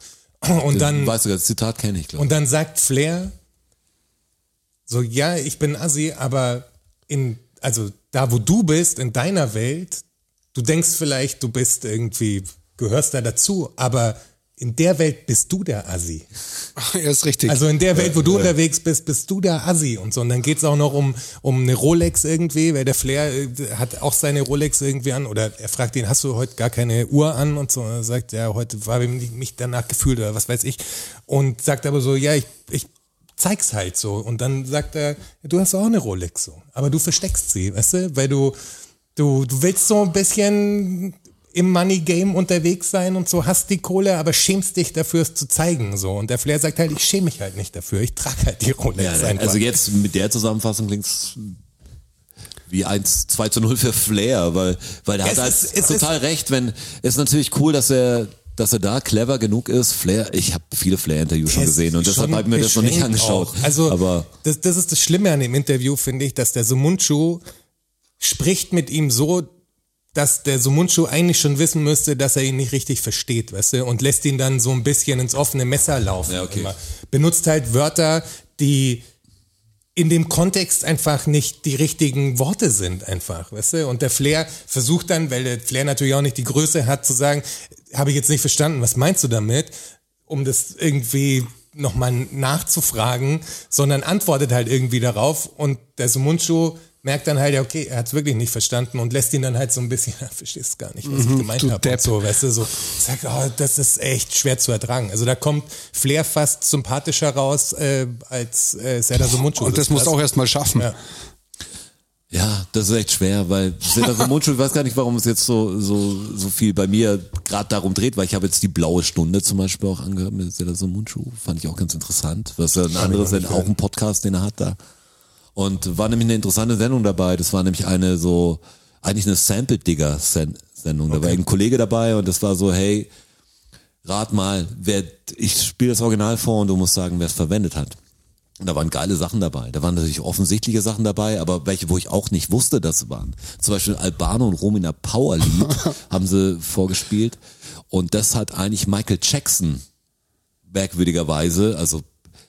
[SPEAKER 3] Und dann,
[SPEAKER 1] weißt du, das Zitat kenne ich, glaube
[SPEAKER 3] und dann sagt Flair so, ja, ich bin Assi, aber in, also da, wo du bist, in deiner Welt, du denkst vielleicht, du bist irgendwie, gehörst da dazu, aber in der Welt bist du der Assi.
[SPEAKER 2] Er ist richtig.
[SPEAKER 3] Also in der Welt, wo du unterwegs bist, bist du der Assi und so. Und dann geht's auch noch um, um eine Rolex irgendwie, weil der Flair äh, hat auch seine Rolex irgendwie an. Oder er fragt ihn, hast du heute gar keine Uhr an? Und so. Und er sagt, ja, heute war ich mich danach gefühlt oder was weiß ich. Und sagt aber so, ja, ich, ich zeig's halt so. Und dann sagt er, du hast auch eine Rolex so. Aber du versteckst sie, weißt du? Weil du, du, du willst so ein bisschen im Money Game unterwegs sein und so, hast die Kohle, aber schämst dich dafür, es zu zeigen, so. Und der Flair sagt halt, ich schäme mich halt nicht dafür, ich trage halt die Rolex
[SPEAKER 1] ich. Ja,
[SPEAKER 3] einfach.
[SPEAKER 1] also jetzt mit der Zusammenfassung klingt's wie 1, 2 zu 0 für Flair, weil, weil der
[SPEAKER 3] Es
[SPEAKER 1] hat halt
[SPEAKER 3] ist- es
[SPEAKER 1] total recht, wenn, ist natürlich cool, dass er, dass er da clever genug ist. Flair, ich habe viele Flair-Interviews schon
[SPEAKER 3] Der ist
[SPEAKER 1] gesehen und deshalb
[SPEAKER 3] schon
[SPEAKER 1] habe ich mir das noch nicht
[SPEAKER 3] beschränkt
[SPEAKER 1] angeschaut.
[SPEAKER 3] auch. Also,
[SPEAKER 1] aber
[SPEAKER 3] das, das ist das Schlimme an dem Interview, finde ich, dass der Sumunchu spricht mit ihm so, dass der Sumunchu eigentlich schon wissen müsste, dass er ihn nicht richtig versteht, weißt du, und lässt ihn dann so ein bisschen ins offene Messer laufen.
[SPEAKER 1] Ja, okay.
[SPEAKER 3] Benutzt halt Wörter, die in dem Kontext einfach nicht die richtigen Worte sind einfach, weißt du? Und der Flair versucht dann, weil der Flair natürlich auch nicht die Größe hat, zu sagen, habe ich jetzt nicht verstanden, was meinst du damit? Um das irgendwie nochmal nachzufragen, sondern antwortet halt irgendwie darauf und der Sumunchu merkt dann halt, ja, okay, er hat es wirklich nicht verstanden und lässt ihn dann halt so ein bisschen, ja, verstehst gar nicht, was ich gemeint
[SPEAKER 2] Mhm, du
[SPEAKER 3] habe.
[SPEAKER 2] Depp.
[SPEAKER 3] und So, weißt du, so, sagt, oh, das ist echt schwer zu ertragen. Also da kommt Flair fast sympathischer raus äh, als äh, Serdar Sumunchu.
[SPEAKER 2] Und das, musst
[SPEAKER 3] ist
[SPEAKER 2] du
[SPEAKER 3] krass.
[SPEAKER 2] auch erstmal schaffen.
[SPEAKER 3] Ja.
[SPEAKER 1] Ja, das ist echt schwer, weil Serdar Somuncu, ich weiß gar nicht, warum es jetzt so, so, so viel bei mir gerade darum dreht, weil ich habe jetzt die blaue Stunde zum Beispiel auch angehört mit Serdar Somuncu, fand ich auch ganz interessant, was ja ein anderes, denn auch ein Podcast, den er hat da. Und war nämlich eine interessante Sendung dabei, das war nämlich eine so, eigentlich eine Sample-Digger-Sendung, da war ein Kollege dabei und das war so, hey, rat mal, wer, ich spiele das Original vor und du musst sagen, wer es verwendet hat. Und da waren geile Sachen dabei. Da waren natürlich offensichtliche Sachen dabei, aber welche, wo ich auch nicht wusste, dass sie waren. Zum Beispiel Albano und Romina Power Lied haben sie vorgespielt. Und das hat eigentlich Michael Jackson merkwürdigerweise, also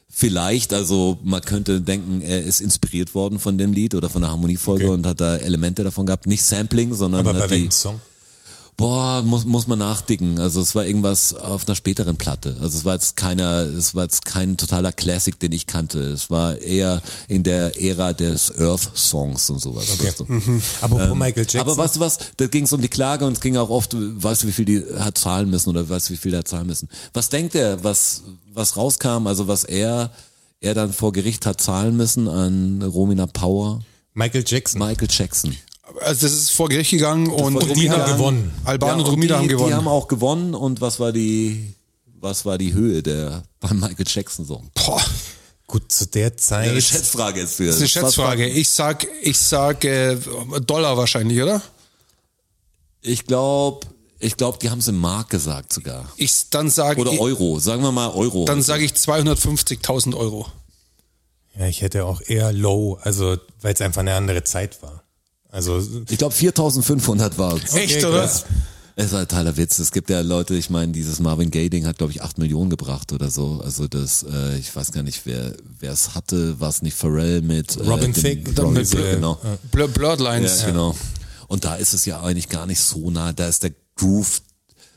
[SPEAKER 1] vielleicht, also man könnte denken, er ist inspiriert worden von dem Lied oder von der Harmoniefolge und hat da Elemente davon gehabt. Nicht Sampling, sondern
[SPEAKER 2] Äh,
[SPEAKER 3] Aber bei
[SPEAKER 1] hat die,
[SPEAKER 3] welchem Song?
[SPEAKER 1] Boah, muss, muss man nachdicken. Also es war irgendwas auf einer späteren Platte. Also es war jetzt keiner, es war jetzt kein totaler Classic, den ich kannte. Es war eher in der Ära des Earth-Songs und sowas. weißt du.
[SPEAKER 3] Mhm. Apropos Michael Hm. Jackson.
[SPEAKER 1] Aber weißt du was, da ging es um die Klage und es ging auch oft, weißt du, wie viel die hat zahlen müssen oder weißt du, wie viel er hat zahlen müssen. Was denkt er, was, was rauskam, also was er, er dann vor Gericht hat zahlen müssen an Romina Power,
[SPEAKER 3] Michael Jackson.
[SPEAKER 1] Michael Jackson?
[SPEAKER 2] Also das ist vor Gericht gegangen und,
[SPEAKER 1] vor Gericht Die haben
[SPEAKER 2] Romina-
[SPEAKER 3] gewonnen.
[SPEAKER 2] Alban und
[SPEAKER 1] und
[SPEAKER 2] Romina
[SPEAKER 1] die,
[SPEAKER 2] haben gewonnen.
[SPEAKER 1] Die haben auch gewonnen und was war die, was war die Höhe der beim Michael Jackson Song?
[SPEAKER 2] Boah,
[SPEAKER 3] Gut, zu der
[SPEAKER 1] Eine
[SPEAKER 3] Zeit.
[SPEAKER 1] Schätzfrage ist für.
[SPEAKER 2] das ist eine Schätzfrage. Ich sag, ich sag äh, Dollar wahrscheinlich, oder?
[SPEAKER 1] Ich glaube, ich glaube, die haben es in Mark gesagt sogar.
[SPEAKER 2] Ich dann sage
[SPEAKER 1] Oder
[SPEAKER 2] ich,
[SPEAKER 1] Euro, sagen wir mal Euro.
[SPEAKER 2] dann sage ich 250.000 Euro.
[SPEAKER 3] Ja, ich hätte auch eher low, also weil es einfach eine andere Zeit war. Also
[SPEAKER 1] ich glaube 4500 war es.
[SPEAKER 2] Echt, oder?
[SPEAKER 3] krass.
[SPEAKER 1] Es war ein totaler Witz. Es gibt ja Leute, ich meine, dieses Marvin Gaye-Ding hat, glaube ich, 8 Millionen gebracht oder so. Also das, äh, ich weiß gar nicht, wer wer es hatte, war es nicht Pharrell mit äh,
[SPEAKER 3] Robin
[SPEAKER 1] dem-
[SPEAKER 3] Thicke.
[SPEAKER 1] Robin
[SPEAKER 3] Mit,
[SPEAKER 1] Thicke,
[SPEAKER 3] äh,
[SPEAKER 1] genau.
[SPEAKER 2] Blur, Blurred Lines.
[SPEAKER 1] Ja, genau. Und da ist es ja eigentlich gar nicht so nah, da ist der Groove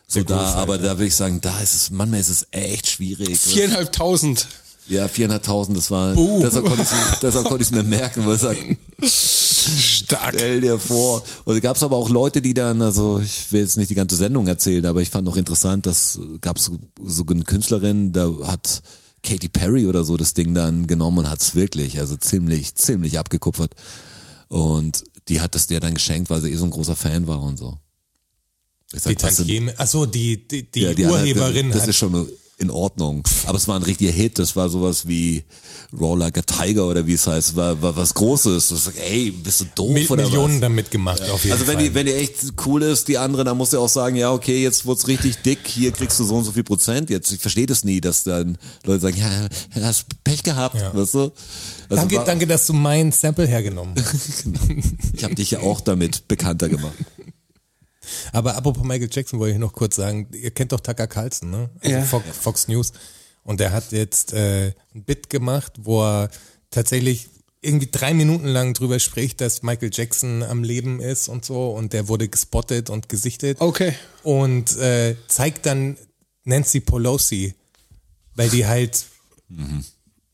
[SPEAKER 1] so da,
[SPEAKER 3] Groove halt,
[SPEAKER 1] aber da würde ich sagen, da ist es, manchmal ist es echt schwierig.
[SPEAKER 2] Viereinhalbtausend.
[SPEAKER 1] ja, 400.000, das war, deshalb konnte ich es deshalb konnte ich's mir merken, weil ich sagen,
[SPEAKER 2] Stark.
[SPEAKER 1] stell dir vor. Und da gab es aber auch Leute, die dann, also ich will jetzt nicht die ganze Sendung erzählen, aber ich fand noch interessant, dass gab es so, so eine Künstlerin, da hat Katy Perry oder so das Ding dann genommen und hat es wirklich, also ziemlich, ziemlich abgekupfert. Und die hat es dir dann geschenkt, weil sie eh so ein großer Fan war und so. Ich
[SPEAKER 3] Die
[SPEAKER 1] das sind-
[SPEAKER 3] Tantiem, achso, die, die, die,
[SPEAKER 1] ja, die
[SPEAKER 3] Urheberin
[SPEAKER 1] andere, das
[SPEAKER 3] hat,
[SPEAKER 1] ist schon in Ordnung. Aber es war ein richtiger Hit. Das war sowas wie Roll Like a Tiger oder wie es heißt. War, war was Großes. Das ist, ey, bist du doof
[SPEAKER 3] Mi-
[SPEAKER 1] oder
[SPEAKER 3] Millionen
[SPEAKER 1] was?
[SPEAKER 3] damit gemacht, auf jeden
[SPEAKER 1] Also wenn
[SPEAKER 3] Fall.
[SPEAKER 1] die, wenn die echt cool ist, die andere, dann musst du auch sagen, ja, okay, jetzt wird's richtig dick, hier kriegst du so und so viel Prozent. Jetzt, ich verstehe das nie, dass dann Leute sagen, ja, hast Pech gehabt,
[SPEAKER 3] Ja.
[SPEAKER 1] weißt du? Also
[SPEAKER 3] danke,
[SPEAKER 1] war-
[SPEAKER 3] danke, dass du mein Sample hergenommen hast.
[SPEAKER 1] Ich habe dich ja auch damit bekannter gemacht.
[SPEAKER 3] Aber apropos Michael Jackson wollte ich noch kurz sagen, ihr kennt doch Tucker Carlson, ne? Also
[SPEAKER 2] Ja.
[SPEAKER 3] Fox, Fox News. Und der hat jetzt äh, ein Bit gemacht, wo er tatsächlich irgendwie drei Minuten lang drüber spricht, dass Michael Jackson am Leben ist und so. Und der wurde gespottet und gesichtet.
[SPEAKER 2] Okay.
[SPEAKER 3] und äh, zeigt dann Nancy Pelosi, weil die halt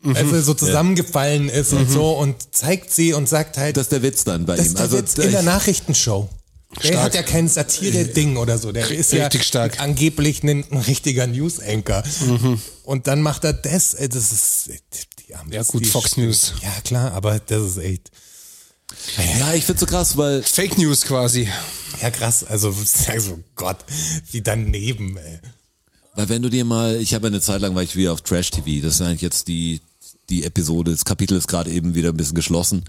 [SPEAKER 3] also
[SPEAKER 2] Mhm.
[SPEAKER 3] so zusammengefallen ist und so und zeigt sie und sagt halt,
[SPEAKER 1] Das ist der Witz dann bei
[SPEAKER 3] das
[SPEAKER 1] ihm.
[SPEAKER 3] ist also jetzt in der Nachrichtenshow. Der
[SPEAKER 2] Stark.
[SPEAKER 3] hat ja kein Satire-Ding oder so. Der ist ja
[SPEAKER 2] Richtig stark.
[SPEAKER 3] angeblich ein, ein richtiger News-Anchor.
[SPEAKER 1] Mhm.
[SPEAKER 3] Und dann macht er das. Äh, Das ist äh, die Amis,
[SPEAKER 2] Ja, gut,
[SPEAKER 3] die
[SPEAKER 2] Fox
[SPEAKER 3] stimmt.
[SPEAKER 2] News.
[SPEAKER 3] Ja klar, aber das ist echt
[SPEAKER 1] ja, ich find's so krass, weil
[SPEAKER 2] Fake News quasi.
[SPEAKER 3] ja krass. Also, also Gott, wie daneben. Ey.
[SPEAKER 1] Weil wenn du dir mal, ich habe eine Zeit lang, war ich wieder auf Trash TV, das ist eigentlich jetzt die, die Episode, das Kapitel ist gerade eben wieder ein bisschen geschlossen.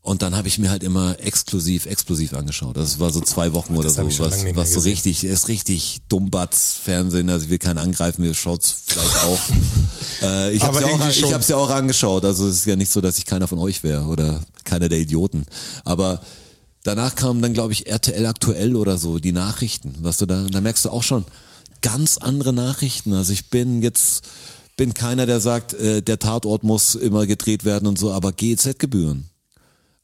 [SPEAKER 1] Und dann habe ich mir halt immer exklusiv, exklusiv angeschaut. Das war so zwei Wochen oder
[SPEAKER 3] hab ich
[SPEAKER 1] so,
[SPEAKER 3] schon lange
[SPEAKER 1] was,
[SPEAKER 3] nicht mehr
[SPEAKER 1] was so
[SPEAKER 3] gesehen.
[SPEAKER 1] richtig, ist richtig dummbatz Fernsehen, also ich will keinen angreifen, ihr schaut's vielleicht auch. äh, ich habe
[SPEAKER 2] Aber
[SPEAKER 1] ja auch,
[SPEAKER 2] irgendwie
[SPEAKER 1] ich
[SPEAKER 2] schon.
[SPEAKER 1] hab's ja auch angeschaut, also es ist ja nicht so, dass ich keiner von euch wäre oder keiner der Idioten. Aber Danach kam dann, glaube ich, RTL aktuell oder so, die Nachrichten. Weißt du, da, da merkst du auch schon ganz andere Nachrichten. Also ich bin jetzt, bin keiner, der sagt, äh, der Tatort muss immer gedreht werden und so, aber GEZ-Gebühren.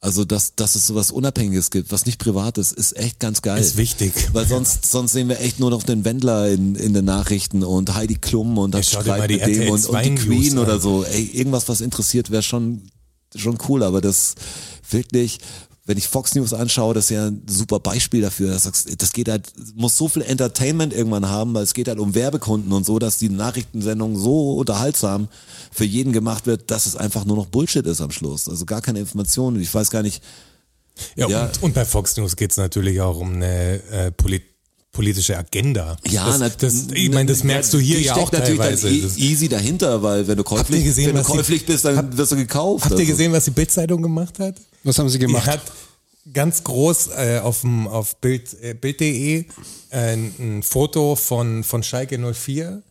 [SPEAKER 1] Also, dass, dass es sowas Unabhängiges gibt, was nicht privat ist, ist echt ganz geil.
[SPEAKER 3] Ist wichtig.
[SPEAKER 1] Weil sonst, sonst sehen wir echt nur noch den Wendler in, in den Nachrichten und Heidi Klum und das
[SPEAKER 3] schau dir mal
[SPEAKER 1] Streit
[SPEAKER 3] die
[SPEAKER 1] mit dem
[SPEAKER 3] RTL
[SPEAKER 1] und, und die
[SPEAKER 3] 2
[SPEAKER 1] Queen
[SPEAKER 3] News
[SPEAKER 1] oder
[SPEAKER 3] an.
[SPEAKER 1] so. Ey, irgendwas, was interessiert, wäre schon, schon cool, aber das wirklich, wenn ich Fox News anschaue, das ist ja ein super Beispiel dafür. Das, sagst, das geht halt, muss so viel Entertainment irgendwann haben, weil es geht halt um Werbekunden und so, dass die Nachrichtensendung so unterhaltsam für jeden gemacht wird, dass es einfach nur noch Bullshit ist am Schluss. Also gar keine Informationen. Ich weiß gar nicht,
[SPEAKER 3] Ja,
[SPEAKER 1] Ja.
[SPEAKER 3] Und, und bei Fox News geht's natürlich auch um eine äh, polit politische Agenda.
[SPEAKER 1] Ja, na-
[SPEAKER 3] das, das, ich meine, das merkst du hier
[SPEAKER 1] die
[SPEAKER 3] ja
[SPEAKER 1] steckt
[SPEAKER 3] auch
[SPEAKER 1] natürlich
[SPEAKER 3] teilweise.
[SPEAKER 1] Dann e-
[SPEAKER 3] Das-
[SPEAKER 1] easy dahinter, weil wenn du käuflich,
[SPEAKER 3] gesehen,
[SPEAKER 1] wenn du
[SPEAKER 3] was die-
[SPEAKER 1] käuflich bist, dann wirst du gekauft.
[SPEAKER 3] Habt ihr
[SPEAKER 1] Also,
[SPEAKER 3] gesehen, was die Bild-Zeitung gemacht hat?
[SPEAKER 2] Was haben sie
[SPEAKER 3] Die
[SPEAKER 2] gemacht?
[SPEAKER 3] hat ganz groß äh, aufm, auf Bild, äh, Bild.de äh, ein ein Foto von, von Schalke 04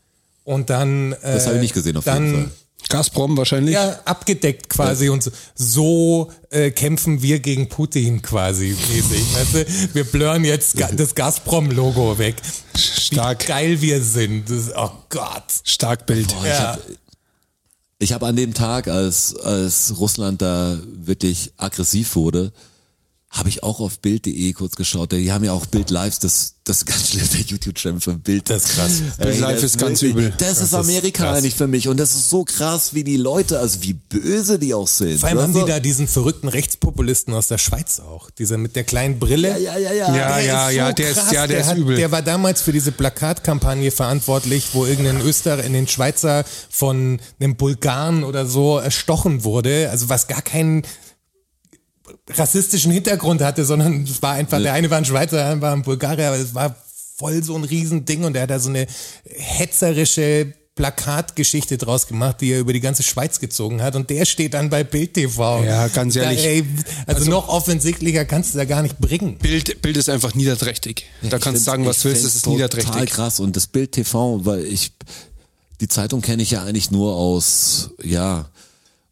[SPEAKER 3] und dann. Äh,
[SPEAKER 1] Das habe ich nicht gesehen auf
[SPEAKER 3] dann,
[SPEAKER 1] jeden Fall.
[SPEAKER 2] Gazprom wahrscheinlich.
[SPEAKER 3] Ja, abgedeckt quasi und so, so äh, kämpfen wir gegen Putin quasi mäßig. weißt du? Wir blören jetzt ga das Gazprom-Logo weg. Wie
[SPEAKER 2] Stark.
[SPEAKER 3] geil wir sind. Das, oh Gott.
[SPEAKER 2] Stark Bild.
[SPEAKER 1] Boah, Oh, ich
[SPEAKER 3] Ja.
[SPEAKER 1] hab- Ich habe an dem Tag, als, als Russland da wirklich aggressiv wurde, habe ich auch auf Bild.de kurz geschaut. Die haben ja auch Bild Lives, das, das ist ganz schlimm, der YouTube-Channel von Bild.
[SPEAKER 3] Das ist krass.
[SPEAKER 1] Ey,
[SPEAKER 2] Live
[SPEAKER 1] das
[SPEAKER 2] ist ganz
[SPEAKER 1] wirklich-
[SPEAKER 2] übel.
[SPEAKER 1] Das, ist
[SPEAKER 3] Das ist
[SPEAKER 1] Amerika
[SPEAKER 3] krass.
[SPEAKER 1] eigentlich für mich. Und das ist so krass, wie die Leute, also wie böse die auch sind.
[SPEAKER 3] Vor allem haben
[SPEAKER 1] Weißt
[SPEAKER 3] die
[SPEAKER 1] du?
[SPEAKER 3] da diesen verrückten Rechtspopulisten aus der Schweiz auch. Dieser mit der kleinen Brille.
[SPEAKER 1] ja, ja, ja, ja.
[SPEAKER 2] Ja,
[SPEAKER 3] Der
[SPEAKER 2] ja,
[SPEAKER 3] ist so
[SPEAKER 2] ja, der
[SPEAKER 3] krass,
[SPEAKER 2] ist, ja, der, ist
[SPEAKER 3] hat,
[SPEAKER 2] übel.
[SPEAKER 3] Der war damals für diese Plakatkampagne verantwortlich, wo irgendein Österreicher, in den Schweizer von einem Bulgaren oder so erstochen wurde. Also was gar keinen rassistischen Hintergrund hatte, sondern es war einfach, der eine war ein Schweizer, der andere war ein Bulgarier, aber es war voll so ein Riesending und er hat da so eine hetzerische Plakatgeschichte draus gemacht, die er über die ganze Schweiz gezogen hat und der steht dann bei Bild TV.
[SPEAKER 2] Ja, ganz ehrlich.
[SPEAKER 3] Da, ey, also, noch offensichtlicher kannst du da gar nicht bringen.
[SPEAKER 2] Bild, Bild ist einfach niederträchtig. da
[SPEAKER 1] Ich
[SPEAKER 2] kannst
[SPEAKER 1] find's-
[SPEAKER 2] du sagen, was
[SPEAKER 1] ich
[SPEAKER 2] du willst,
[SPEAKER 1] find's
[SPEAKER 2] es ist
[SPEAKER 1] Total
[SPEAKER 2] niederträchtig.
[SPEAKER 1] krass. Und das Bild TV, weil ich, die Zeitung kenne ich ja eigentlich nur aus, ja,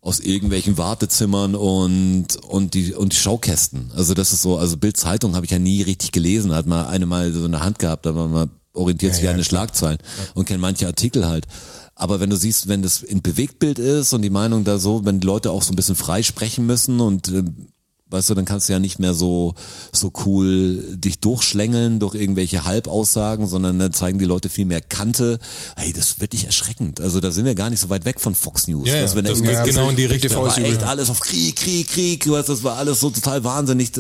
[SPEAKER 1] aus irgendwelchen Wartezimmern und, und die, und die Schaukästen. Also das ist so, also Bild Zeitung habe ich ja nie richtig gelesen, hat mal eine mal so eine Hand gehabt, aber man orientiert sich
[SPEAKER 3] ja,
[SPEAKER 1] an den Schlagzeilen und kennt manche Artikel halt. Aber wenn du siehst, wenn das in Bewegtbild ist und die Meinung da so, wenn die Leute auch so ein bisschen frei sprechen müssen und ähm, weißt du, dann kannst du ja nicht mehr so, so cool dich durchschlängeln durch irgendwelche Halbaussagen, sondern dann zeigen die Leute viel mehr Kante. Hey, das ist wirklich erschreckend. Also da sind wir gar nicht so weit weg von Fox News.
[SPEAKER 3] Ja, ja,
[SPEAKER 1] Dass wir
[SPEAKER 3] das
[SPEAKER 1] denken,
[SPEAKER 3] geht genau in die
[SPEAKER 1] da
[SPEAKER 3] Richtung.
[SPEAKER 1] war echt alles auf Krieg, Krieg, Krieg. Du weißt, das war alles so total wahnsinnig.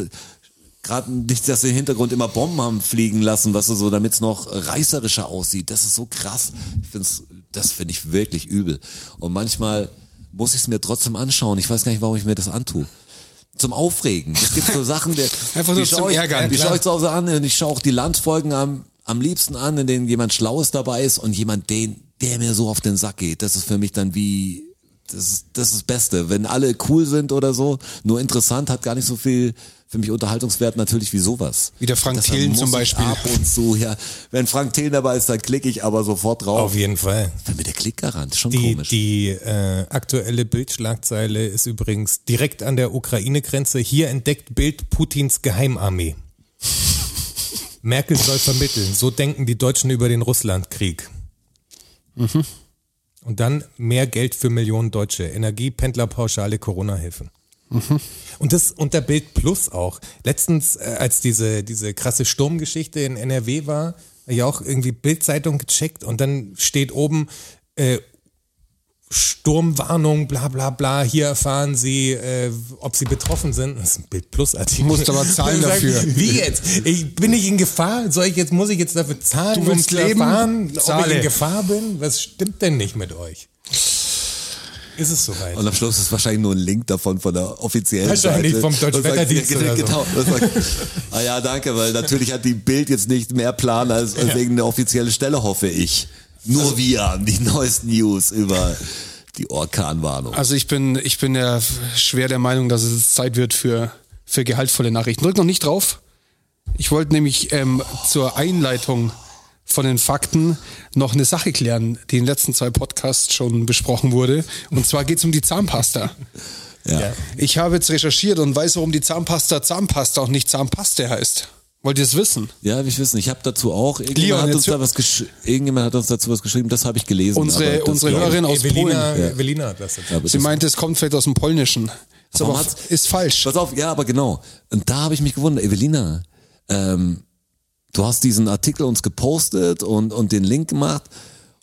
[SPEAKER 1] Gerade nicht, dass sie im Hintergrund immer Bomben haben fliegen lassen, was weißt du, so, damit es noch reißerischer aussieht. Das ist so krass. Ich find's, das finde ich wirklich übel. Und manchmal muss ich es mir trotzdem anschauen. Ich weiß gar nicht, warum ich mir das antue zum Aufregen. Es gibt so Sachen, der,
[SPEAKER 2] Einfach
[SPEAKER 1] die
[SPEAKER 2] nur zum
[SPEAKER 1] ich,
[SPEAKER 2] Ärgern,
[SPEAKER 1] Die
[SPEAKER 2] klar.
[SPEAKER 1] schaue ich zu Hause an und ich schaue auch die Landfolgen am, am liebsten an, in denen jemand Schlaues dabei ist und jemand, den, der mir so auf den Sack geht. Das ist für mich dann wie, das ist das, ist das Beste. Wenn alle cool sind oder so, nur interessant, hat gar nicht so viel für mich Unterhaltungswert natürlich wie sowas.
[SPEAKER 2] Wie der Frank
[SPEAKER 1] Deshalb
[SPEAKER 2] Thelen
[SPEAKER 1] muss
[SPEAKER 2] zum
[SPEAKER 1] ich
[SPEAKER 2] Beispiel.
[SPEAKER 1] Ab und zu, ja. Wenn Frank Thelen dabei ist, dann klicke ich aber sofort drauf.
[SPEAKER 3] Auf jeden Fall.
[SPEAKER 1] Wenn mir der Klickgarant, schon
[SPEAKER 3] Die,
[SPEAKER 1] komisch.
[SPEAKER 3] die äh, aktuelle Bildschlagzeile ist übrigens direkt an der Ukraine-Grenze. Hier entdeckt Bild Putins Geheimarmee. Merkel soll vermitteln. So denken die Deutschen über den Russlandkrieg.
[SPEAKER 1] Mhm.
[SPEAKER 3] Und dann mehr Geld für Millionen Deutsche. Energie, Pendlerpauschale, Corona-Hilfen. Und das unter Bild Plus auch. Letztens, äh, als diese, diese krasse Sturmgeschichte in NRW war, hab ich auch irgendwie Bildzeitung gecheckt und dann steht oben äh, Sturmwarnung, bla bla bla, hier erfahren Sie, äh, ob Sie betroffen sind. Das ist ein Bild Plus Artikel.
[SPEAKER 2] Musst aber zahlen
[SPEAKER 3] Dann sag ich,
[SPEAKER 2] dafür.
[SPEAKER 3] Wie jetzt? Ich, bin ich in Gefahr? Soll ich jetzt, muss ich jetzt dafür zahlen,
[SPEAKER 2] Du
[SPEAKER 3] um
[SPEAKER 2] willst
[SPEAKER 3] zu
[SPEAKER 2] leben?
[SPEAKER 3] erfahren, ob ich
[SPEAKER 2] Zahle.
[SPEAKER 3] in Gefahr bin? Was stimmt denn nicht mit euch? Ist es soweit?
[SPEAKER 2] Also,
[SPEAKER 1] Und am Schluss ist wahrscheinlich nur ein Link davon von der offiziellen
[SPEAKER 3] Wahrscheinlich
[SPEAKER 1] Seite.
[SPEAKER 3] vom Deutschen
[SPEAKER 1] Und sagt,
[SPEAKER 3] Wetterdienst oder so.
[SPEAKER 1] Genau. und sagt, ah ja, danke, weil natürlich hat die Bild jetzt nicht mehr Plan als als wegen der offiziellen Stelle, hoffe ich. Nur wir haben die neuesten News über die Orkanwarnung.
[SPEAKER 2] Also ich bin, ich bin ja schwer der Meinung, dass es Zeit wird für, für gehaltvolle Nachrichten. Drück noch nicht drauf. Ich wollte nämlich ähm, zur Einleitung von den Fakten noch eine Sache klären, die in den letzten zwei Podcasts schon besprochen wurde. Und zwar geht es um die Zahnpasta.
[SPEAKER 1] Ja.
[SPEAKER 3] Ja.
[SPEAKER 2] Ich habe jetzt recherchiert und weiß, warum die Zahnpasta Zahnpasta und nicht Zahnpaste heißt. Wollt ihr es wissen?
[SPEAKER 1] Ja, ich wissen. Ich habe dazu auch.
[SPEAKER 2] Leon,
[SPEAKER 1] Irgendjemand, hat
[SPEAKER 2] jetzt
[SPEAKER 1] uns da
[SPEAKER 2] hör-
[SPEAKER 1] was gesch- irgendjemand hat uns dazu was geschrieben, das habe ich gelesen.
[SPEAKER 2] Unsere-
[SPEAKER 1] aber das
[SPEAKER 2] unsere
[SPEAKER 1] glaub ich-
[SPEAKER 2] Hörerin aus
[SPEAKER 3] Evelina,
[SPEAKER 1] Ja.
[SPEAKER 3] Evelina hat das jetzt.
[SPEAKER 1] aber
[SPEAKER 2] Sie
[SPEAKER 1] das-
[SPEAKER 2] meinte, es kommt vielleicht aus dem Polnischen. Ist,
[SPEAKER 1] Warum
[SPEAKER 2] aber,
[SPEAKER 1] hat's-
[SPEAKER 2] ist falsch.
[SPEAKER 1] Pass auf, ja, aber genau. Und da habe ich mich gewundert, Evelina, ähm, du hast diesen Artikel uns gepostet und, und den Link gemacht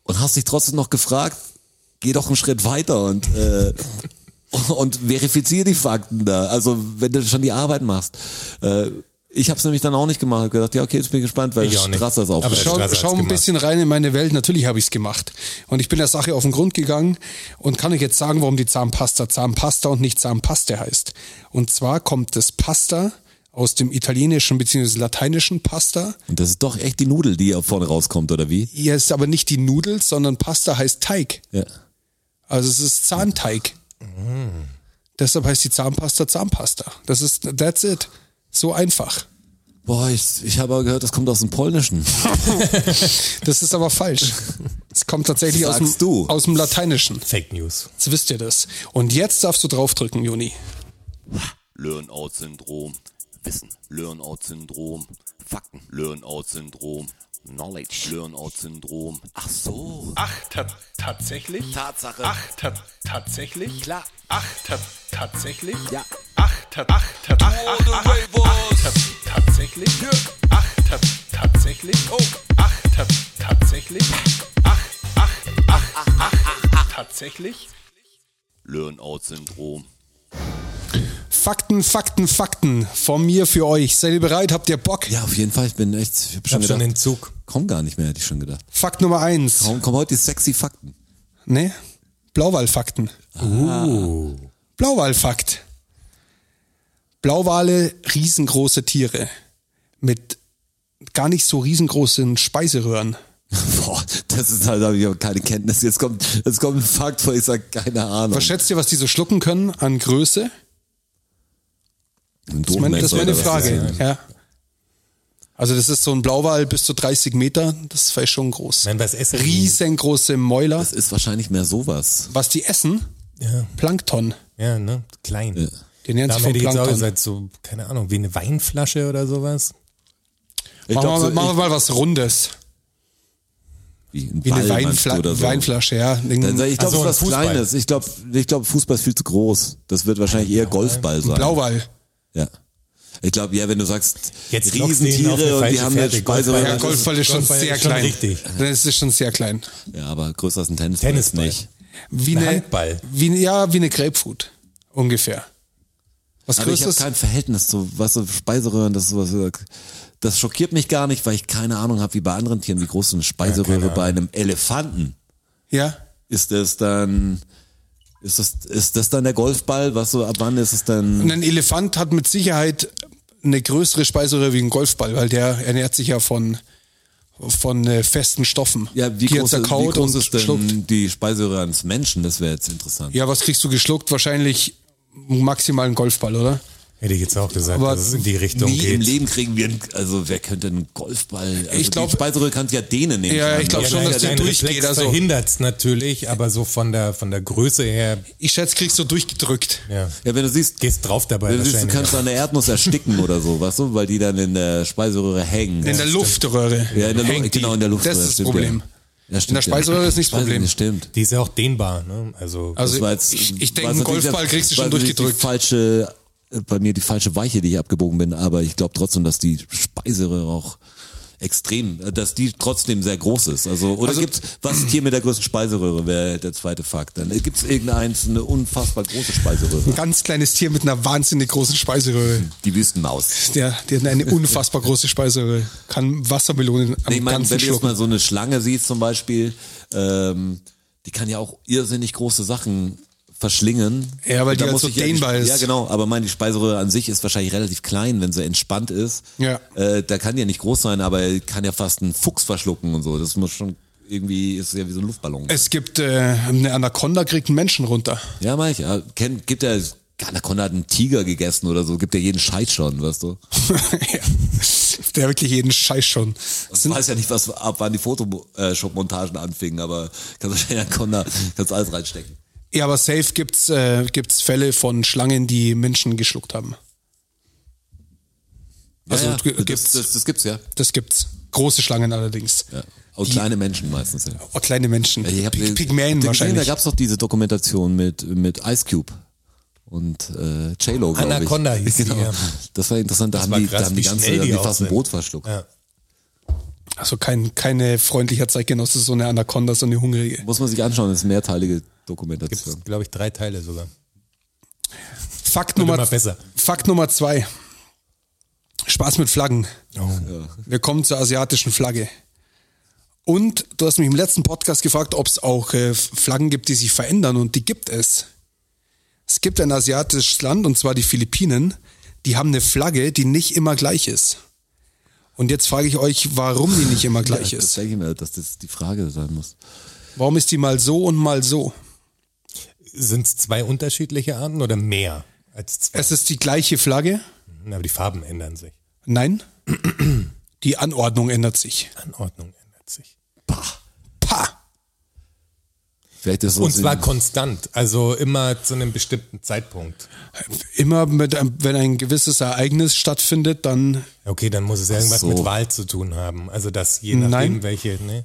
[SPEAKER 1] und hast dich trotzdem noch gefragt, geh doch einen Schritt weiter und, äh, und verifizier die Fakten da. Also wenn du schon die Arbeit machst. Äh, ich habe es nämlich dann auch nicht gemacht. Ich gedacht, ja, okay, jetzt bin ich gespannt, weil
[SPEAKER 3] Ich auch nicht.
[SPEAKER 1] Strasser ist
[SPEAKER 3] Aber
[SPEAKER 1] aufgeschrieben.
[SPEAKER 2] Schau,
[SPEAKER 3] Straße hat's
[SPEAKER 2] schau ein
[SPEAKER 3] gemacht.
[SPEAKER 2] bisschen rein in meine Welt. Natürlich habe ich es gemacht. Und ich bin der Sache auf den Grund gegangen und kann euch jetzt sagen, warum die Zahnpasta Zahnpasta und nicht Zahnpaste heißt. Und zwar kommt das Pasta aus dem italienischen bzw. lateinischen Pasta.
[SPEAKER 1] Und das ist doch echt die Nudel, die vorne rauskommt, oder wie?
[SPEAKER 2] Hier ist aber nicht die Nudel, sondern Pasta heißt Teig.
[SPEAKER 1] Ja.
[SPEAKER 2] Also es ist Zahnteig. Deshalb heißt die Zahnpasta Zahnpasta. Das ist, that's it. So einfach.
[SPEAKER 1] Boah, ich, ich habe aber gehört, das kommt aus dem Polnischen.
[SPEAKER 2] Das ist aber falsch. Es kommt tatsächlich aus dem,
[SPEAKER 1] Sagst du.
[SPEAKER 2] aus dem Lateinischen.
[SPEAKER 3] Fake News.
[SPEAKER 2] Jetzt wisst ihr das. Und jetzt darfst du draufdrücken, Juni.
[SPEAKER 5] Learn-out-Syndrom. Wissen. Learn-out-Syndrom. Fakten. Learn-out-Syndrom. Knowledge. Learn-out-Syndrom. Ach so.
[SPEAKER 6] Ach, ta tatsächlich?
[SPEAKER 5] Tatsache.
[SPEAKER 6] Ach, ta tatsächlich?
[SPEAKER 5] Klar.
[SPEAKER 6] Ach, ta tatsächlich?
[SPEAKER 5] Ja.
[SPEAKER 6] Ach, ta ach, ta ach, ach, ach, ach, ta tatsächlich? Ach, ta tatsächlich? Oh. Ach, ta tatsächlich? Ach, ach, ach, ach, ach, tatsächlich?
[SPEAKER 5] Learn-out-Syndrom.
[SPEAKER 2] Fakten, Fakten, Fakten. Von mir für euch. Seid ihr bereit? Habt ihr Bock?
[SPEAKER 1] Ja, auf jeden Fall. Ich bin echt, ich hab
[SPEAKER 3] Ich
[SPEAKER 1] schon
[SPEAKER 3] habe schon
[SPEAKER 1] gedacht,
[SPEAKER 3] den Zug.
[SPEAKER 1] komm gar nicht mehr, hätte ich schon gedacht.
[SPEAKER 2] Fakt Nummer
[SPEAKER 5] Oh.
[SPEAKER 2] eins.
[SPEAKER 1] Komm, komm heute die sexy Fakten.
[SPEAKER 2] Ne? Blauwalfakten.
[SPEAKER 5] Ah.
[SPEAKER 2] Blauwalfakt. Blauwale, riesengroße Tiere. Mit gar nicht so riesengroßen Speiseröhren.
[SPEAKER 1] Boah, das ist halt, da habe ich aber keine Kenntnis. Jetzt kommt, jetzt kommt ein Fakt, wo ich sage, keine Ahnung.
[SPEAKER 2] Was schätzt ihr, was die so schlucken können an Größe?
[SPEAKER 1] Ein
[SPEAKER 2] Das, meine, das ist meine
[SPEAKER 1] Dosenmensch oder was
[SPEAKER 2] Frage.
[SPEAKER 1] ist
[SPEAKER 2] Ja. Also das ist so ein Blauwal bis zu 30 Meter. Das ist vielleicht schon groß.
[SPEAKER 3] Nein, was essen die?
[SPEAKER 2] Riesengroße Mäuler.
[SPEAKER 1] das? Das ist wahrscheinlich mehr sowas.
[SPEAKER 2] was die essen,
[SPEAKER 3] Ja,
[SPEAKER 2] Plankton.
[SPEAKER 3] ja ne? Klein.
[SPEAKER 1] Ja.
[SPEAKER 2] Die ernähren sich
[SPEAKER 3] Da haben
[SPEAKER 2] vom
[SPEAKER 3] wir die jetzt auch
[SPEAKER 2] Plankton.
[SPEAKER 3] gesagt, so, keine Ahnung, wie eine Weinflasche oder sowas.
[SPEAKER 1] Ich
[SPEAKER 2] Machen, wir,
[SPEAKER 1] glaub, so,
[SPEAKER 2] machen wir
[SPEAKER 1] ich,
[SPEAKER 2] mal was Rundes.
[SPEAKER 1] wie ein
[SPEAKER 2] Wie eine
[SPEAKER 1] Ball meinst du
[SPEAKER 2] Weinfla
[SPEAKER 1] oder so.
[SPEAKER 2] Weinflasche, ja.
[SPEAKER 1] Dann sag ich,
[SPEAKER 2] Ein
[SPEAKER 1] ich glaube, es ist
[SPEAKER 3] Also ein
[SPEAKER 1] was
[SPEAKER 3] Fußball.
[SPEAKER 1] Kleines. Ich glaube, ich glaub, Fußball ist viel zu groß. Das wird wahrscheinlich eher Golfball sein.
[SPEAKER 2] Blauwal.
[SPEAKER 1] Ja. Ich glaube, ja, wenn du sagst,
[SPEAKER 3] Jetzt lockst du ihn auf eine
[SPEAKER 1] Riesentiere und die
[SPEAKER 3] falsche
[SPEAKER 1] haben eine
[SPEAKER 3] Fährte.
[SPEAKER 1] Speise.
[SPEAKER 3] Golfball-
[SPEAKER 2] Ja,
[SPEAKER 3] das
[SPEAKER 2] Golfball ist schon
[SPEAKER 3] Golfball
[SPEAKER 2] sehr
[SPEAKER 3] ist schon
[SPEAKER 2] klein.
[SPEAKER 3] richtig.
[SPEAKER 2] Das ist schon sehr klein.
[SPEAKER 1] Ja, aber größer als ein Tennisball. ist
[SPEAKER 3] Tennisball.
[SPEAKER 1] nicht.
[SPEAKER 2] Wie
[SPEAKER 3] Ein
[SPEAKER 2] eine,
[SPEAKER 3] Handball.
[SPEAKER 2] Wie, eine- ja, wie eine Grapefruit. Ungefähr. Was
[SPEAKER 1] Aber ich habe
[SPEAKER 2] Größeres?
[SPEAKER 1] kein Verhältnis zu was so Speiseröhren, das ist sowas. Das schockiert mich gar nicht, weil ich keine Ahnung habe, wie bei anderen Tieren, wie groß so eine Speiseröhre bei einem Elefanten
[SPEAKER 2] Ja.
[SPEAKER 1] ist. Das dann ist das ist das dann der Golfball? Was so ab wann ist es dann?
[SPEAKER 2] Und ein Elefant hat mit Sicherheit eine größere Speiseröhre wie ein Golfball, weil der ernährt sich ja von, von äh, festen Stoffen.
[SPEAKER 1] Ja, wie
[SPEAKER 2] die er
[SPEAKER 1] groß, ist, wie
[SPEAKER 2] zerkaut
[SPEAKER 1] groß
[SPEAKER 2] und
[SPEAKER 1] ist denn
[SPEAKER 2] schluckt.
[SPEAKER 1] die Speiseröhre eines Menschen? Das wäre jetzt interessant.
[SPEAKER 2] Ja, was kriegst du geschluckt? Wahrscheinlich maximal einen Golfball, oder?
[SPEAKER 3] Hätte ich jetzt auch gesagt,
[SPEAKER 2] Aber
[SPEAKER 3] dass es in die Richtung
[SPEAKER 1] Nie im
[SPEAKER 3] geht.
[SPEAKER 1] Leben kriegen wir, einen- also wer könnte einen Golfball? Also
[SPEAKER 2] Ich glaub-
[SPEAKER 1] die Speiseröhre kannst du ja dehnen nehmen.
[SPEAKER 2] Ja, ich glaub
[SPEAKER 3] Ja,
[SPEAKER 2] schon,
[SPEAKER 3] nein,
[SPEAKER 2] dass die
[SPEAKER 3] dein
[SPEAKER 2] durchgeht,
[SPEAKER 3] Reflex
[SPEAKER 2] also-
[SPEAKER 3] verhindert's natürlich, aber so von der, von der Größe her,
[SPEAKER 2] Ich schätze, kriegst du durchgedrückt.
[SPEAKER 3] ja,
[SPEAKER 1] Ja, wenn du siehst,
[SPEAKER 3] gehst drauf dabei
[SPEAKER 1] wenn du, siehst, du
[SPEAKER 3] wahrscheinlich.
[SPEAKER 1] kannst an der Erdnuss ersticken oder so, weißt du, weil die dann in der Speiseröhre hängen.
[SPEAKER 2] In der Luftröhre.
[SPEAKER 1] Ja, in der Luft,
[SPEAKER 2] hängt die.
[SPEAKER 1] genau, in der Luft.
[SPEAKER 2] Das
[SPEAKER 1] ja,
[SPEAKER 2] ist das
[SPEAKER 1] stimmt,
[SPEAKER 2] Problem.
[SPEAKER 1] Ja. Ja, stimmt,
[SPEAKER 2] In der Speiseröhre ist nicht das
[SPEAKER 1] Speise-
[SPEAKER 2] Problem.
[SPEAKER 1] Stimmt.
[SPEAKER 3] Die ist ja auch dehnbar, ne? Also,
[SPEAKER 2] Also
[SPEAKER 1] war jetzt-
[SPEAKER 2] ich, ich
[SPEAKER 1] war
[SPEAKER 2] denke, einen
[SPEAKER 1] natürlich
[SPEAKER 2] Golfball
[SPEAKER 1] der-
[SPEAKER 2] kriegst du
[SPEAKER 1] war
[SPEAKER 2] schon
[SPEAKER 1] natürlich
[SPEAKER 2] durchgedrückt.
[SPEAKER 1] Die falsche, äh, bei mir die falsche Weiche, die ich abgebogen bin, aber ich glaube trotzdem, dass die Speiseröhre auch extrem, äh, dass die trotzdem sehr groß ist. Also, oder
[SPEAKER 2] Also-
[SPEAKER 1] gibt's, was ist hier mit der größten Speiseröhre, wäre der zweite Fakt. Dann äh, gibt's irgendeins, eine unfassbar große Speiseröhre.
[SPEAKER 2] Ganz kleines Tier mit einer wahnsinnig großen Speiseröhre.
[SPEAKER 1] Die Wüstenmaus.
[SPEAKER 2] Der, die hat eine unfassbar große Speiseröhre. Kann Wassermelonen am
[SPEAKER 1] Nee, ich meine,
[SPEAKER 2] ganzen
[SPEAKER 1] wenn du jetzt
[SPEAKER 2] schlucken.
[SPEAKER 1] mal so eine Schlange siehst zum Beispiel, ähm, die kann ja auch irrsinnig große Sachen verschlingen.
[SPEAKER 2] Ja,
[SPEAKER 1] Und
[SPEAKER 2] weil die
[SPEAKER 1] da
[SPEAKER 2] halt
[SPEAKER 1] muss
[SPEAKER 2] so
[SPEAKER 1] ich ja
[SPEAKER 2] dehnbar
[SPEAKER 1] nicht-
[SPEAKER 2] ist.
[SPEAKER 1] Ja, genau. Aber meine, die Speiseröhre an sich ist wahrscheinlich relativ klein, wenn sie entspannt ist.
[SPEAKER 2] Ja.
[SPEAKER 1] Äh, da kann die ja nicht groß sein, aber kann ja fast einen Fuchs verschlucken und so. Das muss schon irgendwie, ist ja wie so ein Luftballon.
[SPEAKER 2] Es gibt äh, eine Anaconda kriegt einen Menschen runter.
[SPEAKER 1] ja, mach ich. Ja, kenn, gibt ja, Anaconda hat einen Tiger gegessen oder so. Gibt ja jeden Scheiß schon, weißt du.
[SPEAKER 2] ja. Der wirklich jeden Scheiß schon.
[SPEAKER 1] Ich weiß ja nicht, was ab wann die Photoshop-Montagen anfingen, aber kannst wahrscheinlich Anaconda, kannst alles reinstecken.
[SPEAKER 2] Ja, aber safe gibt's, äh, gibt's Fälle von Schlangen, die Menschen geschluckt haben. Also
[SPEAKER 1] ja, ja.
[SPEAKER 2] gibt's,
[SPEAKER 1] Das, das, das gibt's ja.
[SPEAKER 2] das gibt's. Große Schlangen allerdings.
[SPEAKER 1] ja. Auch kleine Menschen meistens. Ja.
[SPEAKER 2] Oh, kleine Menschen.
[SPEAKER 1] Ich hab
[SPEAKER 2] Pig
[SPEAKER 1] den-
[SPEAKER 2] Pygmäen
[SPEAKER 1] den Gesehen, da
[SPEAKER 2] wahrscheinlich.
[SPEAKER 1] gab's doch diese Dokumentation mit, mit Ice Cube und äh, J-Lo, glaub ich. Genau.
[SPEAKER 3] Anaconda hieß die, ja.
[SPEAKER 1] Das war interessant, da
[SPEAKER 3] war
[SPEAKER 1] haben die,
[SPEAKER 3] krass,
[SPEAKER 1] da haben
[SPEAKER 3] wie
[SPEAKER 1] die ganze,
[SPEAKER 3] schnell
[SPEAKER 1] haben
[SPEAKER 3] die
[SPEAKER 1] die
[SPEAKER 3] auch
[SPEAKER 1] fast ein
[SPEAKER 3] sind.
[SPEAKER 1] Brot verschluckt.
[SPEAKER 3] Ja.
[SPEAKER 2] Also kein, keine freundlicher Zeitgenosse, so eine Anaconda, so eine hungrige.
[SPEAKER 1] Muss man sich anschauen, das ist eine mehrteilige
[SPEAKER 3] Gibt
[SPEAKER 1] Dokumentation.
[SPEAKER 3] es, glaube ich, drei Teile sogar.
[SPEAKER 2] Fakt
[SPEAKER 3] Wird
[SPEAKER 2] Nummer,
[SPEAKER 3] immer besser.
[SPEAKER 2] Fakt Nummer zwei. Spaß mit Flaggen. Wir kommen zur asiatischen Flagge. Und du hast mich im letzten Podcast gefragt, ob es auch äh, Flaggen gibt, die sich verändern. Und die gibt es. Es gibt ein asiatisches Land, und zwar die Philippinen. Die haben eine Flagge, die nicht immer gleich ist. Und jetzt frage ich euch, warum die nicht immer gleich
[SPEAKER 1] Das
[SPEAKER 2] ist.
[SPEAKER 1] denke ich mir, dass das die Frage sein muss.
[SPEAKER 2] Warum ist die mal so und mal so?
[SPEAKER 3] Sind es zwei unterschiedliche Arten oder mehr als zwei?
[SPEAKER 2] Es ist die gleiche Flagge?
[SPEAKER 3] Aber die Farben ändern sich.
[SPEAKER 2] Nein. Die Anordnung ändert sich.
[SPEAKER 3] Anordnung ändert sich.
[SPEAKER 2] Pah!
[SPEAKER 1] Vielleicht ist
[SPEAKER 3] Und
[SPEAKER 1] uns
[SPEAKER 3] zwar
[SPEAKER 1] in-
[SPEAKER 3] konstant, also immer zu einem bestimmten Zeitpunkt.
[SPEAKER 2] Immer, mit, einem- wenn ein gewisses Ereignis stattfindet, dann
[SPEAKER 3] Okay, dann muss es ja irgendwas
[SPEAKER 1] so.
[SPEAKER 3] mit Wahl zu tun haben. Also das je nachdem
[SPEAKER 2] Nein.
[SPEAKER 3] welche, ne?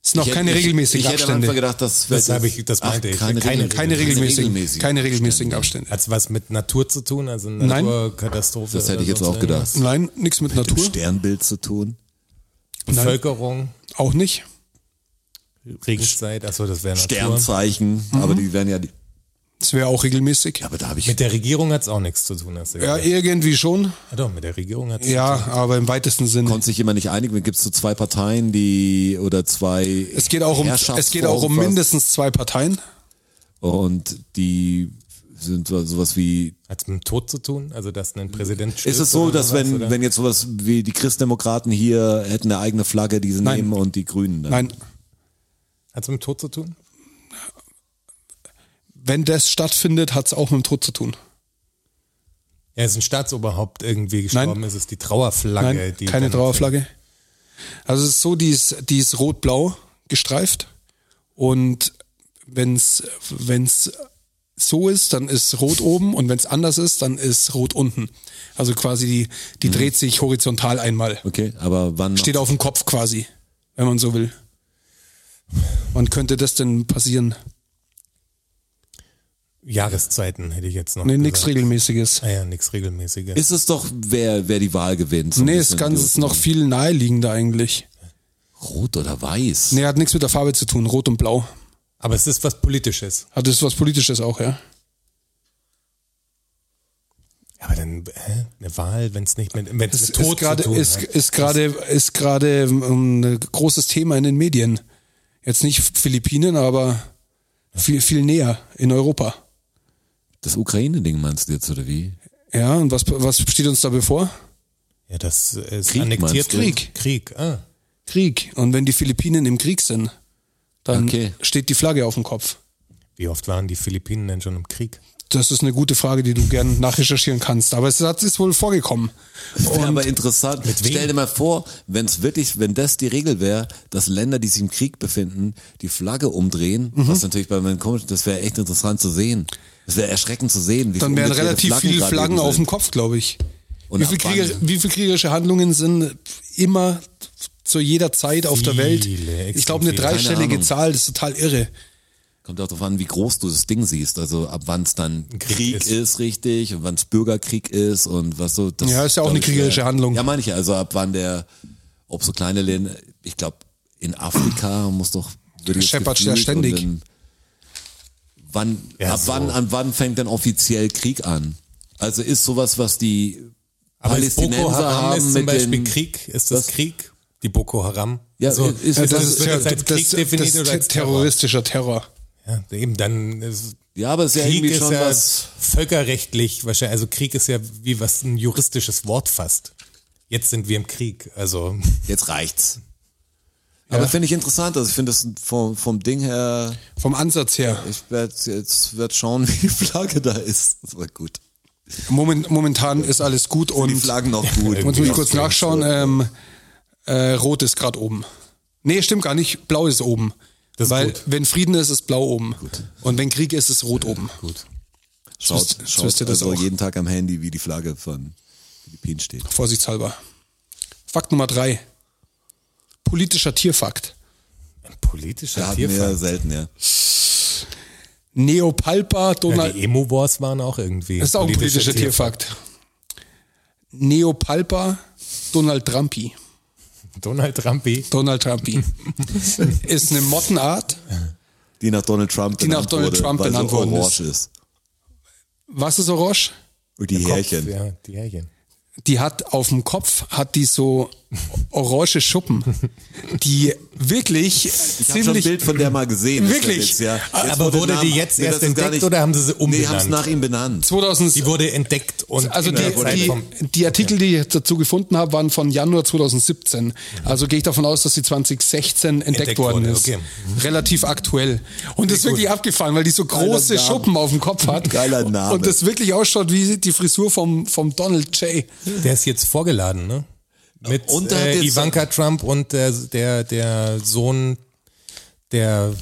[SPEAKER 2] ist noch
[SPEAKER 1] Ich hätte-
[SPEAKER 2] keine
[SPEAKER 1] ich-
[SPEAKER 2] regelmäßigen
[SPEAKER 1] ich hätte am
[SPEAKER 2] Abstände.
[SPEAKER 1] Anfang gedacht, dass
[SPEAKER 3] Das
[SPEAKER 1] vielleicht
[SPEAKER 3] habe ich- das meinte ich.
[SPEAKER 1] Keine,
[SPEAKER 3] Keine-
[SPEAKER 1] Regel-
[SPEAKER 2] keine regelmäßigen,
[SPEAKER 1] regelmäßigen.
[SPEAKER 2] keine regelmäßigen Abstände.
[SPEAKER 3] Hat es was mit Natur zu tun, also eine
[SPEAKER 2] Nein.
[SPEAKER 3] Naturkatastrophe?
[SPEAKER 1] Das hätte ich
[SPEAKER 3] oder
[SPEAKER 1] jetzt auch
[SPEAKER 3] sonst
[SPEAKER 1] gedacht.
[SPEAKER 3] irgendwas?
[SPEAKER 2] Nein, nichts mit
[SPEAKER 1] Mit dem
[SPEAKER 2] Natur,
[SPEAKER 1] Sternbild zu tun.
[SPEAKER 3] Bevölkerung,
[SPEAKER 2] auch nicht.
[SPEAKER 3] Regenzeit, achso, das wäre Natur.
[SPEAKER 1] Sternzeichen, aber
[SPEAKER 2] Mhm.
[SPEAKER 1] die werden ja. die-
[SPEAKER 2] Das wäre auch regelmäßig.
[SPEAKER 1] Aber da habe ich.
[SPEAKER 3] Mit der Regierung hat es auch nichts zu tun, hast du
[SPEAKER 2] Ja,
[SPEAKER 3] gesagt.
[SPEAKER 2] irgendwie schon.
[SPEAKER 1] e-
[SPEAKER 3] Ja, doch, mit der Regierung hat es
[SPEAKER 2] Ja, aber im weitesten Sinne.
[SPEAKER 1] konnte sich immer nicht einigen. Gibt es so zwei Parteien, die oder zwei.
[SPEAKER 2] Es geht auch um, es geht auch um mindestens zwei Parteien.
[SPEAKER 1] Und die sind so- sowas wie.
[SPEAKER 3] Hat's mit dem Tod zu tun? Also, dass ein Präsident stirbt
[SPEAKER 1] Ist es so,
[SPEAKER 3] oder
[SPEAKER 1] dass
[SPEAKER 3] sowas,
[SPEAKER 1] wenn,
[SPEAKER 3] oder?
[SPEAKER 1] wenn jetzt sowas wie die Christdemokraten hier hätten eine eigene Flagge, die sie
[SPEAKER 2] Nein.
[SPEAKER 1] nehmen und die Grünen dann?
[SPEAKER 2] Nein,
[SPEAKER 3] Hat's mit dem Tod zu tun?
[SPEAKER 2] wenn das stattfindet, hat es auch mit dem Tod zu tun.
[SPEAKER 3] Er ist ein Staatsoberhaupt irgendwie
[SPEAKER 2] Nein.
[SPEAKER 3] gestorben. Es ist die Trauerflagge.
[SPEAKER 2] Nein,
[SPEAKER 3] die
[SPEAKER 2] keine
[SPEAKER 3] dann-
[SPEAKER 2] Trauerflagge. Also es ist so, die ist, die ist rot-blau gestreift und wenn's wenn's so ist, dann ist rot oben und wenn's anders ist, dann ist rot unten. Also quasi die, die
[SPEAKER 3] Mhm.
[SPEAKER 2] dreht sich horizontal einmal.
[SPEAKER 1] Okay, aber wann?
[SPEAKER 2] Steht auf dem Kopf quasi, wenn man so will. Wann könnte das denn passieren?
[SPEAKER 3] Jahreszeiten hätte ich jetzt noch.
[SPEAKER 2] Nee,
[SPEAKER 3] gesagt.
[SPEAKER 2] nichts Regelmäßiges.
[SPEAKER 3] Naja, nichts Regelmäßiges.
[SPEAKER 1] ist es doch, wer, wer die Wahl gewinnt? So ein
[SPEAKER 2] Nee, es
[SPEAKER 1] bisschen
[SPEAKER 2] kann es
[SPEAKER 1] so-
[SPEAKER 2] noch viel naheliegender eigentlich.
[SPEAKER 1] Rot oder weiß?
[SPEAKER 2] Nee, hat nichts mit der Farbe zu tun, rot und blau.
[SPEAKER 3] Aber es ist was Politisches.
[SPEAKER 2] Hat das was Politisches auch, ja?
[SPEAKER 3] Aber dann, hä? Eine Wahl, wenn es nicht mit, wenn es
[SPEAKER 2] Es
[SPEAKER 3] mit Tod
[SPEAKER 2] ist gerade
[SPEAKER 3] zu tun
[SPEAKER 2] ist,
[SPEAKER 3] hat.
[SPEAKER 2] ist gerade ist gerade ähm, ein großes Thema in den Medien. Jetzt nicht Philippinen, aber viel viel näher in Europa.
[SPEAKER 1] Das Ukraine-Ding meinst du jetzt, oder wie?
[SPEAKER 2] Ja, und was was steht uns da bevor?
[SPEAKER 3] Ja, das ist
[SPEAKER 1] Krieg
[SPEAKER 3] annektiert.
[SPEAKER 1] meinst du?
[SPEAKER 3] wird. Krieg, ah.
[SPEAKER 2] Krieg. Und wenn die Philippinen im Krieg sind, dann
[SPEAKER 1] Okay.
[SPEAKER 2] steht die Flagge auf dem Kopf.
[SPEAKER 3] Wie oft waren die Philippinen denn schon im Krieg?
[SPEAKER 2] Das ist eine gute Frage, die du gern nachrecherchieren kannst. Aber es hat ist wohl vorgekommen.
[SPEAKER 1] Wäre aber interessant. Stell dir mal vor, wenn es wirklich, wenn das die Regel wäre, dass Länder, die sich im Krieg befinden, die Flagge umdrehen,
[SPEAKER 2] Mhm.
[SPEAKER 1] was natürlich bei meinen komischen, das wäre echt interessant zu sehen. Das wäre erschreckend zu sehen. Wie
[SPEAKER 2] Dann
[SPEAKER 1] viel
[SPEAKER 2] wären
[SPEAKER 1] umgedrehte
[SPEAKER 2] relativ viele
[SPEAKER 1] gerade
[SPEAKER 2] Flaggen
[SPEAKER 1] eben
[SPEAKER 2] auf dem
[SPEAKER 1] sind.
[SPEAKER 2] Kopf, glaube ich.
[SPEAKER 1] Und
[SPEAKER 2] wie, viel
[SPEAKER 1] ab wann-
[SPEAKER 2] Krieger, wie viel kriegerische Handlungen sind immer zu jeder Zeit auf der
[SPEAKER 3] Viele,
[SPEAKER 2] Welt?
[SPEAKER 3] extrem
[SPEAKER 2] Ich glaube, eine
[SPEAKER 3] viele. Keine
[SPEAKER 2] dreistellige
[SPEAKER 1] Ahnung.
[SPEAKER 2] Zahl das ist total irre.
[SPEAKER 1] Kommt auch darauf an, wie groß du das Ding siehst. Also ab wann es dann
[SPEAKER 3] Krieg
[SPEAKER 1] Krieg,
[SPEAKER 3] ist.
[SPEAKER 1] ist. richtig und wann es Bürgerkrieg ist und was so. Das,
[SPEAKER 2] Ja, ist ja auch
[SPEAKER 1] glaub
[SPEAKER 2] eine
[SPEAKER 1] ich,
[SPEAKER 2] kriegerische
[SPEAKER 1] wär-
[SPEAKER 2] Handlung.
[SPEAKER 1] Ja, meine ich ja. Also ab wann der, ob so kleine Länder, ich glaube, in Afrika muss doch. wird jetzt
[SPEAKER 2] Scheppert ja
[SPEAKER 1] gefühlt
[SPEAKER 2] ständig.
[SPEAKER 1] und in- Wann,
[SPEAKER 3] Ja,
[SPEAKER 1] ab
[SPEAKER 3] so.
[SPEAKER 1] wann, an wann fängt denn offiziell Krieg an? Also ist sowas, was die
[SPEAKER 3] Aber ist Boko
[SPEAKER 1] Palästinenser
[SPEAKER 3] Haram
[SPEAKER 1] haben
[SPEAKER 3] ist zum
[SPEAKER 1] mit
[SPEAKER 3] Beispiel
[SPEAKER 1] den,
[SPEAKER 3] Krieg? Ist das Krieg? Die Boko Haram?
[SPEAKER 1] Ja,
[SPEAKER 3] Also,
[SPEAKER 1] ist- ist-
[SPEAKER 2] Ja,
[SPEAKER 1] das
[SPEAKER 2] das,
[SPEAKER 1] ist-
[SPEAKER 2] ist
[SPEAKER 3] wird
[SPEAKER 2] ja,
[SPEAKER 3] als
[SPEAKER 2] das,
[SPEAKER 3] Krieg definiert
[SPEAKER 2] das
[SPEAKER 3] oder als Terror?
[SPEAKER 2] terroristischer Terror.
[SPEAKER 3] Ja, eben dann ist
[SPEAKER 1] Ja, aber ist ja
[SPEAKER 3] Krieg
[SPEAKER 1] irgendwie
[SPEAKER 3] ist
[SPEAKER 1] schon
[SPEAKER 3] ja
[SPEAKER 1] was.
[SPEAKER 3] völkerrechtlich wahrscheinlich, also Krieg ist ja wie was ein juristisches Wort fast. Jetzt sind wir im Krieg, also
[SPEAKER 1] Jetzt reicht's. Aber finde ich interessant. Also ich finde das vom, vom Ding her.
[SPEAKER 2] Vom Ansatz her.
[SPEAKER 1] Ich werde jetzt werd schauen, wie die Flagge da ist. Das war gut.
[SPEAKER 2] Moment, momentan ist alles gut
[SPEAKER 1] die
[SPEAKER 2] und
[SPEAKER 1] Flaggen noch gut.
[SPEAKER 2] muss mich kurz nachschauen. Ähm, äh, Rot ist gerade oben. Nee, stimmt gar nicht. Blau ist oben.
[SPEAKER 3] Das ist
[SPEAKER 2] Weil
[SPEAKER 3] gut.
[SPEAKER 2] wenn Frieden ist, ist blau oben. Und wenn Krieg ist, ist rot oben.
[SPEAKER 1] Gut.
[SPEAKER 2] wisst-
[SPEAKER 1] Schaut,
[SPEAKER 2] jetzt
[SPEAKER 1] schaut
[SPEAKER 2] wisst ihr das
[SPEAKER 1] also
[SPEAKER 2] auch.
[SPEAKER 1] jeden Tag am Handy, wie die Flagge von Philippinen steht.
[SPEAKER 2] Vorsichtshalber. Fakt Nummer drei. Politischer Tierfakt.
[SPEAKER 1] Da
[SPEAKER 3] Politischer
[SPEAKER 1] hatten wir
[SPEAKER 3] Tierfall.
[SPEAKER 1] selten, ja.
[SPEAKER 2] Neopalpa
[SPEAKER 3] Ja,
[SPEAKER 2] Donald.
[SPEAKER 3] die Emo-Wars waren auch irgendwie.
[SPEAKER 2] das ist auch ein politischer
[SPEAKER 3] Tierfall.
[SPEAKER 2] Tierfakt. Neopalpa Donald Trumpi.
[SPEAKER 3] Donald Trumpi.
[SPEAKER 2] Donald Trumpi. ist eine Mottenart.
[SPEAKER 1] Die nach Donald Trump
[SPEAKER 2] Die nach Donald
[SPEAKER 1] wurde,
[SPEAKER 2] Trump
[SPEAKER 1] weil
[SPEAKER 2] benannt
[SPEAKER 1] sie
[SPEAKER 2] worden
[SPEAKER 1] orange ist.
[SPEAKER 2] Was ist orange?
[SPEAKER 1] Und die Härchen.
[SPEAKER 3] Ja, die Härchen.
[SPEAKER 2] die hat auf dem Kopf, hat die so orange Schuppen, die wirklich
[SPEAKER 1] Ich habe schon ein
[SPEAKER 2] ziemlich,
[SPEAKER 1] Bild von der mal gesehen. ist der
[SPEAKER 2] Wirklich?
[SPEAKER 1] Witz, ja. Jetzt
[SPEAKER 3] Aber wurde
[SPEAKER 1] der
[SPEAKER 3] die jetzt erst
[SPEAKER 1] das ist gar
[SPEAKER 3] entdeckt oder haben sie
[SPEAKER 1] Nee,
[SPEAKER 3] sie
[SPEAKER 1] haben
[SPEAKER 3] umbenannt?
[SPEAKER 1] es nach ihm benannt.
[SPEAKER 2] 2000,
[SPEAKER 3] Die wurde entdeckt und
[SPEAKER 2] also
[SPEAKER 3] in
[SPEAKER 2] die,
[SPEAKER 3] der Zeit
[SPEAKER 2] die,
[SPEAKER 3] vom-
[SPEAKER 2] die Artikel, die ich dazu gefunden habe, waren von Januar 2017. Also gehe ich davon aus, dass sie 2016 entdeckt,
[SPEAKER 3] Entdeckt
[SPEAKER 2] worden
[SPEAKER 3] wurde,
[SPEAKER 2] ist.
[SPEAKER 3] okay. Mhm.
[SPEAKER 2] Relativ aktuell. Und das ist wirklich abgefahren, weil die so große
[SPEAKER 1] Name.
[SPEAKER 2] Schuppen auf dem Kopf hat.
[SPEAKER 1] Geiler Name.
[SPEAKER 2] Und das wirklich ausschaut wie die Frisur vom, vom Donald J.
[SPEAKER 3] Der ist jetzt vorgeladen, ne? Mit
[SPEAKER 1] Und da hat
[SPEAKER 3] äh,
[SPEAKER 1] jetzt-
[SPEAKER 3] Ivanka Trump und der, der, der Sohn, der,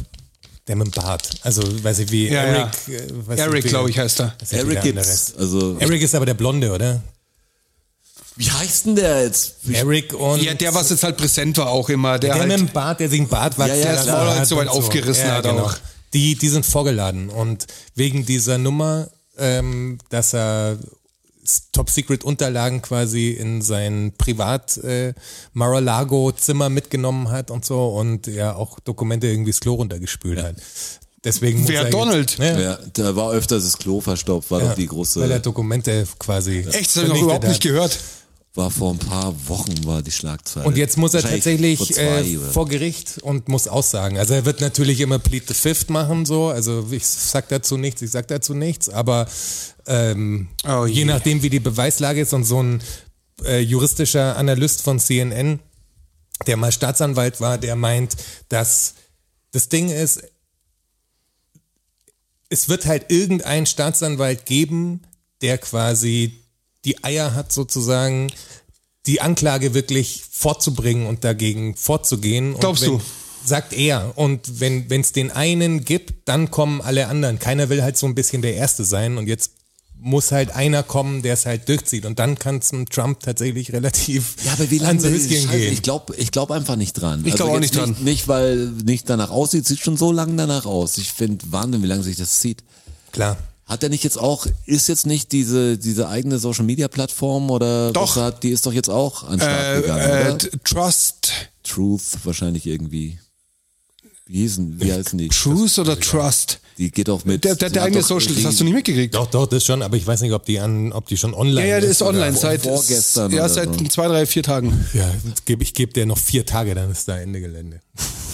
[SPEAKER 3] der mit dem Bart. Also, weiß ich wie,
[SPEAKER 2] Ja, ja.
[SPEAKER 3] Eric. äh, weiß
[SPEAKER 2] Eric,
[SPEAKER 3] wie-
[SPEAKER 2] glaube ich, heißt er.
[SPEAKER 3] weiß nicht, wie
[SPEAKER 1] Eric
[SPEAKER 3] der andere
[SPEAKER 1] gibt's.
[SPEAKER 3] ist.
[SPEAKER 1] Also,
[SPEAKER 3] Eric ist aber der Blonde, oder?
[SPEAKER 1] wie heißt denn der jetzt? Wie-
[SPEAKER 3] Eric und
[SPEAKER 2] Ja, der, was jetzt halt präsent war auch immer. Der,
[SPEAKER 3] der
[SPEAKER 2] halt,
[SPEAKER 3] mit dem Bart, der sich einen Bart wachsen
[SPEAKER 1] ja,
[SPEAKER 3] lassen
[SPEAKER 1] klar.
[SPEAKER 2] Maul halt
[SPEAKER 3] hat
[SPEAKER 2] so weit
[SPEAKER 3] und genau.
[SPEAKER 2] aufgerissen hat auch.
[SPEAKER 3] Die, die sind vorgeladen und wegen dieser Nummer, ähm, dass er Top Secret Unterlagen quasi in sein Privat äh, Mar-a-Lago Zimmer mitgenommen hat und so und ja auch Dokumente irgendwie das Klo runtergespült hat. Deswegen muss
[SPEAKER 2] Wer
[SPEAKER 3] er jetzt-
[SPEAKER 2] Donald?
[SPEAKER 3] Ja,
[SPEAKER 1] Ja, da war öfters das Klo verstopft, war doch die
[SPEAKER 3] Weil er
[SPEAKER 1] große,
[SPEAKER 3] Dokumente quasi.
[SPEAKER 2] Echt, das habe ich noch
[SPEAKER 3] vernichtet
[SPEAKER 2] überhaupt
[SPEAKER 3] hat.
[SPEAKER 2] nicht gehört.
[SPEAKER 1] war vor ein paar Wochen war die Schlagzeile.
[SPEAKER 3] Und jetzt muss er
[SPEAKER 1] Wahrscheinlich
[SPEAKER 3] tatsächlich
[SPEAKER 1] vor, zwei
[SPEAKER 3] äh,
[SPEAKER 1] oder-
[SPEAKER 3] vor Gericht und muss aussagen. Also er wird natürlich immer Plead the Fifth machen, so. Also ich sag dazu nichts, ich sag dazu nichts, aber ähm,
[SPEAKER 2] Oh
[SPEAKER 3] je
[SPEAKER 2] je.
[SPEAKER 3] nachdem, wie die Beweislage ist und so ein äh, juristischer Analyst von CNN, der mal Staatsanwalt war, der meint, dass das Ding ist, es wird halt irgendeinen Staatsanwalt geben, der quasi die Eier hat sozusagen, die Anklage wirklich vorzubringen und dagegen vorzugehen.
[SPEAKER 2] Glaubst
[SPEAKER 3] und wenn,
[SPEAKER 2] du?
[SPEAKER 3] Sagt er. Und wenn es den einen gibt, dann kommen alle anderen. Keiner will halt so ein bisschen der Erste sein und jetzt muss halt einer kommen, der es halt durchzieht. Und dann kann es Trump tatsächlich relativ
[SPEAKER 1] Ja, aber wie lange
[SPEAKER 3] ans
[SPEAKER 1] soll
[SPEAKER 3] Höschen
[SPEAKER 1] die Scheiße?
[SPEAKER 3] gehen.
[SPEAKER 1] Ich glaube ich glaub einfach nicht dran. Also
[SPEAKER 2] Ich glaub auch
[SPEAKER 1] jetzt
[SPEAKER 2] nicht dran.
[SPEAKER 1] Nicht, nicht, weil nicht danach aussieht, sieht schon so lange danach aus. Ich finde Wahnsinn, wie lange sich das zieht.
[SPEAKER 3] Klar.
[SPEAKER 1] Hat er nicht jetzt auch, ist jetzt nicht diese, diese eigene Social Media Plattform oder
[SPEAKER 2] Doch.
[SPEAKER 1] Was hat, die ist doch jetzt auch an den Start gegangen,
[SPEAKER 2] Äh,
[SPEAKER 1] oder?
[SPEAKER 2] t- Trust.
[SPEAKER 1] Truth wahrscheinlich irgendwie. Wie hießen, wie heißen die?
[SPEAKER 2] Truth oder Trust?
[SPEAKER 1] Die geht auch mit.
[SPEAKER 2] Der, der,
[SPEAKER 1] die
[SPEAKER 2] der
[SPEAKER 1] hat
[SPEAKER 2] eigene
[SPEAKER 1] doch
[SPEAKER 2] Social, das
[SPEAKER 1] irgendwie-
[SPEAKER 2] hast du nicht mitgekriegt.
[SPEAKER 3] Doch, doch, das schon, aber ich weiß nicht, ob die an, ob die schon online
[SPEAKER 2] Ja, ja, das ist
[SPEAKER 3] oder-
[SPEAKER 2] online seit,
[SPEAKER 1] vorgestern
[SPEAKER 2] ja,
[SPEAKER 1] oder
[SPEAKER 2] seit
[SPEAKER 1] so.
[SPEAKER 2] zwei, drei, vier Tagen.
[SPEAKER 3] Ja, jetzt geb, ich gebe dir noch vier Tage, dann ist da Ende Gelände.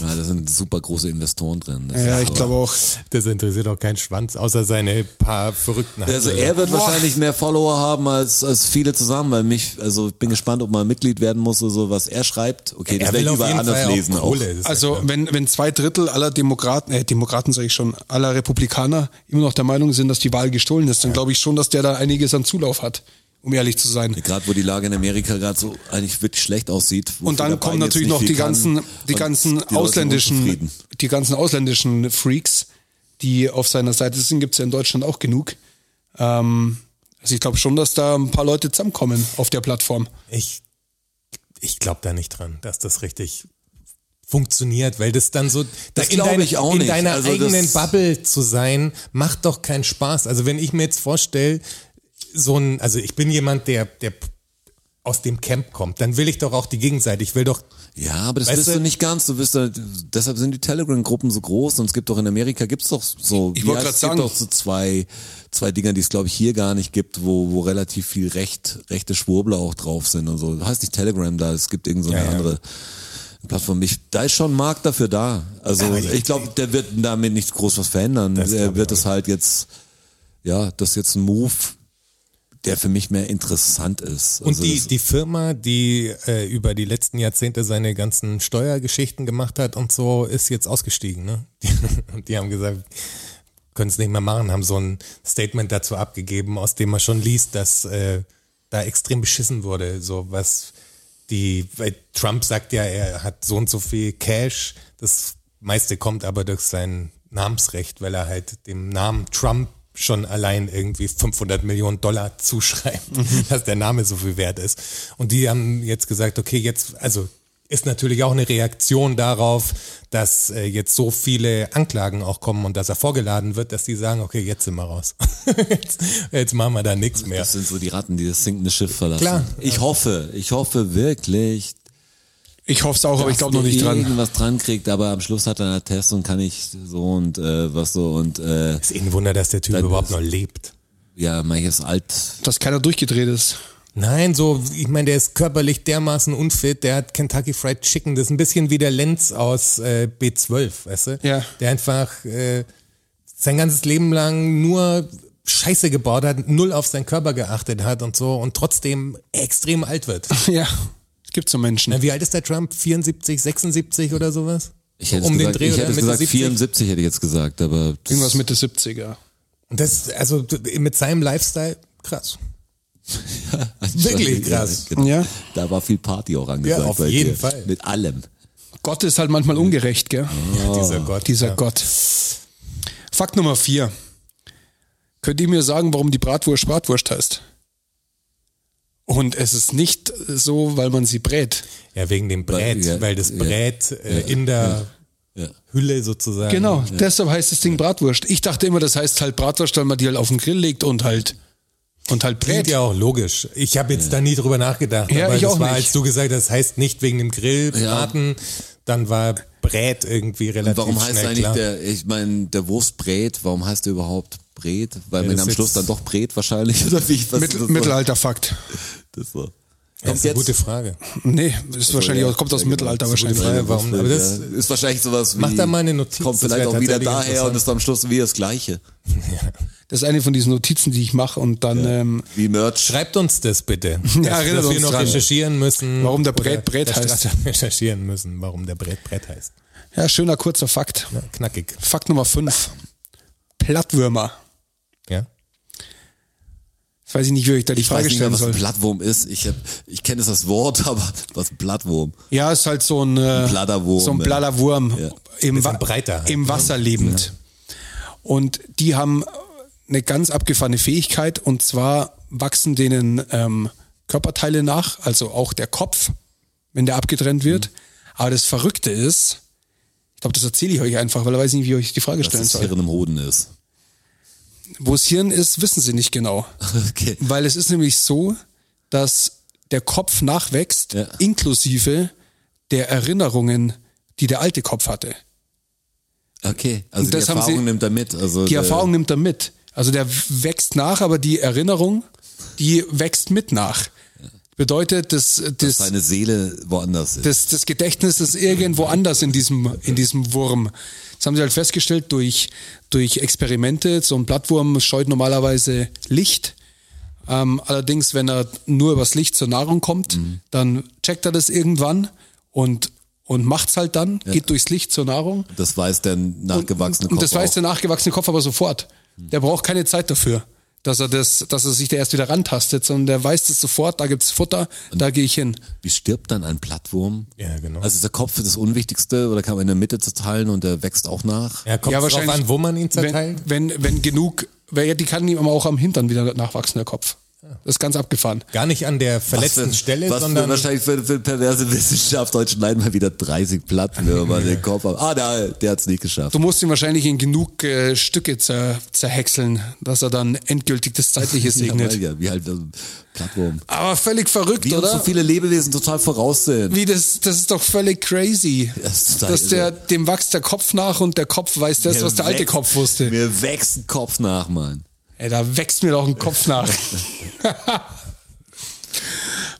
[SPEAKER 1] Ja, da sind super große Investoren drin. Das
[SPEAKER 2] Ja,
[SPEAKER 1] ist
[SPEAKER 2] ich
[SPEAKER 1] aber-
[SPEAKER 2] glaube auch.
[SPEAKER 3] Das interessiert auch keinen Schwanz, außer seine paar verrückten
[SPEAKER 1] Also er wird wahrscheinlich mehr Follower haben als, als viele zusammen, weil mich, also ich bin gespannt, ob man Mitglied werden muss oder so, was er schreibt. Okay, das werde
[SPEAKER 3] er will
[SPEAKER 1] ich
[SPEAKER 3] auf
[SPEAKER 1] überall
[SPEAKER 3] jeden
[SPEAKER 1] anders
[SPEAKER 3] Fall
[SPEAKER 1] lesen
[SPEAKER 3] auch
[SPEAKER 1] auch.
[SPEAKER 3] Kohle. das ist ja
[SPEAKER 2] Also
[SPEAKER 3] klar.
[SPEAKER 2] wenn, wenn zwei Drittel aller Demokraten, äh, Demokraten sage ich schon, aller Republikaner immer noch der Meinung sind, dass die Wahl gestohlen ist, dann glaube ich schon, dass der da einiges an Zulauf hat, um ehrlich zu sein.
[SPEAKER 1] Gerade wo die Lage in Amerika gerade so eigentlich wirklich schlecht aussieht. wo
[SPEAKER 2] Und dann
[SPEAKER 1] Biden
[SPEAKER 2] kommen
[SPEAKER 1] jetzt
[SPEAKER 2] natürlich
[SPEAKER 1] nicht
[SPEAKER 2] noch
[SPEAKER 1] viel
[SPEAKER 2] die
[SPEAKER 1] kann
[SPEAKER 2] ganzen, die
[SPEAKER 1] und
[SPEAKER 2] ganzen
[SPEAKER 1] Leute sind
[SPEAKER 2] ausländischen,
[SPEAKER 1] unzufrieden.
[SPEAKER 2] die ganzen ausländischen Freaks, die auf seiner Seite sind, gibt's ja in Deutschland auch genug. Ähm, also ich glaube schon, dass da ein paar Leute zusammenkommen auf der Plattform.
[SPEAKER 3] ich, ich glaube da nicht dran, dass das richtig funktioniert, weil das dann so da in,
[SPEAKER 1] glaub
[SPEAKER 3] deiner-
[SPEAKER 1] ich auch
[SPEAKER 3] in
[SPEAKER 1] nicht.
[SPEAKER 3] deiner
[SPEAKER 1] Also das-
[SPEAKER 3] eigenen Bubble zu sein, macht doch keinen Spaß. Also wenn ich mir jetzt vorstelle, so ein, also ich bin jemand, der, der aus dem Camp kommt, dann will ich doch auch die Gegenseite. Ich will doch
[SPEAKER 1] Ja, aber das
[SPEAKER 3] Weißt
[SPEAKER 1] bist
[SPEAKER 3] du-
[SPEAKER 1] du nicht ganz. Du bist da, deshalb sind die Telegram-Gruppen so groß und es gibt doch in Amerika gibt's doch so.
[SPEAKER 2] Ich wollte
[SPEAKER 1] ja,
[SPEAKER 2] grad
[SPEAKER 1] es
[SPEAKER 2] sagen.
[SPEAKER 1] gibt doch so zwei, zwei Dinger, die es glaube ich hier gar nicht gibt, wo, wo relativ viel recht, rechte Schwurbler auch drauf sind und so. Das heißt nicht Telegram da, es gibt irgend so eine
[SPEAKER 3] Ja, ja.
[SPEAKER 1] andere Plattform. Ich, da ist schon ein Markt dafür da. Also
[SPEAKER 3] Aber die-
[SPEAKER 1] ich glaube, der wird damit nicht groß was verändern.
[SPEAKER 3] Das glaub
[SPEAKER 1] Er
[SPEAKER 3] ich
[SPEAKER 1] wird
[SPEAKER 3] auch.
[SPEAKER 1] es halt jetzt, ja, das ist jetzt ein Move, der für mich mehr interessant ist.
[SPEAKER 3] Und
[SPEAKER 1] Also
[SPEAKER 3] die,
[SPEAKER 1] das-
[SPEAKER 3] die Firma, die äh, über die letzten Jahrzehnte seine ganzen Steuergeschichten gemacht hat und so, ist jetzt ausgestiegen. Ne? Die, und die haben gesagt, können es nicht mehr machen, haben so ein Statement dazu abgegeben, aus dem man schon liest, dass äh, da extrem beschissen wurde. So was die, weil Trump sagt ja, er hat so und so viel Cash, das meiste kommt aber durch sein Namensrecht, weil er halt dem Namen Trump schon allein irgendwie 500 Millionen Dollar zuschreibt, dass der Name so viel wert ist. Und die haben jetzt gesagt, okay, jetzt, also ist natürlich auch eine Reaktion darauf, dass äh, jetzt so viele Anklagen auch kommen und dass er vorgeladen wird, dass die sagen, okay, jetzt sind wir raus. jetzt, jetzt machen wir da nichts mehr.
[SPEAKER 1] Das sind so die Ratten, die das sinkende Schiff verlassen.
[SPEAKER 3] Klar.
[SPEAKER 1] Ich hoffe, ich hoffe wirklich,
[SPEAKER 2] Ich hoffe es
[SPEAKER 3] Oh,
[SPEAKER 2] auch, aber ich glaube noch nicht dran.
[SPEAKER 1] Irgendwas dran kriegt, aber am Schluss hat er einen Test und kann ich so und äh, was so und äh,
[SPEAKER 3] Ist eh ein Wunder, dass der Typ
[SPEAKER 1] Dann
[SPEAKER 3] überhaupt
[SPEAKER 1] ist-
[SPEAKER 3] noch lebt.
[SPEAKER 1] ja, manches alt.
[SPEAKER 2] Dass keiner durchgedreht ist.
[SPEAKER 3] Nein, so, ich meine, der ist körperlich dermaßen unfit, der hat Kentucky Fried Chicken, das ist ein bisschen wie der Lenz aus äh, B12, weißt du?
[SPEAKER 2] Ja.
[SPEAKER 3] Der einfach äh, sein ganzes Leben lang nur Scheiße gebaut hat, null auf seinen Körper geachtet hat und so und trotzdem extrem alt wird.
[SPEAKER 2] Ja, es gibt so Menschen.
[SPEAKER 3] Na, wie alt ist der Trump? 74, 76 oder sowas?
[SPEAKER 1] Ich hätte,
[SPEAKER 3] um
[SPEAKER 1] es gesagt,
[SPEAKER 3] den Dreh
[SPEAKER 1] ich
[SPEAKER 3] oder
[SPEAKER 1] hätte es
[SPEAKER 3] Mitte
[SPEAKER 1] gesagt
[SPEAKER 3] 70?
[SPEAKER 1] 74 hätte ich jetzt gesagt, aber das-
[SPEAKER 2] Irgendwas Mitte 70er.
[SPEAKER 3] Und das, also mit seinem Lifestyle, krass. Wirklich krass.
[SPEAKER 1] Genau.
[SPEAKER 2] Ja.
[SPEAKER 1] Da war viel Party auch angesagt.
[SPEAKER 3] Ja, auf
[SPEAKER 1] bei
[SPEAKER 3] jeden
[SPEAKER 1] dir.
[SPEAKER 3] Fall.
[SPEAKER 1] Mit allem.
[SPEAKER 2] Gott ist halt manchmal ungerecht, gell?
[SPEAKER 1] Oh.
[SPEAKER 3] Dieser Gott.
[SPEAKER 2] Dieser
[SPEAKER 3] ja.
[SPEAKER 2] Gott. Fakt Nummer vier. Könnt ihr mir sagen, warum die Bratwurst Bratwurst heißt? Und es ist nicht so, weil man sie brät.
[SPEAKER 3] Ja, wegen dem
[SPEAKER 1] Weil-
[SPEAKER 3] Brät,
[SPEAKER 1] ja,
[SPEAKER 3] weil das
[SPEAKER 1] ja,
[SPEAKER 3] Brät äh, in der
[SPEAKER 1] Ja.
[SPEAKER 3] Hülle sozusagen.
[SPEAKER 2] Genau, deshalb heißt das Ding Bratwurst. Ich dachte immer, das heißt halt Bratwurst, weil man die halt auf den Grill legt und halt und halt brät.
[SPEAKER 3] Klingt ja auch logisch. Ich habe jetzt da nie drüber nachgedacht.
[SPEAKER 2] Ja,
[SPEAKER 3] aber
[SPEAKER 2] ich
[SPEAKER 3] das
[SPEAKER 2] auch
[SPEAKER 3] war,
[SPEAKER 2] nicht.
[SPEAKER 3] als du gesagt hast, heißt nicht wegen dem Grill, Braten, dann war Brät irgendwie relativ
[SPEAKER 1] Warum heißt
[SPEAKER 3] schnell
[SPEAKER 1] eigentlich
[SPEAKER 3] klar.
[SPEAKER 1] der, ich meine, der Wurstbrät, warum heißt der überhaupt Brät? Weil
[SPEAKER 3] Ja,
[SPEAKER 1] man
[SPEAKER 3] das
[SPEAKER 1] am
[SPEAKER 3] ist
[SPEAKER 1] Schluss
[SPEAKER 3] jetzt-
[SPEAKER 1] dann doch Brät wahrscheinlich, oder wie? Was ist
[SPEAKER 2] Mittel,
[SPEAKER 1] das So?
[SPEAKER 2] Mittelalterfakt.
[SPEAKER 1] Das so.
[SPEAKER 3] das
[SPEAKER 1] Kommt
[SPEAKER 3] ist eine
[SPEAKER 1] jetzt,
[SPEAKER 3] gute Frage.
[SPEAKER 2] Nee, ist wahrscheinlich
[SPEAKER 1] ja,
[SPEAKER 2] auch, kommt aus
[SPEAKER 1] ja, genau,
[SPEAKER 2] dem Mittelalter
[SPEAKER 1] das ist eine
[SPEAKER 2] wahrscheinlich.
[SPEAKER 3] Frage, warum- aber das-
[SPEAKER 1] ja, ist wahrscheinlich sowas wie,
[SPEAKER 3] Mach da mal eine Notiz,
[SPEAKER 1] kommt
[SPEAKER 3] das
[SPEAKER 1] vielleicht
[SPEAKER 3] wär
[SPEAKER 1] auch wieder
[SPEAKER 3] tatsächlich
[SPEAKER 1] daher und
[SPEAKER 3] interessant.
[SPEAKER 1] ist am Schluss wieder das Gleiche.
[SPEAKER 2] Das ist eine von diesen Notizen, die ich mache und dann, ähm,
[SPEAKER 1] Wie Merch.
[SPEAKER 3] Schreibt uns das bitte. dass,
[SPEAKER 2] erinnert
[SPEAKER 3] dass wir
[SPEAKER 2] uns
[SPEAKER 3] noch
[SPEAKER 2] dran.
[SPEAKER 3] recherchieren müssen.
[SPEAKER 2] Warum der
[SPEAKER 3] oder
[SPEAKER 2] Brät Brät
[SPEAKER 3] dass
[SPEAKER 2] heißt.
[SPEAKER 3] wir Recherchieren müssen, warum der Brät Brät heißt.
[SPEAKER 2] ja, schöner kurzer Fakt.
[SPEAKER 3] Ja, knackig.
[SPEAKER 2] Fakt Nummer fünf. Plattwürmer.
[SPEAKER 3] Ja.
[SPEAKER 2] Jetzt weiß ich nicht, wie ich da die
[SPEAKER 1] Ich
[SPEAKER 2] Frage
[SPEAKER 1] weiß nicht mehr,
[SPEAKER 2] stellen
[SPEAKER 1] was ein
[SPEAKER 2] soll.
[SPEAKER 1] Blattwurm ist. Ich, hab- ich kenne das Wort, aber was ein Blattwurm?
[SPEAKER 2] Ja, ist halt so ein, äh,
[SPEAKER 1] Bladderwurm,
[SPEAKER 2] So ein
[SPEAKER 1] ja.
[SPEAKER 2] Bladderwurm
[SPEAKER 1] Ja.
[SPEAKER 2] im,
[SPEAKER 3] Bisschen
[SPEAKER 2] Wa-
[SPEAKER 3] breiter halt,
[SPEAKER 2] im
[SPEAKER 3] ne?
[SPEAKER 2] Wasser lebend. Und die haben eine ganz abgefahrene Fähigkeit und zwar wachsen denen ähm, Körperteile nach, also auch der Kopf, wenn der abgetrennt
[SPEAKER 1] Mhm.
[SPEAKER 2] wird. Aber das Verrückte ist, ich glaube, das erzähle ich euch einfach, weil ich weiß nicht, wie ich euch die Frage
[SPEAKER 1] Dass
[SPEAKER 2] stellen
[SPEAKER 1] das
[SPEAKER 2] soll.
[SPEAKER 1] Hirn im Hoden ist.
[SPEAKER 2] Wo das Hirn ist, wissen sie nicht genau.
[SPEAKER 1] Okay.
[SPEAKER 2] Weil es ist nämlich so, dass der Kopf nachwächst,
[SPEAKER 1] Ja.
[SPEAKER 2] inklusive der Erinnerungen, die der alte Kopf hatte.
[SPEAKER 1] Okay. Also
[SPEAKER 2] Und
[SPEAKER 1] die
[SPEAKER 2] das haben
[SPEAKER 1] Erfahrung
[SPEAKER 2] sie-
[SPEAKER 1] nimmt er mit. Also
[SPEAKER 2] Die
[SPEAKER 1] der-
[SPEAKER 2] Erfahrung nimmt er mit. Also der wächst nach, aber die Erinnerung, die wächst mit nach. Bedeutet, das,
[SPEAKER 1] dass
[SPEAKER 2] das,
[SPEAKER 1] seine Seele woanders ist.
[SPEAKER 2] das, das Gedächtnis ist irgendwo anders in diesem, in diesem Wurm. Das haben sie halt festgestellt durch, durch Experimente. So ein Blattwurm scheut normalerweise Licht. Ähm, allerdings, wenn er nur übers Licht zur Nahrung kommt,
[SPEAKER 1] Mhm.
[SPEAKER 2] dann checkt er das irgendwann und, und macht's halt dann, geht durchs Licht zur Nahrung.
[SPEAKER 1] Das weiß der nachgewachsene
[SPEAKER 2] Und
[SPEAKER 1] Kopf
[SPEAKER 2] das weiß
[SPEAKER 1] auch. Mhm.
[SPEAKER 2] der nachgewachsene Kopf aber sofort. Der braucht keine Zeit dafür, dass er das, dass er sich da erst wieder rantastet, sondern der weiß es sofort, da gibt's Futter, da gehe ich hin.
[SPEAKER 1] Wie stirbt dann ein Plattwurm?
[SPEAKER 3] Ja, genau.
[SPEAKER 1] Also ist der Kopf das Unwichtigste oder kann man in der Mitte zerteilen und der wächst auch nach?
[SPEAKER 3] ja, kommt
[SPEAKER 2] ja,
[SPEAKER 3] drauf
[SPEAKER 2] wahrscheinlich-
[SPEAKER 3] an, wo man ihn zerteilt.
[SPEAKER 2] Wenn, wenn, wenn genug, weil ja, die kann ihm aber auch am Hintern wieder nachwachsen, der Kopf.
[SPEAKER 1] Ah.
[SPEAKER 2] Das ist ganz abgefahren.
[SPEAKER 3] Gar nicht an der verletzten
[SPEAKER 1] für,
[SPEAKER 3] Stelle,
[SPEAKER 1] was
[SPEAKER 3] sondern
[SPEAKER 1] für wahrscheinlich für, für perverse Wissenschaft, heute schneiden wir wieder 30 Plattwürmer den Kopf ab. Ah, der, der hat's nicht geschafft.
[SPEAKER 2] Du musst ihn wahrscheinlich in genug äh, Stücke zer, zerhäckseln, dass er dann endgültig das Zeitliche segnet.
[SPEAKER 1] Ja, wie halt ein Plattwurm.
[SPEAKER 2] aber völlig verrückt,
[SPEAKER 1] Wie uns
[SPEAKER 2] oder?
[SPEAKER 1] so viele Lebewesen total voraus sind.
[SPEAKER 2] Wie das, das ist doch völlig crazy.
[SPEAKER 1] Das ist total
[SPEAKER 2] dass der,
[SPEAKER 1] irre.
[SPEAKER 2] dem wächst der Kopf nach und der Kopf weiß das,
[SPEAKER 1] Mir
[SPEAKER 2] was der alte
[SPEAKER 1] wächst-
[SPEAKER 2] Kopf wusste.
[SPEAKER 1] Mir wächst ein Kopf nach, Mann.
[SPEAKER 2] Ey, da wächst mir doch ein Kopf nach.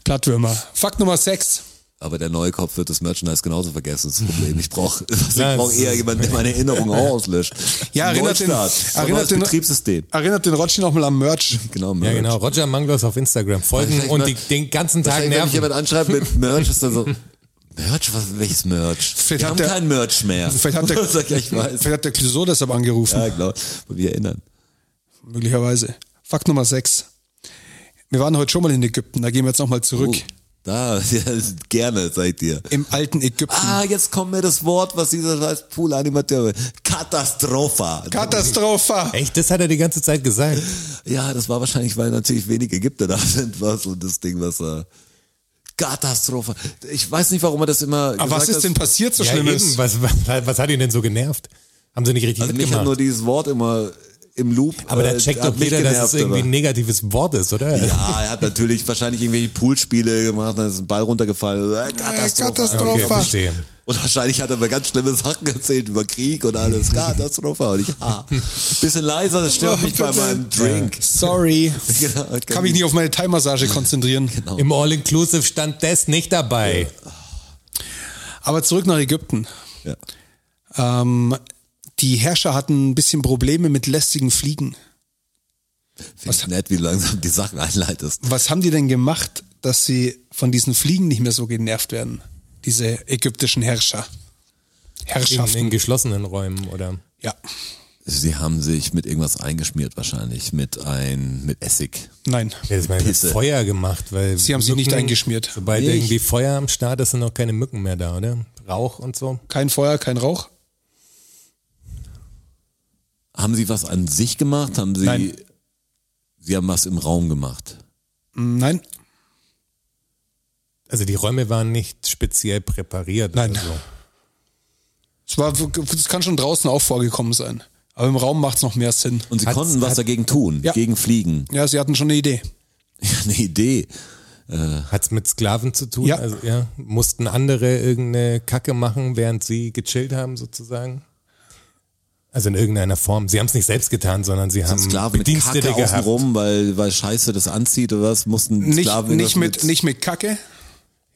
[SPEAKER 2] Plattwürmer. Fakt Nummer 6.
[SPEAKER 1] Aber der neue Kopf wird das Merchandise genauso vergessen, das Problem. Ich brauche ich
[SPEAKER 3] Ja,
[SPEAKER 1] brauch
[SPEAKER 3] es ist-
[SPEAKER 1] eher jemanden, der meine Erinnerung auch auslöscht.
[SPEAKER 2] Ja, erinnert den,
[SPEAKER 1] Neustart.
[SPEAKER 2] erinnert,
[SPEAKER 1] Neues
[SPEAKER 2] den,
[SPEAKER 1] Betriebssystem.
[SPEAKER 2] erinnert den Rotschi noch mal am Merch.
[SPEAKER 1] Genau,
[SPEAKER 3] Ja,
[SPEAKER 1] Merch.
[SPEAKER 3] genau. Roger Manglos auf Instagram folgen
[SPEAKER 1] Vielleicht
[SPEAKER 3] und
[SPEAKER 1] mal-
[SPEAKER 3] die, den ganzen Tag
[SPEAKER 1] Wahrscheinlich, wenn mich
[SPEAKER 3] nerven.
[SPEAKER 1] jemand anschreibt mit Merch, ist dann so, Merch? Was, welches Merch?
[SPEAKER 2] Vielleicht
[SPEAKER 1] Wir
[SPEAKER 2] hat
[SPEAKER 1] haben
[SPEAKER 2] der-
[SPEAKER 1] kein Merch mehr.
[SPEAKER 2] Vielleicht hat der,
[SPEAKER 1] Sag ich, ich weiß.
[SPEAKER 2] vielleicht hat der Clouseau deshalb angerufen.
[SPEAKER 1] Ja, genau. Und wir erinnern.
[SPEAKER 2] Möglicherweise. Fakt Nummer 6. Wir waren heute schon mal in Ägypten, da gehen wir jetzt noch mal zurück.
[SPEAKER 1] Oh, Da, ja, ist- gerne, seid ihr.
[SPEAKER 2] Im alten Ägypten.
[SPEAKER 1] Ah, jetzt kommt mir das Wort, was dieser scheiß Pool-Animateur will. Katastrophe.
[SPEAKER 2] Katastrophe.
[SPEAKER 3] Echt, das hat er die ganze Zeit gesagt.
[SPEAKER 1] ja, das war wahrscheinlich, weil natürlich wenig Ägypter da sind, was und das Ding, was da. Katastrophe. Ich weiß nicht, warum er das immer.
[SPEAKER 2] Aber was
[SPEAKER 1] gesagt
[SPEAKER 2] ist
[SPEAKER 1] hat.
[SPEAKER 2] denn passiert so
[SPEAKER 3] ja, eben.
[SPEAKER 2] Schlimmes?
[SPEAKER 3] Was, was, was hat ihn denn so genervt? Haben sie nicht richtig
[SPEAKER 1] Also mich hat
[SPEAKER 3] mitgemacht?
[SPEAKER 1] nur dieses Wort immer im Loop.
[SPEAKER 3] aber da
[SPEAKER 1] äh,
[SPEAKER 3] checkt
[SPEAKER 1] hat
[SPEAKER 3] doch
[SPEAKER 1] mich
[SPEAKER 3] jeder, dass es
[SPEAKER 1] genervt,
[SPEAKER 3] irgendwie
[SPEAKER 1] aber-
[SPEAKER 3] ein negatives Wort ist, oder?
[SPEAKER 1] Ja, er hat natürlich wahrscheinlich irgendwelche Poolspiele gemacht, dann ist ein Ball runtergefallen. Äh, Katastrophe.
[SPEAKER 3] Okay,
[SPEAKER 2] Katastrophe.
[SPEAKER 3] verstehe.
[SPEAKER 1] Und wahrscheinlich hat er mir ganz schlimme Sachen erzählt über Krieg und alles. Katastrophe. Und ich, ah, bisschen leiser, das
[SPEAKER 3] Oh
[SPEAKER 1] stört mich bei meinem Drink.
[SPEAKER 2] Oh, Sorry.
[SPEAKER 1] Genau,
[SPEAKER 2] Kann mich nicht auf meine Thai-Massage konzentrieren.
[SPEAKER 3] Im All-Inclusive stand das nicht dabei.
[SPEAKER 2] Aber zurück nach Ägypten.
[SPEAKER 1] Ja.
[SPEAKER 2] Ähm, die Herrscher hatten ein bisschen Probleme mit lästigen Fliegen.
[SPEAKER 1] Finde ich nett, wie du langsam die Sachen einleitest.
[SPEAKER 2] Was haben die denn gemacht, dass sie von diesen Fliegen nicht mehr so genervt werden? Diese ägyptischen Herrscher.
[SPEAKER 3] In,
[SPEAKER 2] Herrschaften.
[SPEAKER 3] in geschlossenen Räumen, oder?
[SPEAKER 2] Ja.
[SPEAKER 1] Sie haben sich mit irgendwas eingeschmiert wahrscheinlich, mit ein, mit Essig.
[SPEAKER 2] Nein.
[SPEAKER 3] Ja, das meine ich mit
[SPEAKER 1] Pisse.
[SPEAKER 3] Feuer gemacht, weil.
[SPEAKER 2] Sie haben sie nicht
[SPEAKER 3] Mücken-
[SPEAKER 2] eingeschmiert.
[SPEAKER 3] Sobald
[SPEAKER 1] Nicht.
[SPEAKER 3] irgendwie Feuer am Start ist, sind noch keine Mücken mehr da, oder? Rauch und so.
[SPEAKER 2] Kein Feuer, kein Rauch.
[SPEAKER 1] Haben sie was an sich gemacht? Haben sie,
[SPEAKER 2] Nein.
[SPEAKER 1] sie haben was im Raum gemacht.
[SPEAKER 2] Hm, Nein.
[SPEAKER 3] Also die Räume waren nicht speziell präpariert.
[SPEAKER 2] Nein.
[SPEAKER 3] Oder so.
[SPEAKER 2] Es war, das kann schon draußen auch vorgekommen sein. Aber im Raum macht es noch mehr Sinn.
[SPEAKER 1] Und sie
[SPEAKER 3] Hat's-
[SPEAKER 1] konnten was
[SPEAKER 3] hat-
[SPEAKER 1] dagegen tun,
[SPEAKER 2] Ja.
[SPEAKER 1] gegen Fliegen.
[SPEAKER 2] Ja, sie hatten schon eine Idee.
[SPEAKER 1] Eine Idee.
[SPEAKER 3] Hat's mit Sklaven zu tun?
[SPEAKER 2] Ja.
[SPEAKER 3] Also, ja. Mussten andere irgendeine Kacke machen, während sie gechillt haben, sozusagen? Also in irgendeiner Form. Sie haben es nicht selbst getan, sondern sie haben
[SPEAKER 1] Sind Sklaven mit
[SPEAKER 3] Hm, Bedienstete
[SPEAKER 1] Kacke
[SPEAKER 3] gehabt.
[SPEAKER 1] außenrum, weil, weil Scheiße das anzieht oder was, mussten
[SPEAKER 2] Nicht,
[SPEAKER 1] Sklaven
[SPEAKER 2] nicht,
[SPEAKER 1] irgendwas
[SPEAKER 2] mit, nicht mit Kacke.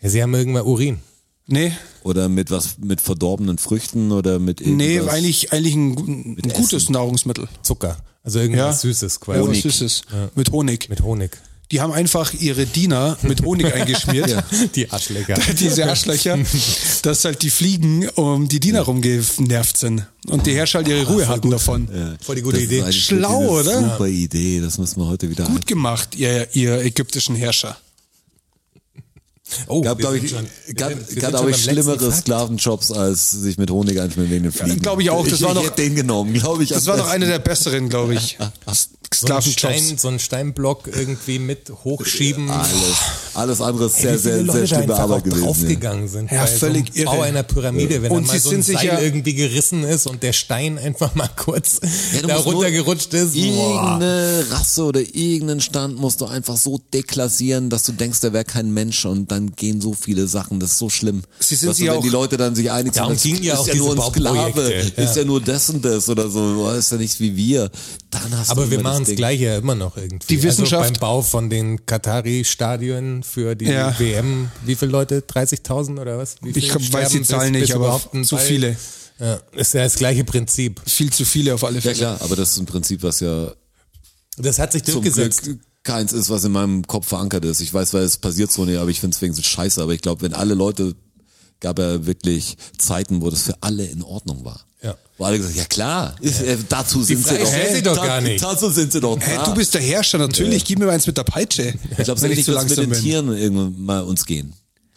[SPEAKER 3] Ja, sie haben irgendwann Urin.
[SPEAKER 2] Nee.
[SPEAKER 1] oder mit was, mit verdorbenen Früchten oder mit
[SPEAKER 2] Nee,
[SPEAKER 1] irgendwas.
[SPEAKER 2] eigentlich, eigentlich ein, gu- ein gutes Nahrungsmittel.
[SPEAKER 3] Zucker. Also irgendwas
[SPEAKER 2] Ja.
[SPEAKER 3] Süßes
[SPEAKER 2] Ja,
[SPEAKER 3] quasi.
[SPEAKER 2] was Süßes. Mit Honig.
[SPEAKER 3] Mit Honig.
[SPEAKER 2] Die haben einfach ihre Diener mit Honig eingeschmiert.
[SPEAKER 3] Die Arschlecker.
[SPEAKER 2] Diese Arschlöcher, dass halt die Fliegen um die Diener rumgenervt sind. Und die Herrscher halt ihre Ruhe hatten davon.
[SPEAKER 3] Voll die
[SPEAKER 1] Das
[SPEAKER 3] gute
[SPEAKER 1] ist
[SPEAKER 3] Idee.
[SPEAKER 1] eigentlich
[SPEAKER 2] Schlau,
[SPEAKER 1] eine
[SPEAKER 2] oder?
[SPEAKER 1] Super Idee, das müssen wir heute wieder
[SPEAKER 2] Gut gemacht, ihr, ihr ägyptischen Herrscher.
[SPEAKER 3] Oh,
[SPEAKER 1] Gab,
[SPEAKER 3] wir
[SPEAKER 1] glaube
[SPEAKER 3] sind
[SPEAKER 1] ich,
[SPEAKER 3] schon- wir
[SPEAKER 1] gab,
[SPEAKER 3] sind- wir
[SPEAKER 1] gab,
[SPEAKER 3] sind
[SPEAKER 1] glaub
[SPEAKER 3] schon
[SPEAKER 1] ich,
[SPEAKER 3] beim letzten
[SPEAKER 1] schlimmere
[SPEAKER 3] Fakt.
[SPEAKER 1] Sklavenjobs, als sich mit Honig einschmieren wegen den Fliegen.
[SPEAKER 2] glaub ich auch, das
[SPEAKER 1] ich,
[SPEAKER 2] war
[SPEAKER 1] ich
[SPEAKER 2] doch-
[SPEAKER 1] hätte den genommen, glaube ich.
[SPEAKER 2] Das
[SPEAKER 1] am
[SPEAKER 2] war doch
[SPEAKER 1] besten.
[SPEAKER 2] einer der besseren, glaube ich.
[SPEAKER 3] So einen, Stein,
[SPEAKER 2] Sklavenjobs.
[SPEAKER 3] so einen Steinblock irgendwie mit hochschieben.
[SPEAKER 1] Alles, alles andere ist
[SPEAKER 3] Ey,
[SPEAKER 1] sehr,
[SPEAKER 3] wie viele
[SPEAKER 1] sehr, sehr
[SPEAKER 3] Leute da
[SPEAKER 1] schlimme
[SPEAKER 3] einfach
[SPEAKER 1] Arbeit
[SPEAKER 3] auch
[SPEAKER 1] gewesen. ja.
[SPEAKER 3] draufgegangen sind.
[SPEAKER 2] Ja,
[SPEAKER 3] bei
[SPEAKER 2] völlig
[SPEAKER 3] so einem Bau
[SPEAKER 2] irre.
[SPEAKER 3] einer Pyramide, wenn
[SPEAKER 2] Und sie
[SPEAKER 3] dann mal so ein
[SPEAKER 2] sind sich
[SPEAKER 3] Seil
[SPEAKER 2] ja-
[SPEAKER 3] irgendwie gerissen ist und der Stein einfach mal kurz
[SPEAKER 1] du
[SPEAKER 3] da
[SPEAKER 1] musst nur
[SPEAKER 3] runtergerutscht ist. Boah.
[SPEAKER 1] Irgendeine Rasse oder irgendeinen Stand musst du einfach so deklassieren, dass du denkst, der wäre kein Mensch und dann gehen so viele Sachen, das ist so schlimm.
[SPEAKER 2] Sie sind
[SPEAKER 1] weißt
[SPEAKER 2] sie
[SPEAKER 1] du, wenn
[SPEAKER 2] auch-
[SPEAKER 1] die Leute dann sich einig
[SPEAKER 3] Darum
[SPEAKER 1] das
[SPEAKER 3] gingen ja
[SPEAKER 1] ist
[SPEAKER 3] auch
[SPEAKER 1] ja
[SPEAKER 3] diese
[SPEAKER 1] nur ein Sklave,
[SPEAKER 3] Bauprojekte, ja.
[SPEAKER 1] ist ja nur das und das oder so, ist ja nicht wie wir. Dann hast du
[SPEAKER 3] Aber wir
[SPEAKER 1] immer das
[SPEAKER 3] machen es
[SPEAKER 1] Ding.
[SPEAKER 3] gleich ja immer noch irgendwie.
[SPEAKER 2] Die Wissenschaft-
[SPEAKER 3] also beim Bau von den Katari-Stadien für die
[SPEAKER 2] Ja.
[SPEAKER 3] WM, wie viele Leute? 30.000 oder was? Wie
[SPEAKER 2] Ich
[SPEAKER 3] viele
[SPEAKER 2] glaub, weiß
[SPEAKER 3] sterben,
[SPEAKER 2] die Zahlen
[SPEAKER 3] bis- bis
[SPEAKER 2] nicht, aber
[SPEAKER 3] überhaupt ein
[SPEAKER 2] zu
[SPEAKER 3] Ball-
[SPEAKER 2] viele.
[SPEAKER 3] Ja, ist ja das gleiche Prinzip.
[SPEAKER 2] Viel zu viele auf alle
[SPEAKER 1] Ja
[SPEAKER 2] Fälle.
[SPEAKER 1] klar, aber das ist im Prinzip, was ja
[SPEAKER 3] Das hat sich
[SPEAKER 1] zum
[SPEAKER 3] durchgesetzt.
[SPEAKER 1] Glück keins ist, was in meinem Kopf verankert ist. Ich weiß, weil es passiert so nicht, aber ich finde es wegen so scheiße. Aber ich glaube, wenn alle Leute, gab ja wirklich Zeiten, wo das für alle in Ordnung war.
[SPEAKER 3] Ja.
[SPEAKER 1] Wo alle gesagt, ja klar, ist, äh, dazu sind sie
[SPEAKER 3] Frage
[SPEAKER 1] doch.
[SPEAKER 3] stellt sich doch
[SPEAKER 1] da-
[SPEAKER 3] gar nicht.
[SPEAKER 1] Dazu sind sie doch.
[SPEAKER 2] Hä,
[SPEAKER 1] da.
[SPEAKER 2] du bist der Herrscher, natürlich. Gib mir eins mit der Peitsche.
[SPEAKER 1] ich glaube nicht, dass mit den Tieren irgendwann mal uns gehen.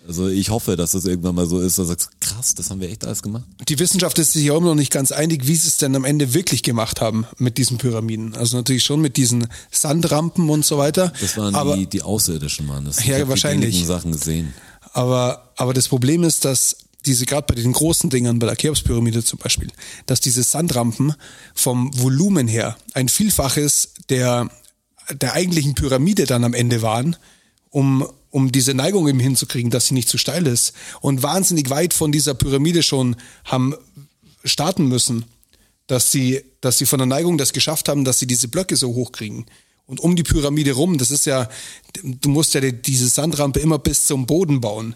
[SPEAKER 1] Also ich hoffe, dass das irgendwann mal so ist, dass du sagst, krass, das haben wir echt alles gemacht.
[SPEAKER 2] Die Wissenschaft ist sich ja immer noch nicht ganz einig, wie sie es denn am Ende wirklich gemacht haben mit diesen Pyramiden. Also natürlich schon mit diesen Sandrampen und so weiter.
[SPEAKER 1] Das waren
[SPEAKER 2] aber,
[SPEAKER 1] die, die Außerirdischen, Mann. Das, ich
[SPEAKER 2] Ja,
[SPEAKER 1] hab die
[SPEAKER 2] wahrscheinlich.
[SPEAKER 1] wenigen Sachen gesehen.
[SPEAKER 2] aber, aber das Problem ist, dass diese, gerade bei den großen Dingern, bei der Cheops-Pyramide zum Beispiel, dass diese Sandrampen vom Volumen her ein Vielfaches der, der eigentlichen Pyramide dann am Ende waren, um, um diese Neigung eben hinzukriegen, dass sie nicht zu steil ist. Und wahnsinnig weit von dieser Pyramide schon haben starten müssen, dass sie, dass sie von der Neigung das geschafft haben, dass sie diese Blöcke so hoch kriegen. Und um die Pyramide rum, das ist ja, du musst ja die- diese Sandrampe immer bis zum Boden bauen.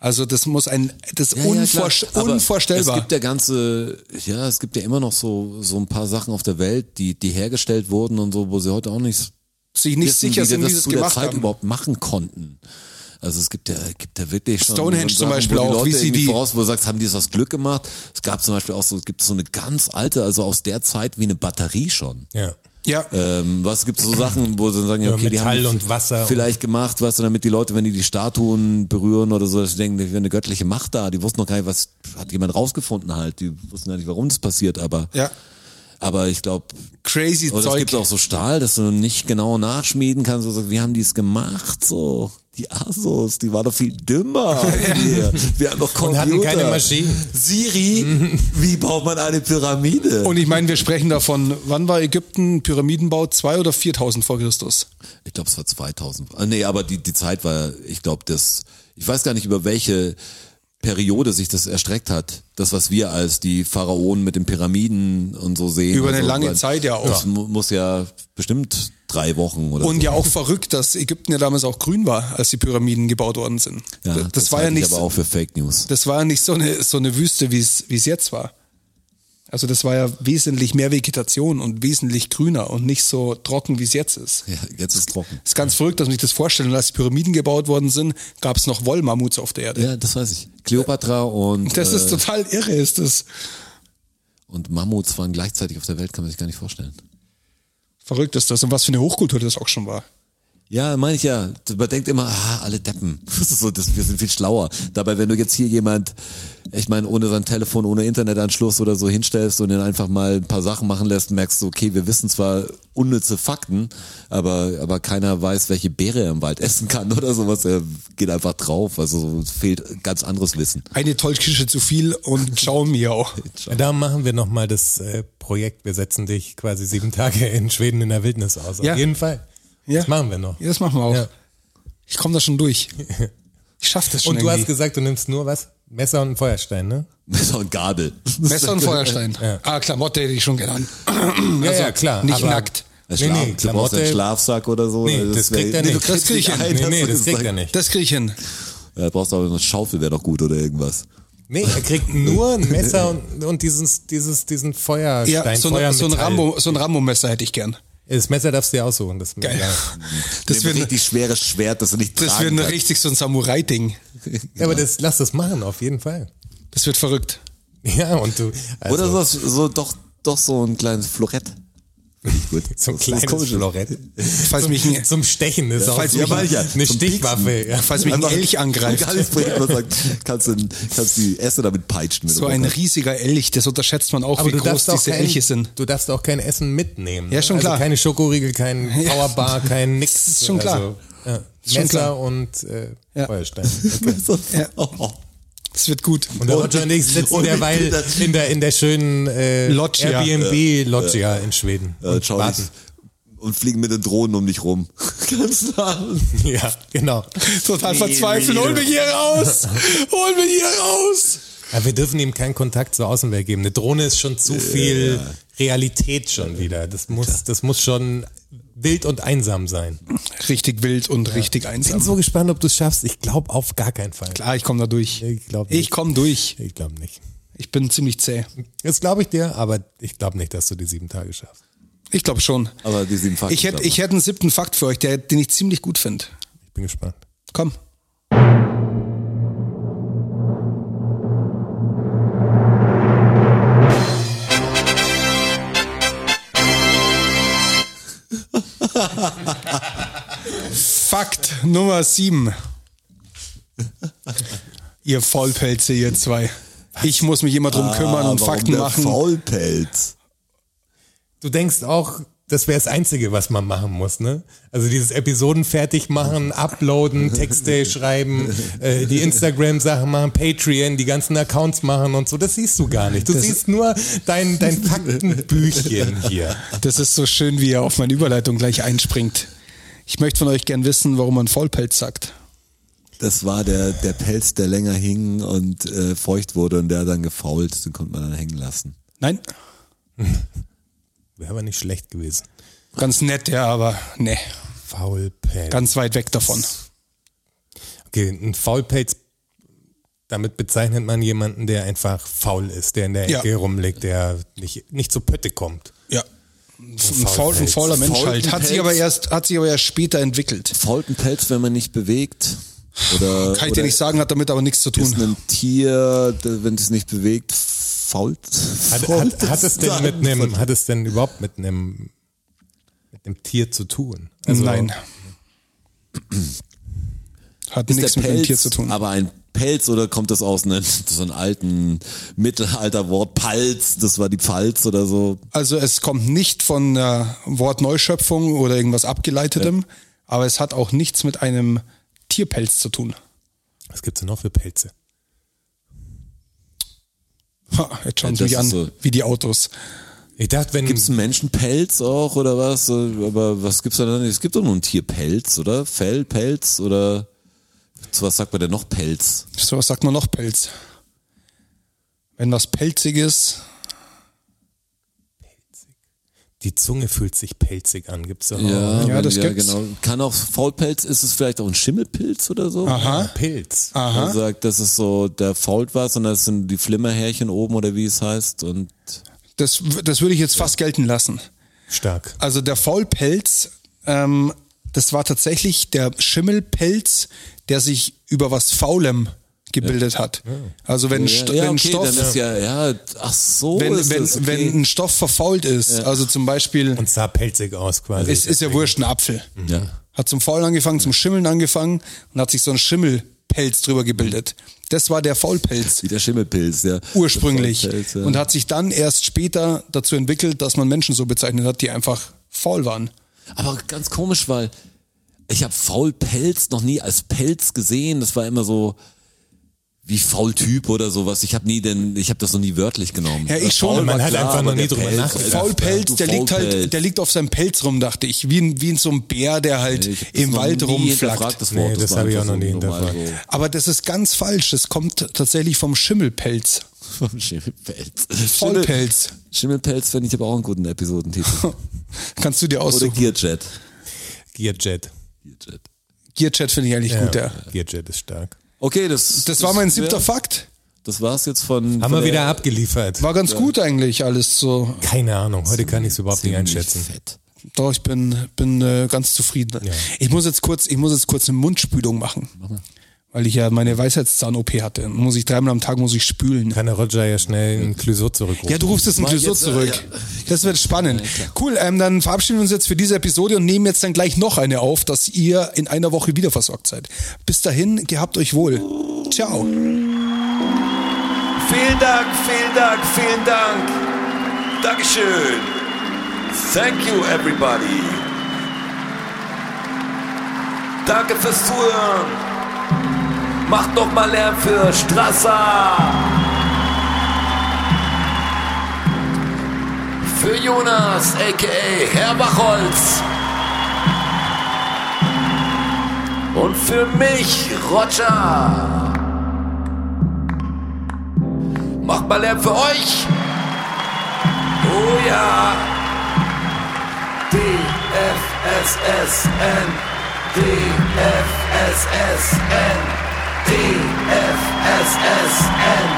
[SPEAKER 2] Also das muss ein, das ist
[SPEAKER 1] Ja, ja, klar.
[SPEAKER 2] unvor,
[SPEAKER 1] Aber
[SPEAKER 2] unvorstellbar.
[SPEAKER 1] Es gibt ja ganze, ja, es gibt ja immer noch so, so ein paar Sachen auf der Welt, die, die hergestellt wurden und so, wo sie heute auch nicht
[SPEAKER 2] Sich nicht
[SPEAKER 1] wissen,
[SPEAKER 2] sicher
[SPEAKER 1] wie sie
[SPEAKER 2] sind, wie
[SPEAKER 1] das
[SPEAKER 2] sie es
[SPEAKER 1] zu der
[SPEAKER 2] gemacht
[SPEAKER 1] Zeit
[SPEAKER 2] haben.
[SPEAKER 1] überhaupt machen konnten. Also es gibt ja, gibt ja wirklich schon
[SPEAKER 2] Stonehenge
[SPEAKER 1] so
[SPEAKER 2] zum Beispiel
[SPEAKER 1] wo die
[SPEAKER 2] auch,
[SPEAKER 1] Leute
[SPEAKER 2] wie sie
[SPEAKER 1] irgendwie
[SPEAKER 2] die-
[SPEAKER 1] voraus, wo du sagst, haben die das aus Glück gemacht? Es gab zum Beispiel auch so, es gibt so eine ganz alte, also aus der Zeit wie eine Batterie schon.
[SPEAKER 3] Ja.
[SPEAKER 2] Ja.
[SPEAKER 1] Ähm, was gibt so Sachen, wo sie dann sagen, ja,
[SPEAKER 3] Ja,
[SPEAKER 1] okay, die
[SPEAKER 3] Metall
[SPEAKER 1] haben
[SPEAKER 3] und Wasser
[SPEAKER 1] vielleicht gemacht, weißt du, damit die Leute, wenn die die Statuen berühren oder so, dass sie denken, da wäre eine göttliche Macht da. Die wussten noch gar nicht, was hat jemand rausgefunden halt. Die wussten ja nicht, warum das passiert, aber,
[SPEAKER 2] Ja.
[SPEAKER 1] aber ich glaube,
[SPEAKER 2] Crazy
[SPEAKER 1] oder es
[SPEAKER 2] Zeug.
[SPEAKER 1] gibt auch so Stahl, dass du nicht genau nachschmieden kannst. Also, wie haben die es gemacht? So, die Asos, die waren doch viel dümmer. Wir, wir haben doch Computer.
[SPEAKER 3] hatten keine Maschinen. Mhm.
[SPEAKER 1] Siri, wie baut man eine Pyramide?
[SPEAKER 2] Und ich meine, wir sprechen davon, wann war Ägypten Pyramidenbau? 2 oder 4000 vor Christus?
[SPEAKER 1] Ich glaube, es war 2000. Ah, nee, aber die, die Zeit war, ich glaube, das, ich weiß gar nicht, über welche Periode sich das erstreckt hat. Das, was wir als die Pharaonen mit den Pyramiden und so sehen.
[SPEAKER 2] Über
[SPEAKER 1] und
[SPEAKER 2] eine
[SPEAKER 1] so,
[SPEAKER 2] lange
[SPEAKER 1] weil
[SPEAKER 2] Zeit ja auch.
[SPEAKER 1] Das mu- muss ja bestimmt drei Wochen oder
[SPEAKER 2] Und
[SPEAKER 1] so.
[SPEAKER 2] ja auch verrückt, dass Ägypten ja damals auch grün war, als die Pyramiden gebaut worden sind. D- das, war ja
[SPEAKER 1] halte ich
[SPEAKER 2] nicht,
[SPEAKER 1] aber auch für Fake News.
[SPEAKER 2] das war ja nicht so eine, so eine Wüste, wie es wie es jetzt war. Also das war ja wesentlich mehr Vegetation und wesentlich grüner und nicht so trocken, wie es jetzt ist.
[SPEAKER 1] Ja, jetzt ist trocken.
[SPEAKER 2] Ist ganz verrückt, dass man sich das vorstellt. Und als die Pyramiden gebaut worden sind, gab es noch Wollmammuts auf der Erde.
[SPEAKER 1] Ja, das weiß ich. Kleopatra und,
[SPEAKER 2] Das ist
[SPEAKER 1] äh,
[SPEAKER 2] total irre, ist das.
[SPEAKER 1] und Mammuts waren gleichzeitig auf der Welt, kann man sich gar nicht vorstellen.
[SPEAKER 2] Verrückt ist das. Und was für eine Hochkultur das auch schon war.
[SPEAKER 1] Ja, meine ich ja. Man denkt immer, ah, alle Deppen. Das ist so, das, wir sind viel schlauer. Dabei, wenn du jetzt hier jemand, ich meine, ohne sein Telefon, ohne Internetanschluss oder so hinstellst und ihn einfach mal ein paar Sachen machen lässt, merkst du, okay, wir wissen zwar unnütze Fakten, aber, aber keiner weiß, welche Beere er im Wald essen kann oder sowas. Er geht einfach drauf. Also es fehlt ganz anderes Wissen.
[SPEAKER 2] Eine Tollkische zu viel und ciao miau.
[SPEAKER 3] Da machen wir nochmal das äh, Projekt. Wir setzen dich quasi sieben Tage in Schweden in der Wildnis aus.
[SPEAKER 2] Ja.
[SPEAKER 3] Auf jeden Fall.
[SPEAKER 2] Ja.
[SPEAKER 3] Das machen wir noch.
[SPEAKER 2] Ja, das machen wir auch.
[SPEAKER 3] Ja.
[SPEAKER 2] Ich komme da schon durch. Ich schaff das schon
[SPEAKER 3] Und du hast
[SPEAKER 2] irgendwie.
[SPEAKER 3] gesagt, du nimmst nur was? Messer und einen Feuerstein, ne?
[SPEAKER 1] Messer und Gabel.
[SPEAKER 2] Messer und Feuerstein. Ah, Klamotte hätte ich schon genannt.
[SPEAKER 3] Ja, ja, klar.
[SPEAKER 2] Nicht
[SPEAKER 3] aber-
[SPEAKER 2] nackt.
[SPEAKER 1] Ein
[SPEAKER 3] Nee,
[SPEAKER 1] Schlaf, du brauchst
[SPEAKER 3] nee,
[SPEAKER 1] einen
[SPEAKER 3] Klamotte.
[SPEAKER 1] Schlafsack oder so.
[SPEAKER 3] Nee, das
[SPEAKER 1] wär-
[SPEAKER 3] kriegt er
[SPEAKER 1] Nee,
[SPEAKER 3] nicht.
[SPEAKER 1] du kriegst nicht ein,
[SPEAKER 3] Nee,
[SPEAKER 1] hast
[SPEAKER 3] nee,
[SPEAKER 1] du
[SPEAKER 3] das kriegt
[SPEAKER 1] gesagt.
[SPEAKER 3] er nicht.
[SPEAKER 2] Das krieg ich hin.
[SPEAKER 1] Ja, da brauchst du aber eine Schaufel, wäre doch gut oder irgendwas.
[SPEAKER 3] Nee, er kriegt nur ein Messer und, und dieses, dieses, diesen Feuerstein.
[SPEAKER 2] Ja, so, ein- so ein
[SPEAKER 3] Feuermetall.
[SPEAKER 2] Rambo, so ein Rambo-Messer hätte ich gern.
[SPEAKER 3] Das Messer darfst du dir aussuchen. Das
[SPEAKER 2] Geil. Das
[SPEAKER 1] Das
[SPEAKER 2] wird,
[SPEAKER 1] wird ein
[SPEAKER 2] ein-
[SPEAKER 1] richtig schweres Schwert, das du nicht
[SPEAKER 2] das wird
[SPEAKER 1] tragen
[SPEAKER 2] ein
[SPEAKER 1] kannst.
[SPEAKER 2] richtig so ein Samurai-Ding.
[SPEAKER 3] Ja, aber das, lass das machen, auf jeden Fall.
[SPEAKER 2] Das wird verrückt.
[SPEAKER 3] Ja, und du. Also,
[SPEAKER 1] Oder so, so doch, doch so ein kleines Florett. Finde ich gut.
[SPEAKER 3] So ein
[SPEAKER 1] Das ist
[SPEAKER 3] kleines
[SPEAKER 1] komisch.
[SPEAKER 3] Florett.
[SPEAKER 2] Falls
[SPEAKER 3] Zum,
[SPEAKER 2] mich ein,
[SPEAKER 3] zum Stechen ist auch
[SPEAKER 2] falls mich-
[SPEAKER 3] so
[SPEAKER 2] Ja,
[SPEAKER 1] ja,
[SPEAKER 3] eine
[SPEAKER 1] zum
[SPEAKER 3] Stichwaffe. Ja.
[SPEAKER 2] falls mich ein
[SPEAKER 1] Einfach
[SPEAKER 2] Elch angreift.
[SPEAKER 1] Gar nichts bringt, man sagt, kannst du, kannst die Äste damit peitschen. wenn
[SPEAKER 2] So
[SPEAKER 1] du
[SPEAKER 2] ein
[SPEAKER 1] Bock hast.
[SPEAKER 2] riesiger Elch, das unterschätzt man auch,
[SPEAKER 3] Aber
[SPEAKER 2] wie
[SPEAKER 3] du
[SPEAKER 2] groß
[SPEAKER 3] darfst, auch
[SPEAKER 2] diese
[SPEAKER 3] kein,
[SPEAKER 2] Elche sind.
[SPEAKER 3] du darfst auch kein Essen mitnehmen.
[SPEAKER 2] Ja,
[SPEAKER 3] ne?
[SPEAKER 2] schon
[SPEAKER 3] also
[SPEAKER 2] klar.
[SPEAKER 3] Keine Schokoriegel, kein
[SPEAKER 2] Ja.
[SPEAKER 3] Powerbar, kein Nix.
[SPEAKER 2] Ist schon klar.
[SPEAKER 3] Also, ja.
[SPEAKER 2] Ist schon
[SPEAKER 3] Messer
[SPEAKER 2] klar.
[SPEAKER 3] und äh,
[SPEAKER 2] Ja.
[SPEAKER 3] Feuerstein.
[SPEAKER 1] So-
[SPEAKER 2] Ja.
[SPEAKER 1] Oh.
[SPEAKER 2] Das wird gut.
[SPEAKER 3] Und der Roger und ich sitzen
[SPEAKER 1] und
[SPEAKER 3] derweil
[SPEAKER 1] das-
[SPEAKER 3] in der, in der schönen äh,
[SPEAKER 2] Loggia.
[SPEAKER 3] Airbnb-Loggia in Schweden.
[SPEAKER 1] Äh, schau
[SPEAKER 3] warten.
[SPEAKER 1] nicht. Und fliegen mit den Drohnen um dich rum. Ganz nah.
[SPEAKER 3] Ja, genau.
[SPEAKER 2] Total verzweifelt. Hol mich hier raus! Hol mich hier raus!
[SPEAKER 3] Aber wir dürfen ihm keinen Kontakt zur Außenwelt geben. Eine Drohne ist schon zu viel Realität schon wieder. Das muss, das muss schon wild und einsam sein.
[SPEAKER 2] Richtig wild und richtig
[SPEAKER 3] Ich bin
[SPEAKER 2] einsam.
[SPEAKER 3] so gespannt, ob du es schaffst. Ich glaube auf gar keinen Fall.
[SPEAKER 2] Klar, ich komme da durch.
[SPEAKER 3] Ich glaub nicht.
[SPEAKER 2] Ich komme durch.
[SPEAKER 3] Ich glaube nicht.
[SPEAKER 2] Ich bin ziemlich zäh.
[SPEAKER 3] Das glaube ich dir, aber ich glaube nicht, dass du die sieben Tage schaffst.
[SPEAKER 2] Ich glaube schon.
[SPEAKER 1] Aber die sind
[SPEAKER 2] Ich hätte ich hätt einen siebten Fakt für euch, der, den ich ziemlich gut finde.
[SPEAKER 3] Ich bin gespannt.
[SPEAKER 2] Komm. Fakt Nummer 7. Ihr Vollpelze, ihr zwei. Ich muss mich immer
[SPEAKER 1] Ah,
[SPEAKER 2] drum kümmern und Fakten machen.
[SPEAKER 1] Faulpelz.
[SPEAKER 3] Du denkst auch, das wäre das Einzige, was man machen muss, ne? Also dieses Episoden fertig machen, uploaden, Texte schreiben, äh, die Instagram-Sachen machen, Patreon, die ganzen Accounts machen und so. Das siehst du gar nicht. Du siehst nur dein, dein Faktenbüchchen hier.
[SPEAKER 2] Das ist so schön, wie er auf meine Überleitung gleich einspringt. Ich möchte von euch gern wissen, warum man Vollpelz sagt.
[SPEAKER 1] Das war der, der Pelz, der länger hing und äh, feucht wurde und der dann gefault, den konnte man dann hängen lassen.
[SPEAKER 2] Nein?
[SPEAKER 3] Wäre aber nicht schlecht gewesen.
[SPEAKER 2] Ganz nett, ja, aber nee.
[SPEAKER 3] Faulpelz.
[SPEAKER 2] Ganz weit weg davon.
[SPEAKER 3] Okay, ein Faulpelz, damit bezeichnet man jemanden, der einfach faul ist, der in der
[SPEAKER 2] Ja.
[SPEAKER 3] Ecke rumliegt, der nicht, nicht zu Pötte kommt.
[SPEAKER 2] Ja. Ein, faul, ein
[SPEAKER 3] Faulpelz.
[SPEAKER 2] fauler Mensch halt. Hat
[SPEAKER 1] Faultenpelz.
[SPEAKER 2] sich aber erst, hat sich aber erst später entwickelt.
[SPEAKER 1] Fault ein Pelz, wenn man nicht bewegt. Oder,
[SPEAKER 2] Kann ich dir
[SPEAKER 1] oder
[SPEAKER 2] nicht sagen, hat damit aber nichts zu
[SPEAKER 1] ist
[SPEAKER 2] tun.
[SPEAKER 1] ein Tier, d- wenn es nicht bewegt, fault.
[SPEAKER 3] Hat,
[SPEAKER 1] fault
[SPEAKER 3] hat, hat, es denn
[SPEAKER 1] sein?
[SPEAKER 3] mit einem, hat es denn überhaupt mit einem mit dem Tier zu tun. Also,
[SPEAKER 2] Nein. Hat
[SPEAKER 1] Ist
[SPEAKER 2] nichts
[SPEAKER 1] der
[SPEAKER 2] mit
[SPEAKER 1] Pelz
[SPEAKER 2] dem Tier zu tun.
[SPEAKER 1] aber ein Pelz oder kommt das aus einem so einem alten Mittelalterwort Palz, das war die Pfalz oder so.
[SPEAKER 2] Also es kommt nicht von äh, Wortneuschöpfung oder irgendwas abgeleitetem, aber es hat auch nichts mit einem Tierpelz zu tun.
[SPEAKER 3] Was gibt's denn noch für Pelze?
[SPEAKER 2] Ha, jetzt schauen
[SPEAKER 1] Ja,
[SPEAKER 2] Sie
[SPEAKER 1] das
[SPEAKER 2] mich an,
[SPEAKER 1] ist so.
[SPEAKER 2] wie die Autos.
[SPEAKER 3] Ich dachte, wenn
[SPEAKER 1] Gibt's einen Menschenpelz auch oder was? Aber was gibt's da denn? Es gibt doch nur einen Tierpelz, oder? Fell, Pelz oder zu was sagt man denn noch Pelz?
[SPEAKER 2] So was sagt man noch Pelz. Wenn was pelzig ist,
[SPEAKER 3] die Zunge fühlt sich pelzig an, gibt's da
[SPEAKER 1] Ja,
[SPEAKER 2] Ja,
[SPEAKER 1] wenn- genau.
[SPEAKER 2] das gibt's.
[SPEAKER 1] Kann auch Faulpelz, ist es vielleicht auch ein Schimmelpilz oder so?
[SPEAKER 3] auch
[SPEAKER 2] aha,
[SPEAKER 3] einen Pilz.
[SPEAKER 2] Ah.
[SPEAKER 1] Man sagt, das ist so, der fault was und das sind die Flimmerhärchen oben oder wie es heißt und
[SPEAKER 2] das, w- das würde ich jetzt fast gelten lassen.
[SPEAKER 3] Stark.
[SPEAKER 2] Also der Faulpelz, ähm, das war tatsächlich der Schimmelpelz, der sich über was Faulem gebildet hat. Also wenn, St
[SPEAKER 1] ja,
[SPEAKER 2] wenn
[SPEAKER 1] okay,
[SPEAKER 2] Stoff...
[SPEAKER 1] dann ist ja, ja, ach so,
[SPEAKER 2] wenn,
[SPEAKER 1] ist
[SPEAKER 2] wenn,
[SPEAKER 1] das, okay.
[SPEAKER 2] wenn ein Stoff verfault ist, also zum Beispiel,
[SPEAKER 3] Und sah pelzig aus quasi.
[SPEAKER 2] es ist ja wurscht, ein Apfel.
[SPEAKER 1] ja.
[SPEAKER 2] Hat zum Faulen angefangen, zum Schimmeln angefangen und hat sich so ein Schimmelpelz drüber gebildet. Das war der Faulpelz
[SPEAKER 1] Wie der Schimmelpilz, ja.
[SPEAKER 2] ursprünglich
[SPEAKER 1] Der Faulpelz, ja.
[SPEAKER 2] und hat sich dann erst später dazu entwickelt, dass man Menschen so bezeichnet hat, die einfach faul waren.
[SPEAKER 1] Aber ganz komisch, weil ich habe Faulpelz noch nie als Pelz gesehen. Das war immer so wie Faultyp oder sowas. Ich habe nie denn, ich habe das noch nie wörtlich genommen.
[SPEAKER 2] Ja, ich
[SPEAKER 1] Das
[SPEAKER 2] schon,
[SPEAKER 1] Faul
[SPEAKER 2] man
[SPEAKER 1] war
[SPEAKER 3] hat einfach
[SPEAKER 1] aber
[SPEAKER 3] noch
[SPEAKER 1] der
[SPEAKER 3] nie drüber
[SPEAKER 1] Pelz,
[SPEAKER 3] nachgedacht.
[SPEAKER 1] Alter.
[SPEAKER 2] Faulpelz,
[SPEAKER 1] Du
[SPEAKER 2] der liegt halt,
[SPEAKER 1] Faulpelz.
[SPEAKER 2] der liegt auf seinem Pelz rum, dachte ich, wie, ein- wie in so ein Bär, der halt
[SPEAKER 1] Ich hab das
[SPEAKER 2] im
[SPEAKER 1] noch
[SPEAKER 2] Wald
[SPEAKER 1] nie
[SPEAKER 2] rumflackt.
[SPEAKER 1] hinterfragt, Das,
[SPEAKER 3] Nee,
[SPEAKER 1] Wort.
[SPEAKER 3] das
[SPEAKER 1] war
[SPEAKER 3] hab ich
[SPEAKER 1] einfach
[SPEAKER 3] auch noch
[SPEAKER 1] so
[SPEAKER 3] nie
[SPEAKER 1] normal
[SPEAKER 3] hinterfragt.
[SPEAKER 2] Aber das ist ganz falsch. Das kommt tatsächlich vom Schimmelpelz.
[SPEAKER 1] So. Schimmelpelz.
[SPEAKER 2] Vollpelz.
[SPEAKER 1] Schimmelpelz finde ich aber auch einen guten Episodentitel.
[SPEAKER 2] Kannst du dir
[SPEAKER 1] Oder
[SPEAKER 2] aussuchen.
[SPEAKER 1] Gearjet.
[SPEAKER 3] Gearjet.
[SPEAKER 1] Gearjet.
[SPEAKER 2] Gearchat finde ich eigentlich gut, ja.
[SPEAKER 3] Gearjet ist stark.
[SPEAKER 1] Okay, das
[SPEAKER 2] Das war mein siebter
[SPEAKER 1] ja,
[SPEAKER 2] Fakt.
[SPEAKER 1] Das war's jetzt von.
[SPEAKER 3] Haben
[SPEAKER 1] von
[SPEAKER 3] wir wieder
[SPEAKER 1] der-
[SPEAKER 3] abgeliefert.
[SPEAKER 2] War ganz gut eigentlich alles so.
[SPEAKER 3] Keine Ahnung, heute kann ich es überhaupt nicht
[SPEAKER 1] Ziemlich
[SPEAKER 3] einschätzen.
[SPEAKER 1] Fett.
[SPEAKER 2] Doch, ich bin, bin äh, ganz zufrieden.
[SPEAKER 3] Ja.
[SPEAKER 2] Ich muss jetzt kurz, ich muss jetzt kurz eine Mundspülung machen. Weil ich ja meine Weisheitszahn-OP hatte. Muss ich dreimal am Tag muss ich spülen.
[SPEAKER 3] Kann der Roger ja schnell ein Clouseau zurückrufen.
[SPEAKER 2] Ja, du rufst jetzt ein
[SPEAKER 1] Mach ich
[SPEAKER 2] Clouseau
[SPEAKER 1] jetzt,
[SPEAKER 2] zurück.
[SPEAKER 1] äh,
[SPEAKER 2] Das wird spannend. cool, ähm, dann verabschieden wir uns jetzt für diese Episode und nehmen jetzt dann gleich noch eine auf, dass ihr in einer Woche wieder versorgt seid. Bis dahin, gehabt euch wohl. Ciao.
[SPEAKER 7] Vielen Dank, vielen Dank, vielen Dank. Dankeschön. Thank you, everybody. Danke fürs Zuhören. Macht noch mal Lärm für Strasser. Für Jonas, a.k.a. Herr Bachholz. Und für mich, Roger. Macht mal Lärm für euch. Oh ja. DFSSN. DFSSN. DFSSN.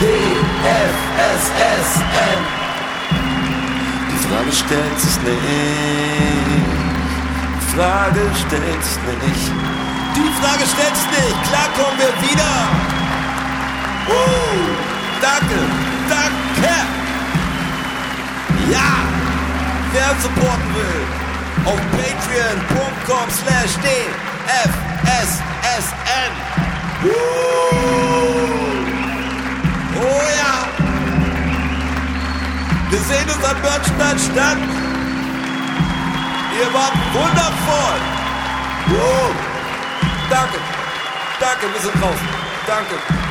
[SPEAKER 7] DFSSN. Die Frage stellt sich nicht. Die Frage stellt sich nicht. Die Frage stellt sich nicht. Klar kommen wir wieder. Uh, danke, danke. Ja, wer uns supporten will, auf patreon.com slash dfssn. Uh, oh ja. Wir sehen uns am Börnstein statt. Ihr wart wundervoll. Uh, danke, danke, wir sind draußen. Danke.